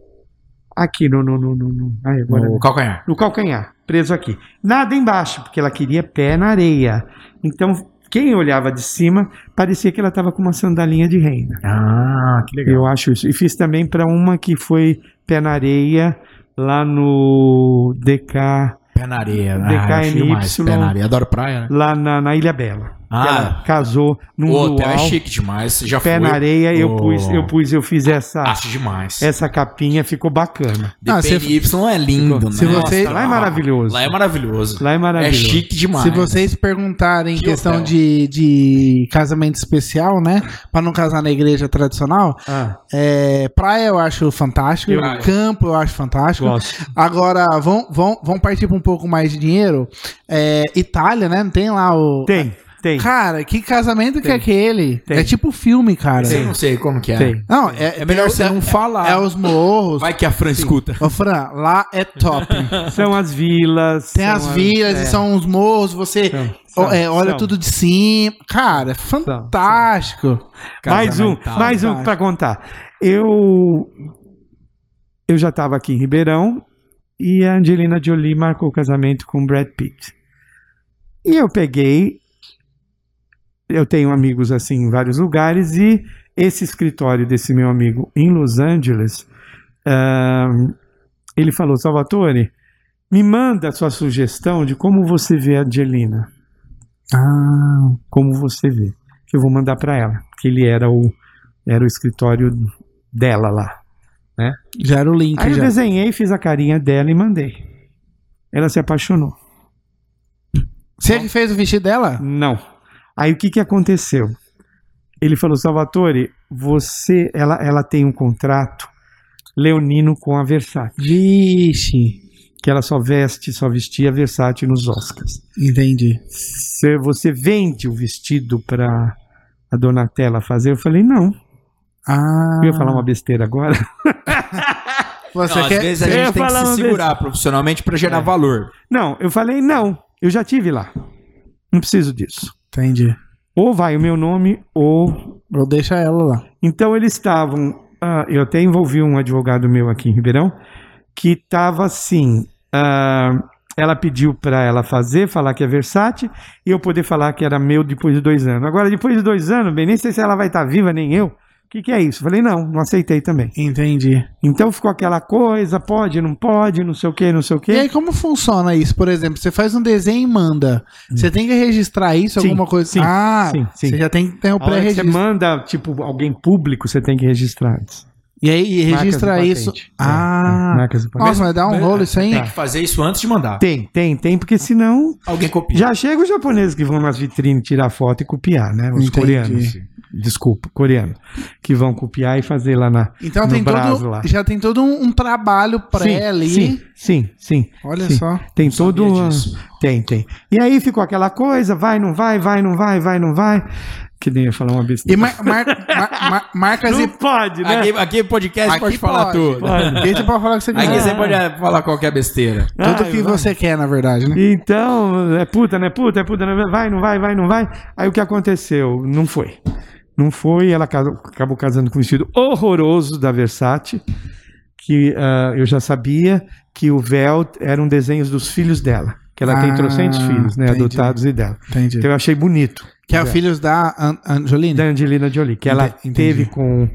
C: aqui no. no, no, no, no- ai, agora-
B: O calcanhar.
C: no calcanhar, preso aqui. Nada embaixo, porque ela queria pé na areia. Então. Quem olhava de cima parecia que ela estava com uma sandalinha de renda.
B: Ah, que
C: Eu acho isso. E fiz também para uma que foi pé na areia, lá no DK,
B: Pé na areia.
C: DKNY.
B: acho demais. Pé na areia. Adoro praia, né?
C: lá na, na Ilha Bela.
B: Ah,
C: Ela casou num
B: o hotel é
C: luau,
B: chique demais. Você já
C: pé
B: foi. Ah.
C: na areia, É, eu
B: Oh.
C: pus, eu pus, eu fiz essa
B: Acho demais.
C: essa capinha, ficou bacana.
A: Ah, você-
B: DPNY é lindo,
A: Se
B: né?
A: você-
B: Nossa,
C: Lá é maravilhoso.
B: Lá é maravilhoso.
C: Lá é
B: É
C: maravilhoso.
B: chique demais.
A: Se vocês perguntarem em
B: Que
A: questão
B: hotel.
A: de, de casamento especial, né? Pra não casar na igreja tradicional,
C: Ah,
A: é, praia eu acho fantástico,
B: Eu-
A: campo eu acho fantástico.
C: gosto.
A: Agora, vão, vão, vão partir pra um pouco mais de dinheiro. É, Itália, né? Não tem lá o.
C: Tem, tem.
A: Cara, que casamento que é
C: Tem.
A: aquele?
C: Tem.
A: É tipo filme, cara.
B: Eu não sei como que é.
C: Tem.
A: Não, é,
B: É melhor você não falar.
A: é os morros.
B: Vai que a Fran escuta.
A: Ô, Fran, lá é
C: [laughs]
A: top.
C: São as vilas.
A: Tem
C: são
A: as vilas
C: é,
A: e são os morros, você
C: são-
A: ó, é,
C: são-
A: olha
C: são.
A: tudo de cima. Cara, é fantástico.
C: Mais um,
B: Casamental.
C: mais um para contar. Eu eu já estava aqui em Ribeirão e a Angelina Jolie marcou o casamento com o Brad Pitt. E eu peguei eu tenho amigos assim em vários lugares e esse escritório desse meu amigo em Los Angeles, ahn, ele falou, Salvatore, me manda a sua sugestão de como você vê a Angelina
A: Ah,
C: como você vê. Que eu vou mandar para ela, que ele era o era o escritório dela lá.
A: já era o link.
C: Aí eu
A: já.
C: desenhei, fiz a carinha dela e mandei. Ela se apaixonou.
A: Você que fez o vestido dela?
C: Não. Aí o que que aconteceu? ele falou: Salvatore, você, ela, ela tem um contrato leonino com a Versace,
A: Vixe.
C: que ela só veste, só vestia Versace nos Oscars.
A: Entendi.
C: Se você vende o vestido para a Donatella fazer, eu falei: não,
A: Ah.
C: eu ia falar um- uma besteira agora.
A: Você
B: Não,
A: quer.
B: às vezes a
C: Eu ia
B: gente tem que
C: falar
B: se
C: uma
B: segurar profissionalmente pra gerar valor.
C: Não, eu falei: não, eu já tive lá, não preciso disso.
A: Entendi.
C: Ou vai o meu nome, ou
A: Vou deixar ela lá.
C: Então eles estavam. ah, eu até envolvi um advogado meu aqui em Ribeirão, que estava assim. ah, ela pediu para ela fazer, falar que é versátil, e eu poder falar que era meu depois de dois anos. Agora, depois de dois anos, bem, nem sei se ela vai estar viva, nem eu. O que, que é isso? Falei, não, não aceitei também.
A: Entendi.
C: Então ficou aquela coisa, pode, não pode, não sei o que, não sei o
A: E
C: que.
A: aí, como funciona isso? Por exemplo, você faz um desenho e manda. Você tem que registrar isso,
C: Hum. Sim,
A: alguma coisa
C: sim,
A: Ah,
C: sim, sim.
A: você já tem que ter o
C: Você
A: pré-registro.
C: manda, tipo, alguém público, você tem que registrar antes.
A: E aí, e registra
C: Marcas e
A: isso.
C: patente. Tá, É, é,
A: Ah.
C: marcas e patente.
A: Nossa, vai dar um rolo isso aí?
B: Tem que fazer isso antes de mandar.
C: Tem, tem, tem, porque senão
B: Alguém copia.
C: Já chega os japoneses que vão nas vitrines tirar foto e copiar, né? Os
A: Entendi.
C: coreanos. Desculpa, coreano. Que vão copiar e fazer lá na.
A: Então
C: No
A: tem
C: braço
A: todo,
C: lá.
A: já tem todo um, um trabalho pré
C: sim,
A: ali.
C: Sim, sim, sim.
A: Olha
C: Sim.
A: só.
C: Tem
B: Sabia
C: todo. um-
B: disso.
C: Tem, tem. E aí ficou aquela coisa: vai, não vai, vai, não vai, vai, não vai. Que nem ia falar uma
A: E
C: besteira.
A: mar- mar- mar- mar- marcas e.
C: Não pode, né?
B: Aqui, aqui podcast
A: Aqui
B: pode falar
A: pode, Ah.
B: tudo.
C: pode.
A: Aqui você pode falar o que você
B: Aqui
A: quiser.
B: você pode falar qualquer besteira.
A: Tudo
C: Ai,
A: que
C: vai.
A: você quer, na verdade, né?
C: Então, é puta, né? Puta, é puta, né? Vai, não vai, vai, não vai. Aí o que aconteceu? Não foi. Não foi, ela casou- acabou casando com um vestido horroroso da Versace, que ah, eu já sabia que o véu eram desenhos dos filhos dela. Que ela tem
A: Ah,
C: trocentos filhos, né?
A: entendi.
C: Adotados e dela.
A: Entendi.
C: Então eu achei bonito.
A: Que é o filhos da An Angelina?
C: Da Angelina Jolie, que ela
A: Ente- entendi.
C: teve com,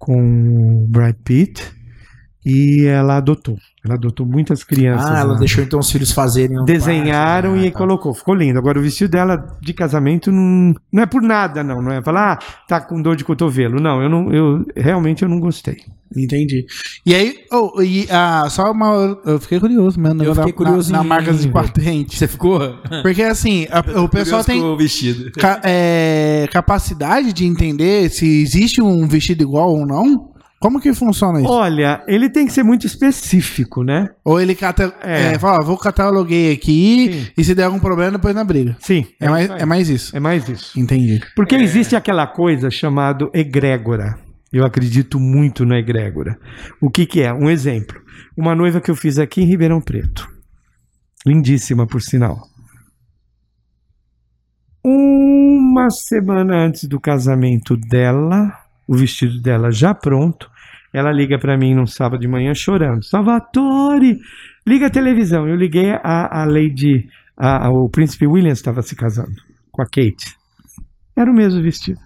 C: com o Brad Pitt e ela adotou. Ela adotou muitas crianças.
B: Ah, ela
C: né?
B: deixou então os filhos fazerem. um
C: Desenharam
B: parto, né?
C: e
B: Tá.
C: colocou. Ficou lindo. Agora, o vestido dela de casamento não, não é por nada, não. Não é falar, ah, tá com dor de cotovelo. Não, eu não. Eu, realmente eu não gostei.
A: Entendi. E aí, oh, e, ah, só uma. Eu fiquei curioso, mano.
B: Eu
A: na-
B: fiquei curioso
A: Na, na
B: em-
A: marcas de patente.
B: Você ficou?
A: Porque assim, a- o pessoal
B: Curioso
A: tem
B: com o vestido.
A: ca- é, capacidade de entender se existe um vestido igual ou não? Como que funciona isso?
C: Olha, ele tem que ser muito específico, né?
A: Ou ele cata,
C: É.
A: é, fala, ó, vou cataloguei aqui
C: Sim.
A: e se der algum problema, depois na briga.
C: Sim.
A: É, mais,
C: isso aí.
A: é mais isso.
C: É mais isso.
A: Entendi.
C: Porque existe aquela coisa chamada egrégora. Eu acredito muito na egrégora. O que, que é? Um exemplo. Uma noiva que eu fiz aqui em Ribeirão Preto. Lindíssima, por sinal. Uma semana antes do casamento dela, o vestido dela já pronto, ela liga para mim num sábado de manhã chorando. Salvatore, liga a televisão. Eu liguei a, a Lady... a- a- o príncipe William estava se casando com a Kate. Era o mesmo vestido.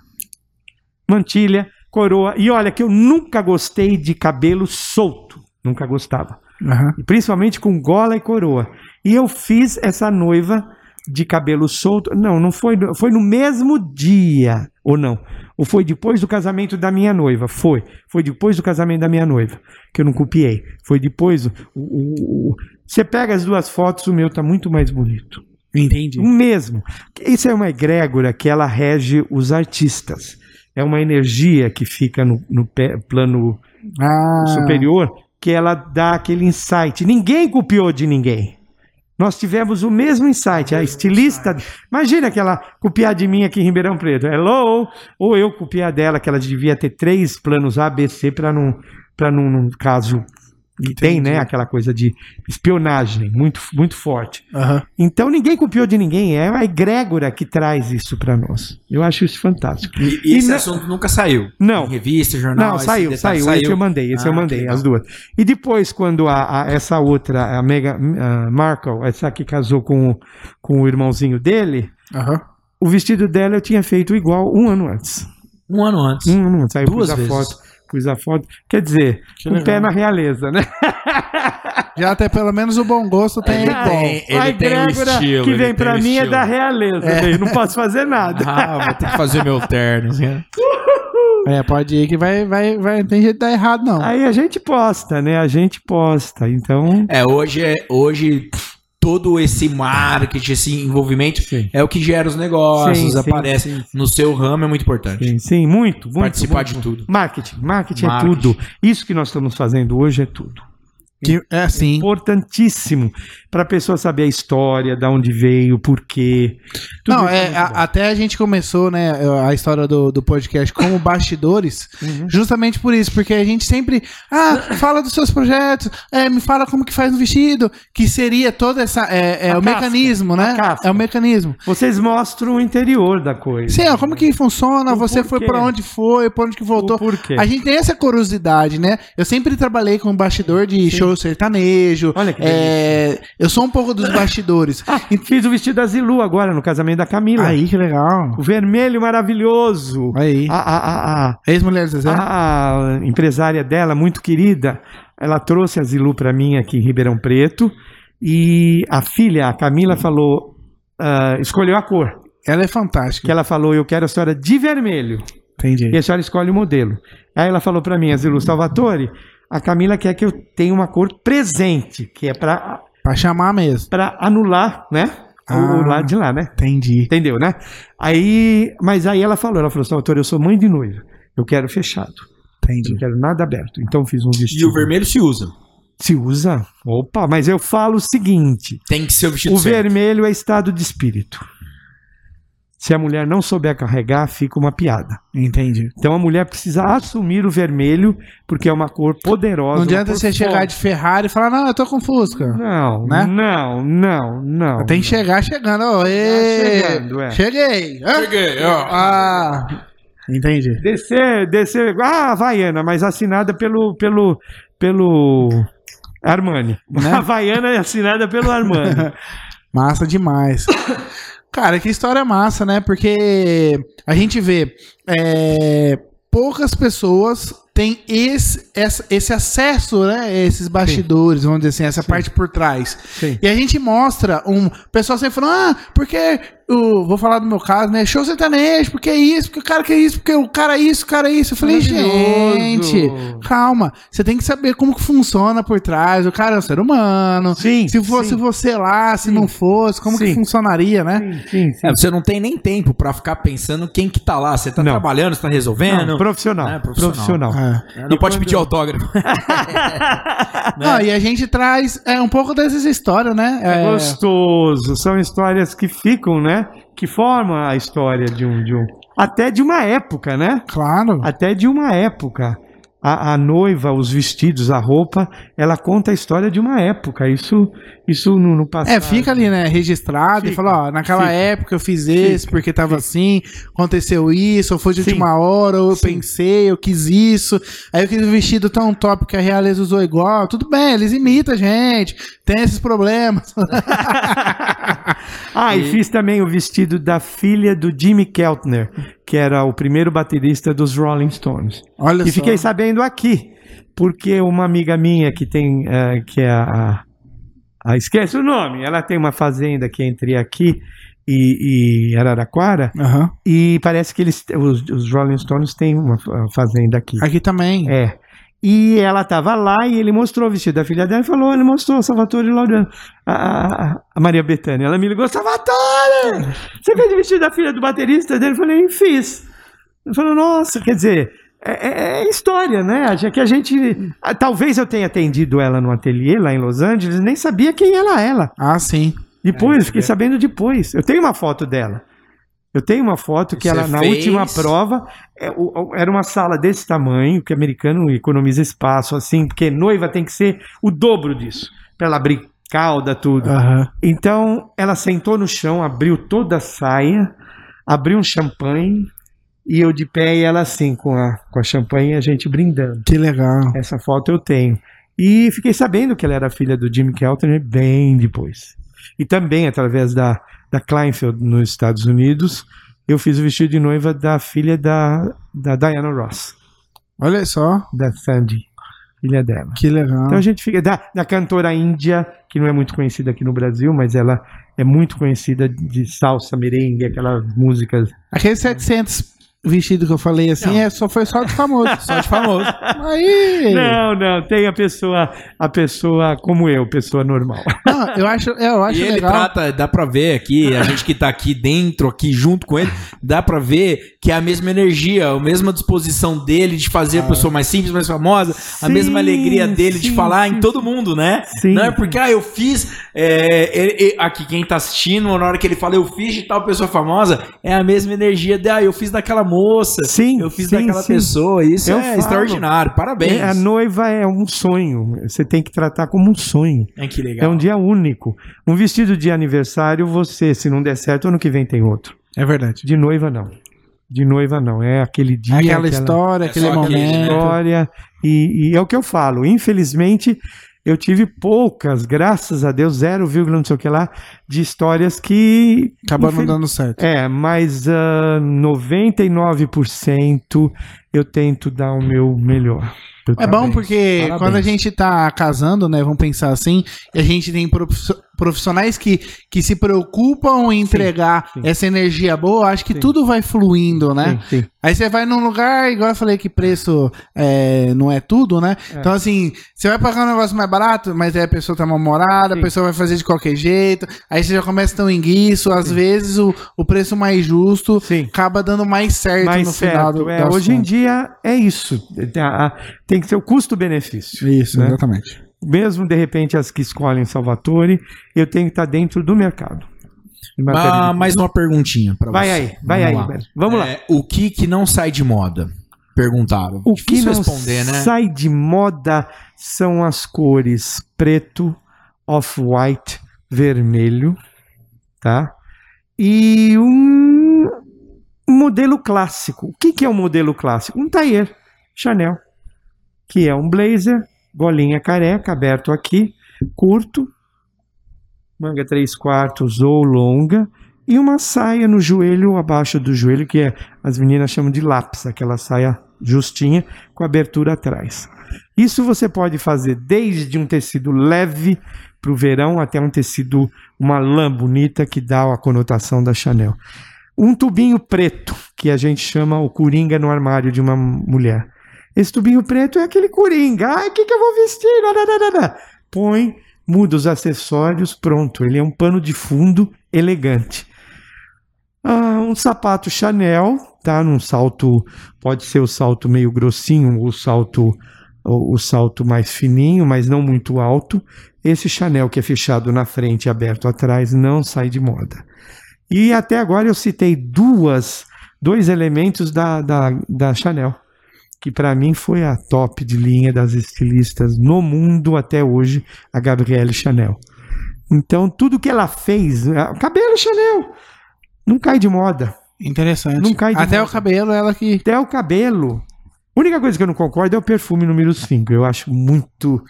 C: Mantilha, coroa. E olha que eu nunca gostei de cabelo solto. Nunca gostava.
A: Aham.
C: E principalmente com gola e coroa. E eu fiz essa noiva de cabelo solto. Não, não foi. no- Foi no mesmo dia. Ou não. Ou foi depois do casamento da minha noiva. Foi. Foi depois do casamento da minha noiva. Que eu não copiei. Foi depois. o- o- o- Você pega as duas fotos, o meu tá muito mais bonito.
A: Entendi.
C: O mesmo. Isso é uma egrégora que ela rege os artistas. É uma energia que fica no, no pé- plano
A: Ah,
C: superior que ela dá aquele insight. Ninguém copiou de ninguém. Nós tivemos o mesmo insight. A estilista. Imagina que ela copiar de mim aqui em Ribeirão Preto. Hello! Ou eu copiar dela, que ela devia ter três planos A, B, C para não. Para num, num caso que tem, né? Aquela coisa de espionagem muito, muito forte.
A: Aham.
C: Então ninguém copiou de ninguém, é a egrégora que traz isso pra nós. Eu acho isso fantástico.
B: E, e
C: E
B: esse
C: na-
B: assunto nunca saiu.
C: Não.
B: Em revista, jornal.
C: Não,
B: esse
C: saiu,
B: detalhe
C: saiu, Esse eu mandei, esse
B: Ah,
C: eu mandei,
B: que
C: as duas. E depois, quando a, a- essa outra, a Mega a Markle, essa que casou com, o- com o irmãozinho dele,
A: Aham.
C: o vestido dela eu tinha feito igual um ano antes.
B: Um ano antes.
C: Um ano antes. Aí eu
B: Duas
C: pus a
B: vezes.
C: foto, pus a foto. Quer dizer,
A: Que
C: um pé
A: legal.
C: na realeza, né?
A: Já até pelo menos o bom gosto tem.
C: Tá
B: Ele tem,
C: a
B: ele tem um
C: egrégora
B: estilo.
C: que
B: ele
C: vem
B: tem
C: pra
B: um
C: mim é
B: estilo.
C: da realeza, né? Eu não posso fazer nada.
B: [laughs] Ah, vou ter que fazer meu terno. né?
A: É, pode ir que vai, vai, vai. Não tem jeito de dar errado, não.
C: Aí a gente posta, né? A gente posta. Então,
B: É, hoje é. Hoje todo esse marketing, esse envolvimento
C: Sim.
B: é o que gera os negócios,
C: Sim, sim,
B: aparece
C: sim,
B: no seu ramo, é muito importante.
C: Sim, sim, muito, muito.
B: Participar
C: muito,
B: de
C: muito.
B: tudo.
C: Marketing, marketing,
B: Marketing.
C: é tudo. Isso que nós estamos fazendo hoje é tudo.
A: Que- é assim.
C: Importantíssimo para a pessoa saber a história, de onde veio, por quê. Tudo
A: Não,
C: isso
A: é,
C: muito
A: a-
C: bom.
A: até a gente começou, né, a história do, do podcast como bastidores,
C: Uhum.
A: justamente por isso, porque a gente sempre, ah, fala dos seus projetos, é, me fala como que faz no vestido, que seria toda essa, é, é
C: A
A: o
C: casca,
A: mecanismo, né,
C: a casca.
A: é o mecanismo.
C: Vocês mostram o interior da coisa.
A: Sim, ó, como que funciona,
C: O
A: você foi
C: porquê.
A: pra onde foi, pra onde que voltou,
C: O porquê.
A: A gente tem essa curiosidade, né? Eu sempre trabalhei com bastidor de show sertanejo.
C: Olha que
A: é, eu sou um pouco dos bastidores.
C: Ah, fiz o vestido da Zilu agora no casamento da Camila.
A: que legal.
C: O vermelho maravilhoso. Ah,
A: Aí.
C: A, a- a- a-
A: Ex-mulher do
B: Né?
C: Ah.
A: Zezé.
C: a empresária dela, muito querida, ela trouxe a Zilu para mim aqui em Ribeirão Preto. E a filha, a Camila, falou: ah, escolheu a cor.
A: Ela é
C: Que
A: fantástica.
C: ela falou: eu quero a senhora de vermelho.
A: Entendi.
C: E a senhora escolhe o modelo. Aí ela falou para mim, a Zilu Salvatore: a Camila quer que eu tenha uma cor presente, que é para
A: Pra chamar mesmo.
C: para anular, né? O-
A: Ah.
C: O lado de lá, né?
A: Entendi.
C: Entendeu, né? Aí, mas aí ela falou, ela falou assim, doutor, eu sou mãe de noiva, eu quero fechado, eu
A: Entendi.
C: não quero nada aberto. Então eu fiz um vestido.
B: E o vermelho se usa.
C: Se usa? Opa, mas eu falo o seguinte,
B: Tem que ser o vestido
C: o
B: certo.
C: vermelho é estado de espírito. Se a mulher não souber carregar, fica uma piada.
A: Entendi.
C: Então a mulher precisa assumir o vermelho, porque é uma cor poderosa.
A: Não
C: uma
A: adianta
C: cor
A: você chegar
C: forte.
A: de Ferrari e falar, não, eu tô com Fusca.
C: Não,
A: né?
C: não, não, não.
A: Tem que chegar chegando. ó. Ê,
C: chegando, é.
A: Cheguei. Hã?
B: Cheguei, ó.
A: Ah. Entendi.
C: Descer, descer. Ah, Havaiana, mas assinada pelo. pelo, pelo Armani. [laughs] A Havaiana é assinada pelo Armani.
A: Massa demais. Cara, que história massa, né? Porque a gente vê é, poucas pessoas têm esse, essa- esse acesso, né? a Esses bastidores, vamos dizer assim, essa parte por trás.
C: Sim.
A: E a gente mostra um. O pessoal sempre fala, ah, porque. o- vou falar do meu caso, né? Show sertanejo, porque é isso, porque o cara que é isso, porque o cara é isso, o cara é isso. Eu falei,
C: Maravilhoso.
A: gente, calma. Você tem que saber como que funciona por trás. O cara é um ser humano.
C: Sim.
A: Se fosse você lá, se não fosse, como que
C: Sim.
A: funcionaria, né?
C: Sim, sim, sim.
B: É, você não tem nem tempo pra ficar pensando quem que tá lá. Você tá
C: Não.
B: trabalhando, você tá
C: Não,
B: resolvendo. Não,
C: profissional,
B: É, profissional.
C: profissional. né?
A: É.
B: não pode pedir autógrafo.
A: Não, e a gente traz é, um pouco dessas histórias, né?
C: É
A: É,
C: gostoso. São histórias que ficam, né? Que formam a história de um, de um. Até de uma época, né?
A: claro.
C: Até de uma época. A, a noiva, os vestidos, a roupa, ela conta a história de uma época. Isso, isso no, no passado.
A: É, fica ali, né, registrado e
C: Fica,
A: fala, ó, naquela
C: fica.
A: época eu fiz esse porque tava assim, aconteceu isso, ou foi de
C: Sim.
A: última hora, ou eu
C: Sim.
A: pensei, eu quis isso, aí eu quis um vestido tão top que a realeza usou igual, tudo bem, eles imitam a gente, tem esses problemas.
C: Ah, e fiz também o vestido da filha do Jimmy Keltner, que era o primeiro baterista dos Rolling Stones.
A: Olha
C: E
A: só.
C: fiquei sabendo aqui, porque uma amiga minha que tem, eh, que é a, a- Esquece o nome, ela tem uma fazenda que é entre aqui e, e Araraquara,
A: Aham.
C: e parece que eles, os, os Rolling Stones têm uma fa- fazenda aqui.
A: Aqui também.
C: É. E ela estava lá e ele mostrou o vestido da filha dela e falou: ele mostrou Salvatore Laureano, a, a- a Maria Bethânia. Ela me ligou: Salvatore! Você fez o vestido da filha do baterista dele? Eu falei: fiz. Ele falou: nossa, quer dizer, é, é- é história, né? Acho que a gente. ah, Talvez eu tenha atendido ela no ateliê lá em Los Angeles, nem sabia quem era ela.
A: Ah, sim.
B: É,
C: Depois, fiquei sabendo depois. Eu tenho uma foto dela. Eu tenho uma foto que
B: Você
C: ela, na
B: fez?
C: última prova, é, o- o- era uma sala desse tamanho, que americano economiza espaço, assim, porque noiva tem que ser o dobro disso, pra ela abrir calda,
B: Ah.
C: tudo.
A: Aham.
C: Então, ela sentou no chão, abriu toda a saia, abriu um champanhe, e eu de pé e ela assim, com a, com a champanhe, a gente brindando.
A: Que legal.
C: Essa foto eu tenho. E fiquei sabendo que ela era filha do Jimmy Keltner bem depois. E também através da, da Kleinfeld nos Estados Unidos, eu fiz o vestido de noiva da filha da, da Diana Ross,
A: Olha só,
C: da Sandy, filha dela.
A: que legal.
C: Então a gente fica. Da, da cantora índia, que não é muito conhecida aqui no Brasil, mas ela é muito conhecida de salsa, merengue, aquelas músicas.
A: Aqueles 700 vestido que eu falei assim,
C: Não.
A: é, só foi só de famoso.
B: Só de
C: [laughs]
B: famoso.
A: Aí.
C: Não, não, tem a pessoa, a pessoa como eu, pessoa normal.
A: Não, eu acho, eu acho
B: e ele
A: legal.
B: trata, dá pra ver aqui,
C: [coughs]
B: a gente que tá aqui dentro, aqui junto com ele, dá pra ver que é a mesma energia, a mesma disposição dele de fazer a pessoa mais simples, mais famosa, a
C: É. Sim,
B: mesma alegria dele de
C: sim,
B: falar em
C: sim,
B: todo mundo, né?
C: Sim.
B: Não é porque, ah, eu fiz, é, ele- ele- aqui quem tá assistindo, na hora que ele fala, eu fiz de tal pessoa famosa, é a mesma energia de, ah, eu fiz daquela moça,
C: Sim,
B: eu fiz
C: sim,
B: daquela
C: sim.
B: pessoa, isso
C: Eu
B: é
C: falo.
B: extraordinário, parabéns.
C: É, a noiva é um sonho. Você tem que tratar como um sonho.
B: Ai, que
C: É
B: legal.
C: um dia único. Um vestido de aniversário, você, se não der certo, ano que vem tem outro.
A: É verdade.
C: De noiva, não. De noiva, não. É aquele dia.
A: Aquela, história,
B: É
A: aquele
B: só aquele
A: momento.
C: história. E, e é o que eu falo. Infelizmente, eu tive poucas, graças a Deus, 0, não sei o que lá, de histórias que.
A: Acabou não
C: Infeliz-
A: dando certo.
C: É, mas ah, 99% eu tento dar o meu melhor.
A: É bom
C: Parabéns.
A: porque
C: Parabéns.
A: quando a gente tá casando, né? Vamos pensar assim, e a gente tem profiss- profissionais que, que se preocupam em entregar
C: sim.
A: essa energia boa, acho que
C: Sim.
A: tudo vai fluindo, né?
C: Sim, sim.
A: Aí você vai num lugar, igual eu falei que preço é, não é tudo, né?
C: É.
A: Então, assim, você vai pagar um negócio mais barato, mas aí a pessoa tá mal-humorada, a
C: Sim.
A: pessoa vai fazer de qualquer jeito, aí você já começa a ter um enguiço, às vezes o, o preço mais justo
C: Sim.
A: acaba dando mais certo
C: Mas
A: no
C: certo,
A: final do,
C: é,
A: do
C: hoje em
A: assunto.
C: dia é isso. Tem, a- a- tem que ser o custo-benefício.
A: Isso,
C: né?
A: exatamente.
C: Mesmo de repente as que escolhem Salvatore, eu tenho que estar dentro do mercado. Em matéria
B: Ah,
C: de-
B: mais uma perguntinha pra
C: vai
B: você.
C: aí, vai aí.
B: Vamos lá.
C: velho. Vamos lá.
B: É, o que que não sai de moda? Perguntaram.
C: O que
B: Difícil
C: não
B: responder, né?
C: sai de moda são as cores preto, off-white, vermelho, tá? E um modelo clássico. O que, que é um modelo clássico? Um tailleur Chanel, que é um blazer, golinha careca, aberto aqui, curto, manga 3 quartos ou longa, e uma saia no joelho, abaixo do joelho, que é, as meninas chamam de lápis, aquela saia justinha, com abertura atrás. Isso você pode fazer desde um tecido leve para o verão até um tecido, uma lã bonita que dá a conotação da Chanel. Um tubinho preto, que a gente chama o coringa no armário de uma mulher. Esse tubinho preto é aquele coringa. Ai, o que, que eu vou vestir? Lá, lá, lá, lá, lá. Põe, muda os acessórios, pronto. Ele é um pano de fundo elegante. Ah, um sapato Chanel, tá? Num salto, pode ser o salto meio grossinho, ou o salto, ou o salto mais fininho, mas não muito alto. Esse Chanel que é fechado na frente e aberto atrás não sai de moda. E até agora eu citei duas, dois elementos da, da, da Chanel, que para mim foi a top de linha das estilistas no mundo até hoje, a Gabrielle Chanel. Então, tudo que ela fez, a- cabelo Chanel, não cai de moda.
A: Interessante.
C: Não cai de
A: Até
C: moda.
A: o cabelo, ela que.
C: Até o cabelo. A única coisa que eu não concordo é o perfume número 5. Eu acho muito,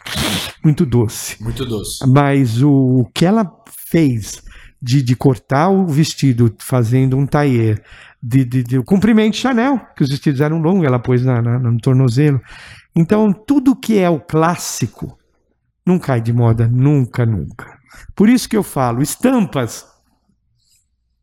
C: muito doce.
B: Muito doce.
C: Mas o, que ela fez de, de cortar o vestido fazendo um tailleur, de, de, de- o comprimento Chanel, que os vestidos eram longos, ela pôs na, na- no tornozelo. Então, tudo que é o clássico não cai de moda, nunca, nunca. Por isso que eu falo, estampas.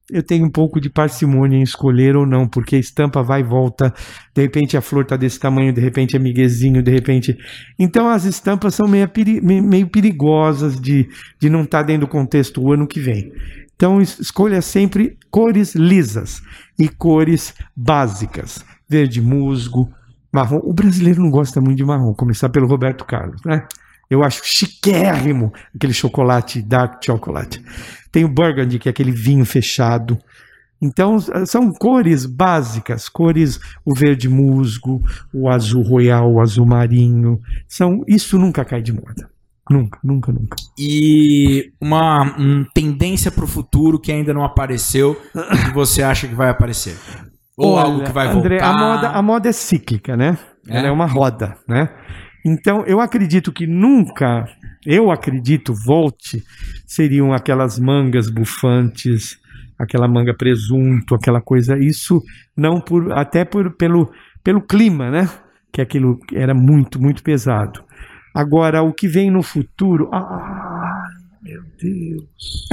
C: Eu tenho um pouco de parcimônia em escolher ou não, porque a estampa vai e volta. De repente a flor tá desse tamanho, de repente é miguezinho, de repente então as estampas são meio, peri- me- meio perigosas de, de não estar dentro do contexto o ano que vem. Então es- escolha sempre cores lisas e cores básicas. Verde musgo, marrom. O brasileiro não gosta muito de marrom, começar pelo Roberto Carlos, né? Eu acho chiquérrimo aquele chocolate, dark chocolate. Tem o burgundy, que é aquele vinho fechado. Então, s- são cores básicas, cores, o verde musgo, o azul royal, o azul marinho, são isso nunca cai de moda. Nunca, nunca, nunca.
B: E uma hum, tendência pro futuro que ainda não apareceu,
C: [coughs]
B: que você acha que vai aparecer? Ou
C: Olha,
B: algo que vai voltar?
C: André, a moda, a moda é cíclica, né?
B: É?
C: Ela é uma roda, né? Então, eu acredito que nunca, eu acredito, volte, seriam aquelas mangas bufantes, aquela manga presunto, aquela coisa, isso não por, até por, pelo, pelo clima, né? Que aquilo era muito, muito pesado. Agora, o que vem no futuro, ah, Meu Deus.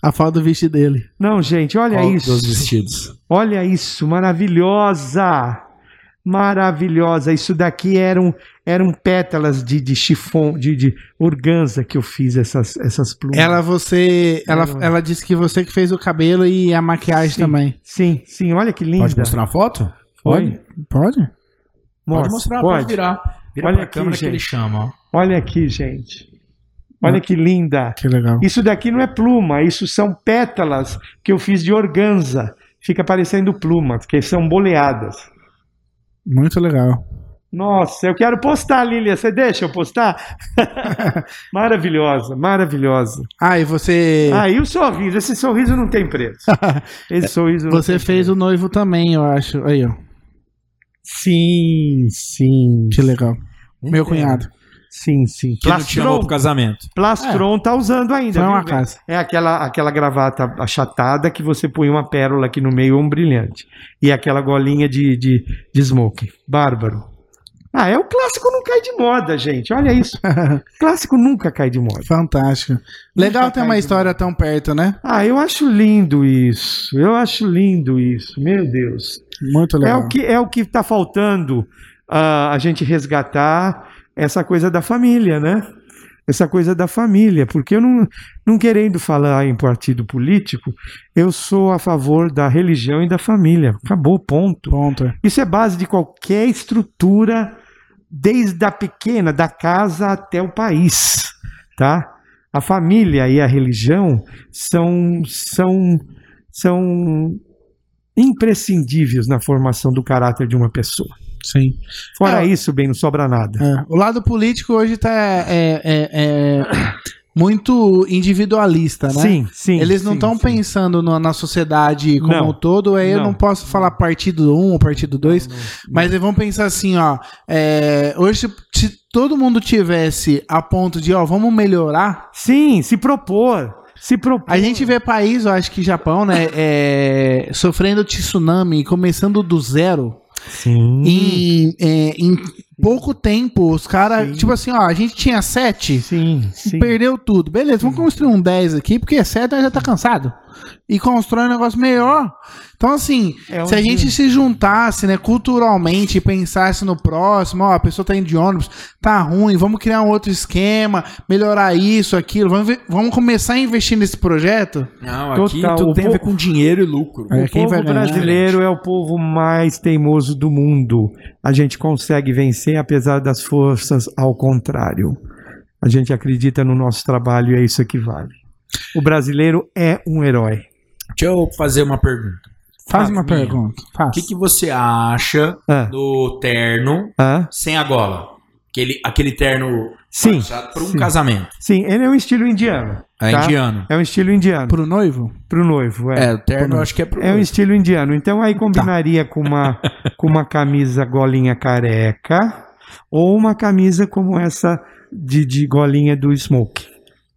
A: A foto do vestido dele.
C: Não, gente, olha
B: Qual
C: É isso.
B: dos vestidos.
C: Olha isso, maravilhosa! Maravilhosa! Isso daqui eram, eram pétalas de, de chifon, de, de organza que eu fiz essas, essas plumas.
A: Ela você. Ela,
C: Não.
A: ela disse que você que fez o cabelo e a maquiagem
C: Sim.
A: também.
C: Sim, sim, olha que linda.
B: Pode mostrar a foto?
C: Oi?
A: Pode?
B: Pode
C: Mostra,
B: mostrar, pode,
C: pode.
B: virar. Vira
C: Olha
B: pra
C: aqui,
B: câmera que
C: gente.
B: ele chama. ó.
C: Olha aqui, gente. Olha que linda.
A: Que legal.
C: Isso daqui não é pluma, isso são pétalas que eu fiz de organza. Fica parecendo pluma, que são boleadas.
A: Muito legal.
C: Nossa, eu quero postar, Lilia. Você deixa eu postar? [laughs] maravilhosa, maravilhosa.
A: Ah, e você.
C: Ah, e o sorriso? Esse sorriso não
A: [laughs]
C: tem preço. Esse sorriso. não
A: você
C: tem
A: fez
C: preço.
A: o noivo também, eu acho. Aí, ó.
C: Sim, sim.
A: Que legal. Meu cunhado.
C: Sim, sim.
B: Que não te chamou
C: Plastron,
B: pro casamento.
C: Plastron tá usando ainda.
A: É. Foi
C: viu,
A: uma
C: velho?
A: casa.
C: É aquela, aquela gravata achatada que você põe uma pérola aqui no meio, um brilhante. E aquela golinha de, de, de smoke. Bárbaro. Ah, é o clássico não cai de moda, gente. Olha isso. clássico nunca cai de moda.
A: Fantástico. Legal
C: Nunca
A: ter uma
C: cai de
A: história tão perto, né?
C: Ah, eu acho lindo isso. Eu acho lindo isso. Meu Deus.
A: Muito
C: É
A: legal.
C: o que é o que está faltando ah, a gente resgatar essa coisa da família, né? Essa coisa da família, porque eu não, não querendo falar em partido político, eu sou a favor da religião e da família. Acabou, ponto.
A: Ponto.
C: Isso é base de qualquer estrutura, desde a pequena, da casa até o país, tá? A família e a religião são, são, são imprescindíveis na formação do caráter de uma pessoa.
A: Sim.
C: Fora
A: É.
C: isso, bem, não sobra nada.
A: É, O lado político hoje tá é, é- é [coughs] muito individualista, né?
C: Sim, sim.
A: Eles não
C: sim,
A: estão
C: sim.
A: pensando no- na sociedade como
C: Não.
A: um todo, aí eu
C: Não.
A: não posso falar partido 1 ou partido 2, mas eles vão pensar assim, ó, é, hoje se, se todo mundo tivesse a ponto de, ó, vamos melhorar,
C: Sim, se propor. Se propor.
A: a gente vê país, eu acho que Japão,
C: [laughs]
A: né, é, sofrendo tsunami, começando do zero,
C: Sim.
A: em, é, em pouco tempo, os
C: Sim.
A: caras, tipo assim, ó, a gente tinha sete,
C: Sim, sim.
A: perdeu tudo. Beleza, vamos construir um 10 aqui, porque sete nós já tá cansado. E constrói um negócio melhor. Então, assim,
C: É
A: se a
C: onde-
A: gente se juntasse, né, culturalmente, e pensasse no próximo, ó, a pessoa tá indo de ônibus, tá ruim, vamos criar um outro esquema, melhorar isso, aquilo, vamos, ver- vamos começar a investir nesse projeto.
B: Não,
C: aqui
B: aqui
C: Total,
B: tudo
C: o
B: tem a ver
C: povo-
B: com dinheiro e lucro.
A: É,
C: O
A: quem
C: povo
A: vai ganhar?
C: brasileiro é o povo mais teimoso do mundo. A gente consegue vencer apesar das forças ao contrário. A gente acredita no nosso trabalho e é isso que vale. O brasileiro é um herói.
B: Deixa eu fazer uma pergunta.
A: Faz
B: Ah,
A: uma
B: minha.
A: pergunta.
B: O
A: Faz.
B: que, que você acha
C: Ah.
B: do terno
C: Hã?
A: Ah?
B: sem a gola? Aquele, aquele terno
C: Sim,
B: usado para um
C: sim.
B: casamento.
C: sim, ele é um estilo indiano.
B: É
C: Tá.
B: indiano.
C: É um estilo indiano
A: Pro noivo?
C: pro noivo. É,
B: É, o terno eu acho que é pro.
C: é um estilo indiano. Então aí combinaria com uma
A: Tá.
C: com uma camisa golinha careca ou uma camisa como essa de, de golinha do Smoke,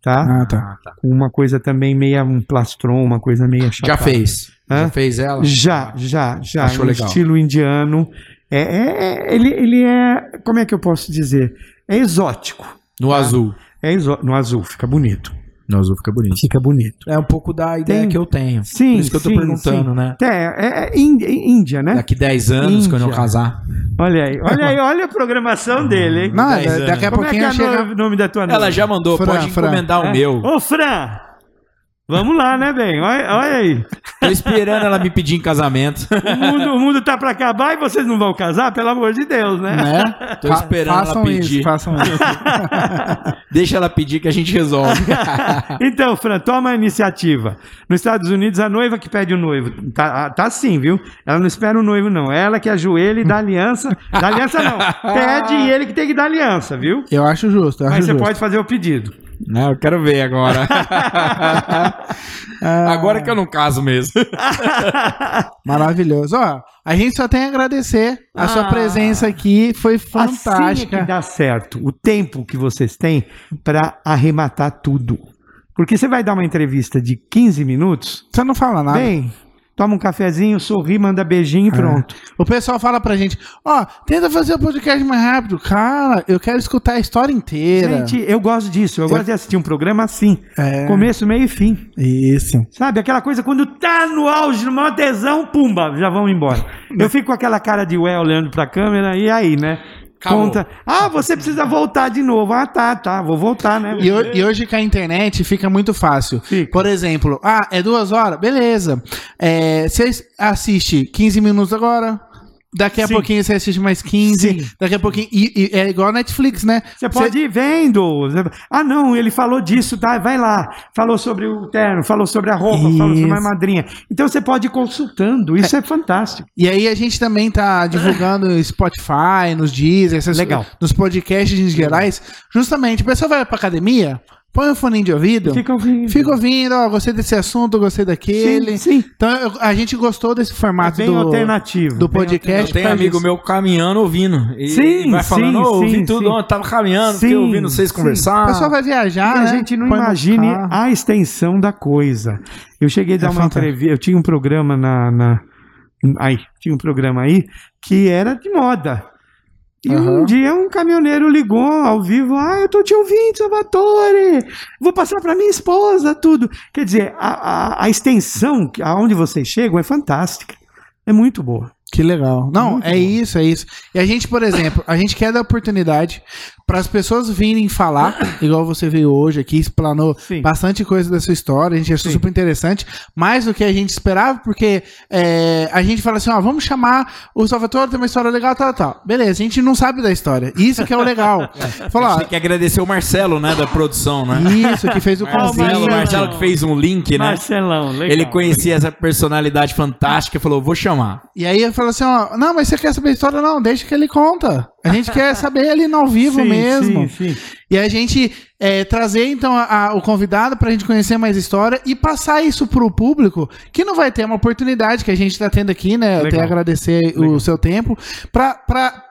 C: tá?
A: Ah, tá.
C: uma coisa também meia um plastron, uma coisa meia
B: Já
C: chata.
B: fez.
C: Hã?
B: Já fez ela?
C: Já, já, já.
B: Achou
C: um
B: legal.
C: estilo indiano. É, é- é- ele, ele é, como é que eu posso dizer? É exótico.
B: No azul.
C: É exó no azul, fica bonito.
B: No azul fica bonito.
C: Fica bonito.
B: É um pouco da ideia
C: Tem-
B: que eu tenho.
C: Sim,
B: Por isso que eu tô
C: sim,
B: perguntando, né?
C: É, é, é Índia, Índia, né?
B: Daqui 10 anos,
C: Índia.
B: quando eu casar.
C: Olha aí, olha aí, olha a
B: Hum.
C: programação dele, hein?
A: Ah, Não,
B: Dez
A: da-
B: anos.
A: daqui a
C: Como é que
A: pouquinho
C: é
A: eu
C: o
A: chego.
C: no- nome da tua noiva?
B: Ela já mandou,
A: Fran,
B: pode
A: Fran.
B: encomendar o meu.
C: Ô, Fran! Vamos lá, né, bem? Olha, olha aí.
B: Tô esperando ela me pedir em casamento.
C: O mundo, o mundo tá pra acabar e vocês não vão casar, pelo amor de Deus, né?
A: Né?
B: Tô
A: Fa-
B: esperando ela
A: façam
B: pedir.
A: Isso, façam isso.
B: Deixa ela pedir que a gente
C: [laughs]
B: resolve.
C: Então, Fran, toma a iniciativa. Nos Estados Unidos, a noiva que pede o noivo. Tá, tá assim, viu? Ela não espera o noivo, não. Ela que ajoelha e dá aliança. Dá aliança, não. Pede e ele que tem que dar aliança, viu?
A: Eu acho justo, eu acho
C: Mas você
A: Tá justo.
C: pode fazer o pedido.
B: Não, Né, eu quero ver
C: [laughs]
B: agora.
C: Ah.
B: agora é que eu não caso mesmo.
A: É. Maravilhoso. Ó, a gente só tem a agradecer a
C: Ah.
A: sua presença aqui, foi
C: Assim é que
A: fantástica.
C: dá certo. O tempo que vocês têm para arrematar tudo. Porque você vai dar uma entrevista de 15 minutos.
A: Você não fala nada.
C: Bem, toma um cafezinho, sorri, manda beijinho e
A: É.
C: pronto.
A: O pessoal fala pra gente, ó, tenta fazer o podcast mais rápido. Cara, eu quero escutar a história inteira.
C: Gente, eu gosto disso. Eu, gosto de assistir um programa assim.
A: É.
C: Começo, meio e fim.
A: Isso.
C: Sabe? Aquela coisa quando tá no auge, no maior tesão, pumba, já vamos embora. Eu fico com aquela cara de ué olhando pra câmera e aí, né?
B: Acabou.
C: Conta. Ah, você precisa voltar de novo. Ah, tá, tá. Vou voltar, né?
A: E, ho- e hoje com a internet fica muito fácil.
C: Fica.
A: Por exemplo, ah, é duas horas? Beleza. É, Você assiste 15 minutos agora. Daqui a
C: Sim.
A: pouquinho você assiste mais 15.
C: Sim.
A: Daqui a pouquinho. E, e é igual Netflix, né?
C: Você pode ir vendo. Ah, não, ele falou disso, tá? Vai lá. Falou sobre o terno, falou sobre a roupa, falou sobre a
A: Isso.
C: madrinha. Então você pode ir consultando. Isso é, fantástico.
A: E aí a gente também
C: [laughs]
A: tá divulgando no Spotify, nos Deezer, essas,
C: Legal.
A: nos podcasts em gerais. Justamente, o pessoal vai pra academia, põe o fone de ouvido, Então, fica,
C: Fica ouvindo.
A: ouvindo, ó, gostei desse assunto, gostei daquele.
C: Sim, sim.
A: Então eu- a gente gostou desse
C: É
A: formato
C: bem
A: do,
C: alternativo.
A: do
C: Bem
B: Eu
A: podcast.
B: tenho
A: pra
B: amigo
A: isso.
B: meu caminhando ouvindo. E
C: Sim,
B: e vai
C: sim,
B: falando, "Ô, ouvi
C: sim,
B: tudo,
C: sim.
B: ó, eu tava caminhando, fiquei
C: Sim,
B: ouvindo vocês
C: sim.
B: conversar.
A: O pessoal vai viajar,
C: E a
A: né?
C: Ah, gente não
A: Põe no
C: imagine
A: carro.
C: a extensão da coisa. Eu cheguei a dar
A: É
C: uma
A: fantástico.
C: entrevista, eu tinha um programa na, na- ai, tinha um programa aí que era de moda. E um
A: Aham.
C: dia um caminhoneiro ligou ao vivo, ah, eu tô te ouvindo, Salvatore, vou passar pra minha esposa, tudo. Quer dizer, a, a- a extensão que- aonde vocês chegam é fantástica, é muito boa.
A: Que legal. Não,
C: Muito
A: é
C: bom.
A: isso, é isso. E a gente, por exemplo, a gente quer dar oportunidade para as pessoas virem falar, igual você veio hoje aqui, explanou
C: Sim.
A: bastante coisa da sua história, a gente achou
C: Sim.
A: super interessante, mais do que a gente esperava, porque é, a gente fala assim, ó, vamos chamar o Salvatore, tem uma história legal, tal, tal. Beleza, a gente não sabe da história. Isso que é o
C: [laughs]
A: legal.
B: A gente
A: Falar,
B: tem que agradecer o Marcelo, né, da produção, né?
A: isso que
C: É.
A: fez o
B: Marcelo,
A: convite.
C: Marcelo.
B: Marcelo que fez um link, né?
C: Marcelão, legal.
B: Ele conhecia essa personalidade fantástica e falou: vou chamar.
A: E aí eu falo assim, ó, não, mas você quer saber a história? Não, deixa que ele conta. A
C: [laughs]
A: gente quer saber ali no ao vivo
C: Sim,
A: mesmo.
C: sim, sim.
A: E a gente é, trazer, então, a- a- o convidado para a gente conhecer mais história e passar isso para o público, que não vai ter uma oportunidade que a gente está tendo aqui, né? Eu até
C: Legal.
A: agradecer o seu tempo, para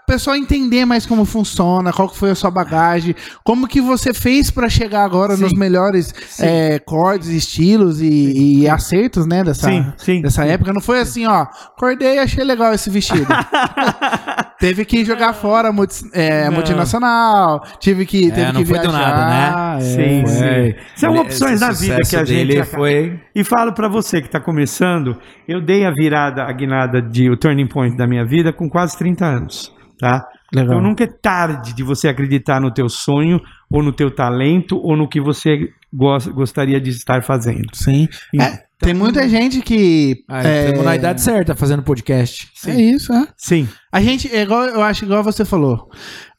A: o pessoal entender mais como funciona, qual que foi a sua bagagem, como que você fez para chegar agora nos melhores é, cordes, estilos e, e acertos, né? Dessa,
C: Sim, sim.
A: dessa época. Não foi assim, ó, acordei e achei legal esse
B: [laughs]
A: vestido. Teve que jogar fora a multi- é, multinacional, tive que, teve
B: É, não
A: que
B: foi do
A: viajar.
B: nada, né?
A: é.
C: Sim, sim.
B: Foi.
C: São
B: Ele-
C: opções
B: esse
C: da vida
B: sucesso
C: que a gente
B: dele
C: acaba-
B: foi.
C: E falo pra você que está começando, eu dei a virada, a guinada de o turning point da minha vida com quase 30 anos, tá?
A: Legal.
C: Então nunca é tarde de você acreditar no teu sonho ou no teu talento ou no que você gos- gostaria de estar fazendo.
A: Sim.
B: então,
A: É, tem muita gente que.
B: Ah,
A: é,
B: estamos na idade certa fazendo podcast.
A: é isso, é.
C: Sim,
A: A gente, é igual, eu acho, igual você falou.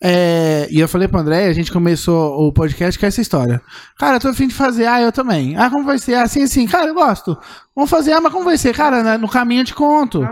A: É, e eu falei pro André, a gente começou o podcast com essa história. Cara, eu tô afim de fazer, ah, eu também. Ah, como vai ser? Ah, sim, sim. Cara, eu gosto. Vamos fazer, ah, mas como vai ser? Cara, na- no caminho eu te conto.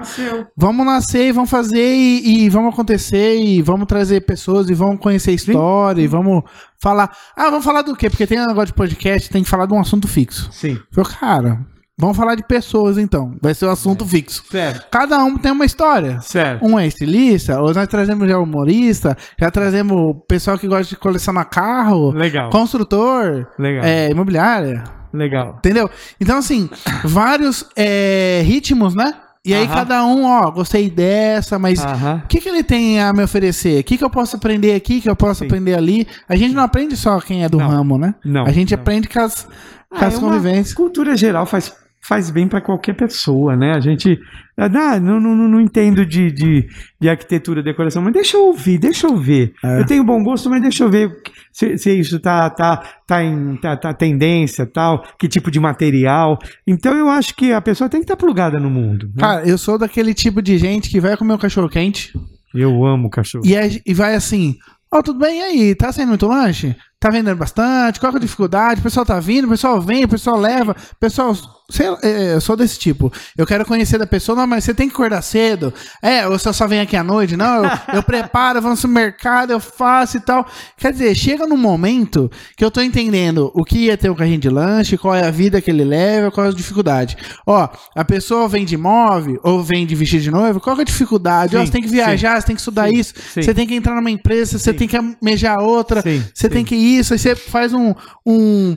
A: Vamos nascer e vamos fazer e, e vamos acontecer e vamos trazer pessoas e vamos conhecer a história e vamos falar. Ah, vamos falar do quê? Porque tem um negócio de podcast, tem que falar de um assunto fixo.
C: sim.
A: Eu falei, cara, vamos falar de pessoas então. Vai ser o assunto fixo.
C: Certo,
A: Cada um tem uma história.
C: certo.
A: Um é estilista, hoje nós trazemos já humorista, já trazemos o pessoal que gosta de colecionar carro,
C: Legal,
A: construtor,
C: legal,
A: é, imobiliária.
C: legal.
A: Entendeu? Então, assim, vários é, ritmos, né? E aí
C: Aham. Ah.
A: cada um, ó, gostei dessa, mas
C: Aham.
A: o que, que ele tem a me oferecer? O que, que eu posso aprender aqui, o que eu posso
C: Sim.
A: aprender ali? A gente não aprende só quem é do
C: Não.
A: ramo, né?
C: Não,
A: A gente
C: não.
A: aprende com as, com
C: Ah,
A: as
C: é uma
A: convivências.
C: Cultura geral faz, faz bem para qualquer pessoa, né? A gente. Ah, não, não, não, não entendo de, de, de arquitetura, decoração, mas deixa eu ouvir, deixa eu ver.
A: É.
C: Eu tenho bom gosto, mas deixa eu ver se, se isso tá, tá, tá em tá, tá tendência, tal, que tipo de material. Então eu acho que a pessoa tem que estar plugada no mundo. né?
A: Cara, eu sou daquele tipo de gente que vai comer um cachorro quente
C: eu amo cachorro.
A: e, é- e vai assim. Ó, tudo bem? E aí? Tá saindo muito lanche? Tá vendendo bastante? Qual que é a dificuldade? O pessoal tá vindo, o pessoal vem, o pessoal leva. o Pessoal, sei lá, é, eu sou desse tipo. Eu quero conhecer da pessoa, não, mas você tem que acordar cedo. É, ou você só vem aqui à noite? Não,
C: [laughs]
A: eu, eu preparo, eu vou no supermercado, eu faço e tal. Quer dizer, chega num momento que eu tô entendendo o que ia ter o carrinho de lanche, qual é a vida que ele leva, qual é a dificuldade. Ó, a pessoa vem de imóvel ou vem de vestido de noivo, qual que é a dificuldade? Ó,
C: Sim,
A: você tem que
C: sim.
A: viajar, você tem que estudar isso,
C: sim.
A: você tem que entrar numa empresa, você tem que almejar outra,
C: Sim,
A: você tem que
C: [coughs]
A: isso, aí você faz um, um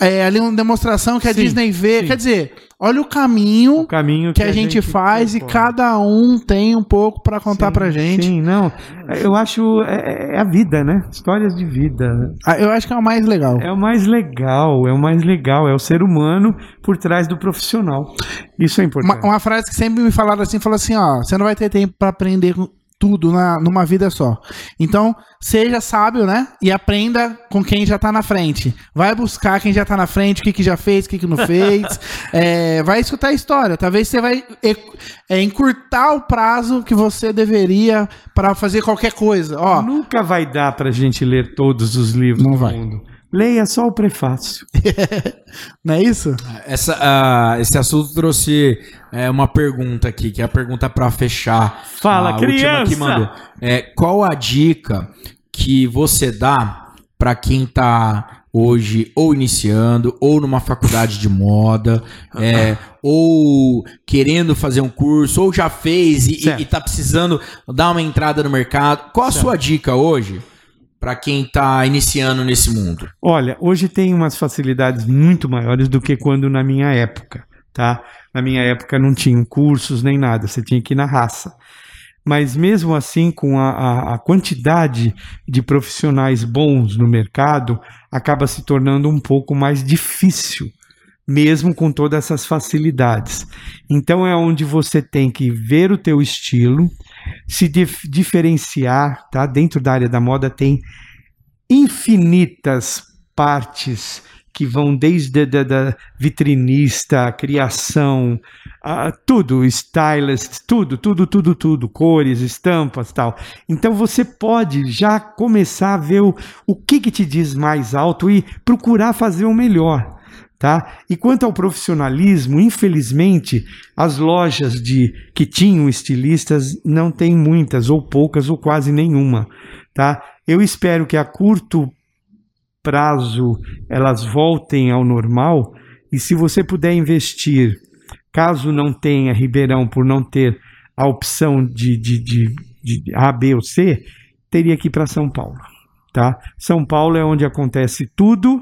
A: é, ali uma demonstração que a
C: Sim,
A: Disney vê.
C: sim.
A: Quer dizer, Olha o caminho
C: O caminho
A: que a gente faz e
C: percorre.
A: cada um tem um pouco pra contar
C: Sim,
A: pra gente.
C: Sim, não. Eu acho. É, é a vida, né? Histórias de vida.
A: Ah, Eu acho que é o mais legal.
C: É o mais legal, é o mais legal. É o ser humano por trás do profissional. Isso é
A: Uma,
C: importante.
A: uma frase que sempre me falaram assim, falou assim, ó, você não vai ter tempo pra aprender com- tudo na, numa vida só. Então, seja sábio, né? E aprenda com quem já tá na frente. Vai buscar quem já tá na frente, o que, que já fez, o que, que não fez.
C: [laughs]
A: É, vai escutar a história. Talvez você vai e- é, encurtar o prazo que você deveria pra fazer qualquer coisa. Ó,
C: Nunca vai dar pra gente ler todos os livros
A: Não
C: do
A: vai.
C: mundo. Leia só o prefácio.
A: não é isso?
B: Essa, ah, esse assunto trouxe é, uma pergunta aqui, que é a pergunta pra fechar.
C: Fala,
B: a
C: criança!
B: que mandou. É, qual a dica que você dá pra quem tá hoje ou iniciando, ou numa faculdade de moda,
C: [laughs]
B: é, ou querendo fazer um curso, ou já fez e, e,
C: Certo.
B: e tá precisando dar uma entrada no mercado? Qual a sua dica hoje pra quem tá iniciando nesse mundo?
C: Olha, hoje tem umas facilidades muito maiores do que quando na minha época, tá? Na minha época não tinham cursos nem nada, você tinha que ir na raça. Mas mesmo assim, com a, a- a quantidade de profissionais bons no mercado, acaba se tornando um pouco mais difícil, mesmo com todas essas facilidades. Então é onde você tem que ver o teu estilo, se dif- diferenciar, tá? Dentro da área da moda tem infinitas partes que vão desde da, da vitrinista, criação, ah, tudo, stylist, tudo, tudo, tudo, tudo, cores, estampas, tal. Então você pode já começar a ver o, o que, que te diz mais alto e procurar fazer o melhor. Tá? E quanto ao profissionalismo, infelizmente, as lojas de que tinham estilistas não tem muitas, ou poucas, ou quase nenhuma. Tá? Eu espero que a curto prazo elas voltem ao normal. E se você puder investir, caso não tenha Ribeirão por não ter a opção de, de, de- de A, B ou C, teria que ir para São Paulo. Tá? São Paulo é onde acontece tudo,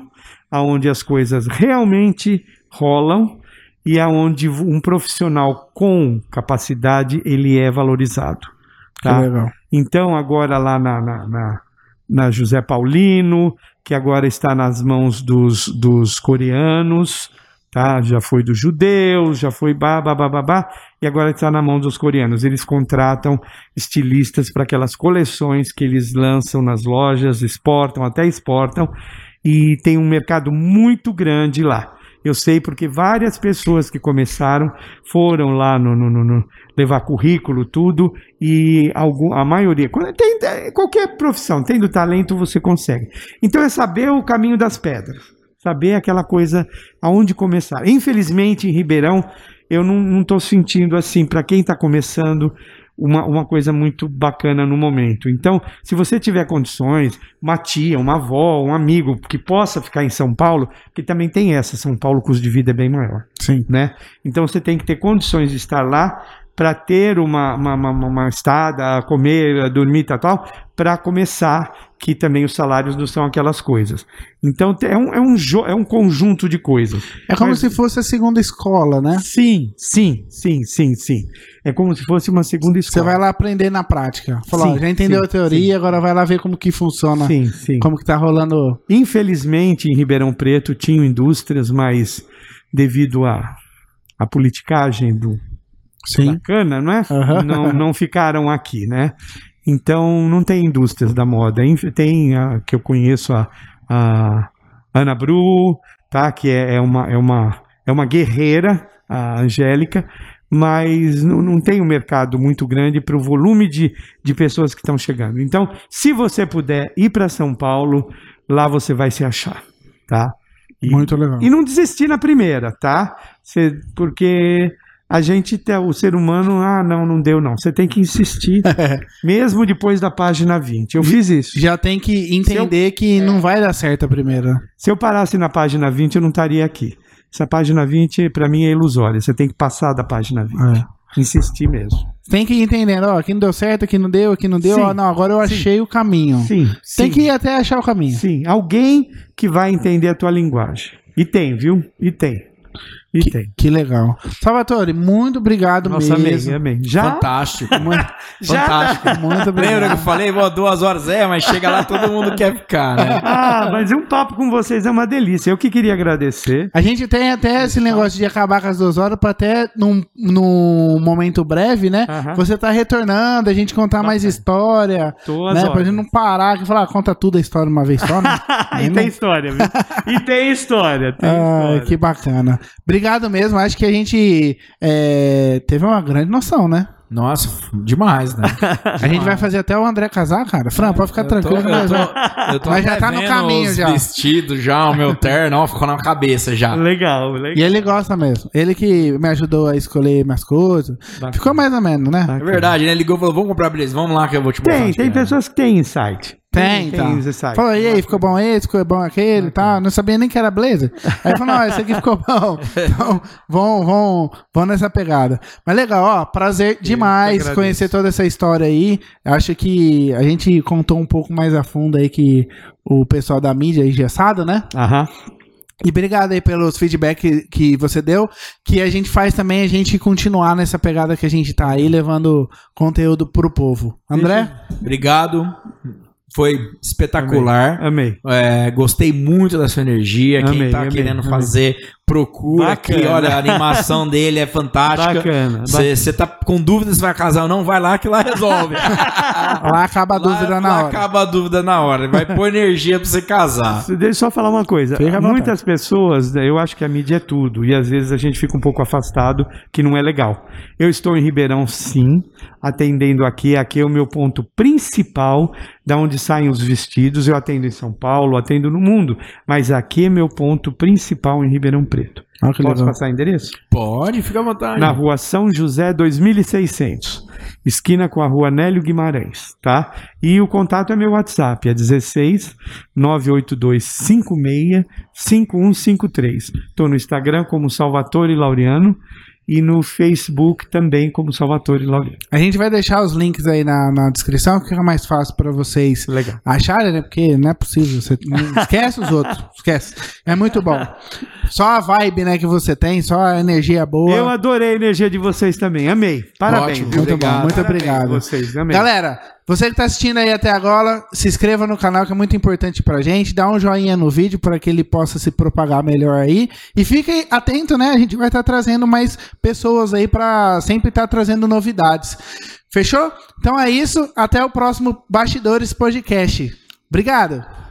C: aonde as coisas realmente rolam e aonde um profissional com capacidade ele é valorizado. Tá?
A: Que legal.
C: Então, agora lá na, na, na- na José Paulino, que agora está nas mãos dos, dos coreanos, tá? Já foi dos judeus, já foi bá, bá, bá, bá, bá, e agora está na mão dos coreanos. Eles contratam estilistas para aquelas coleções que eles lançam nas lojas, exportam, até exportam, e tem um mercado muito grande lá. Eu sei porque várias pessoas que começaram foram lá no- no- no- no levar currículo, tudo, e algum, a maioria. quando Tem, tem- qualquer profissão, tendo talento, você consegue. Então é saber o caminho das pedras. Saber aquela coisa aonde começar. Infelizmente, em Ribeirão, eu não estou sentindo assim, para quem está começando, uma, uma coisa muito bacana no momento. Então, se você tiver condições, uma tia, uma avó, um amigo que possa ficar em São Paulo, que também tem essa, São Paulo o custo de vida é bem maior
A: Sim.
C: né? Então você tem que ter condições de estar lá para ter uma, uma, uma, uma- uma estada, comer, dormir, tal, tal, para começar, que também os salários não são aquelas coisas. Então te- é um, é um, jo- é um conjunto de coisas.
A: É como
C: Mas-
A: se fosse a segunda escola, né?
C: Sim, sim, sim, sim, sim. É como se fosse uma segunda
A: Você
C: escola.
A: vai lá aprender na prática. Falar,
C: Sim,
A: já entendeu
C: sim,
A: a teoria, agora vai lá ver como que funciona.
C: Sim, sim.
A: Como que tá rolando.
C: Infelizmente, em Ribeirão Preto tinham indústrias, mas devido à à politicagem do
A: Sim.
C: bacana, não é?
A: Aham.
C: Não, não ficaram aqui, né? Então, não tem indústrias da moda. Inf- Tem a que eu conheço a, a Ana Bru, tá? Que é, é uma, é, uma, é uma guerreira, a Angélica, mas não, não tem um mercado muito grande para o volume de, de pessoas que estão chegando. Então, se você puder ir para São Paulo, lá você vai se achar, tá? E-
A: Muito legal.
C: e não desistir na primeira, tá? Cê- porque a gente, tá- o ser humano, ah, não, não deu não. Você tem que insistir, mesmo depois da página 20. Eu fiz isso.
A: Já tem que entender que
B: É.
A: não vai dar certo a primeira.
C: Se eu parasse na página 20, eu não estaria aqui. Essa página 20, pra mim, é ilusória. Você tem que passar da página 20. Insistir mesmo.
A: Tem que ir entendendo, ó, aqui não deu certo, aqui não deu, aqui não deu,
C: Sim.
A: ó, não, agora eu
C: Sim.
A: achei o caminho.
C: Sim,
A: Tem que ir até achar o caminho.
C: Sim, alguém que vai entender a tua linguagem. E tem, viu? E tem. E
A: Que,
C: tem.
A: que legal. Salvatore, muito obrigado
C: Nossa, amém,
A: mesmo.
C: amém. Já,
B: Fantástico.
A: Muito,
C: [laughs] já
B: Fantástico. [laughs]
A: muito
B: Lembra que eu
A: obrigado.
B: falei, vou duas horas é, mas chega lá todo mundo quer ficar, né?
C: Ah, mas um papo com vocês é uma delícia. Eu que queria agradecer.
A: A gente tem até esse negócio de acabar com as duas horas para até num, num momento breve, né?
C: Aham.
A: Você tá retornando, a gente contar mais história,
C: Tô às
A: né? Pra
C: ordens.
A: gente não parar aqui e falar, "Ah, conta tudo a história uma vez
B: [laughs]
A: só, né?
C: e tem história, viu? E tem história, tem
A: Ah,
C: história.
A: que bacana. Obrigado mesmo. Acho que a gente é, teve uma grande noção, né?
B: Nossa, demais, né?
A: A gente vai fazer até o André casar, cara. Fran, pode ficar tranquilo. que nós vamos-
B: eu
A: Mas já
B: até
A: tá no
B: vendo
A: caminho,
B: os
A: já.
B: vestidos já, o meu terno, ó, ficou na cabeça já.
C: Legal, legal.
A: tá. E é ele gosta mesmo. Ele que me ajudou a escolher minhas coisas.
C: Bacana.
A: Ficou mais ou menos, né?
B: É verdade, né? Ligou e falou, vamos comprar beleza, vamos lá que eu vou te mostrar.
C: Tem,
B: onde
C: tem
B: que é.
C: pessoas que têm insight.
A: Tem,
C: Tem
A: então.
C: insight.
A: Falou, e aí, ficou bom esse, ficou bom aquele e tal. Não sabia nem que era blazer. Aí falou, não, esse aqui ficou bom. Então, vão, vão, vão nessa pegada. Mas legal, ó, prazer demais
C: agradeço.
A: conhecer toda essa história aí. Acho que a gente contou um pouco mais a fundo aí que o pessoal da mídia é engessado, né?
C: Aham.
A: E obrigado aí pelos feedback que- que você deu, que a gente faz também a gente continuar nessa pegada que a gente tá aí, levando conteúdo pro povo. André?
B: Obrigado, foi espetacular.
C: Amei.
B: É, gostei muito da sua energia. Quem
C: Amei,
B: tá
C: amei,
B: querendo
C: amei.
B: fazer, procura aqui.
C: Bacana.
B: Olha, a animação dele é fantástica.
C: Bacana. bacana.
B: Você tá com dúvida se vai casar ou não, vai lá que lá
C: [laughs]
B: resolve.
A: Lá acaba a dúvida
B: lá,
A: na
B: lá
A: hora.
B: acaba a dúvida na hora. Vai pôr energia pra você casar.
C: Deixa eu só falar uma coisa.
A: Fica à vontade.
C: Muitas pessoas, né, eu acho que a mídia é tudo, e às vezes a gente fica um pouco afastado, que não é legal. Eu estou em Ribeirão, sim, atendendo aqui. Aqui é o meu ponto principal, da onde saem os vestidos. Eu atendo em São Paulo, atendo no mundo, mas aqui é meu ponto principal em Ribeirão Preto.
A: Olha que
C: Posso
A: legal.
C: passar endereço?
B: Pode, fica à vontade.
C: na rua São José 2600, esquina com a rua Nélio Guimarães, tá? E o contato é meu WhatsApp, é 16 982 56 5153. Tô no Instagram como Salvatore Laureano e no Facebook também como Salvatore Laureano.
A: A gente vai deixar os links aí na, na descrição, que fica mais fácil pra vocês
C: Legal.
A: acharem, né? Porque não é possível. Você não [laughs] esquece os outros. Esquece. É muito bom. Só a vibe, né, que você tem, só a energia boa.
C: Eu adorei a energia de vocês também, amei. Parabéns.
B: Ótimo,
C: viu?
A: muito bom, muito
C: Parabéns
A: obrigado.
C: Vocês, amei.
A: Galera, você que tá assistindo aí até agora, se inscreva no canal que é muito importante pra gente, dá um joinha no vídeo para que ele possa se propagar melhor aí e fique atento, né? A gente vai estar trazendo mais pessoas aí pra sempre estar trazendo novidades. Fechou? Então é isso, até o próximo Bastidores Podcast. Obrigado.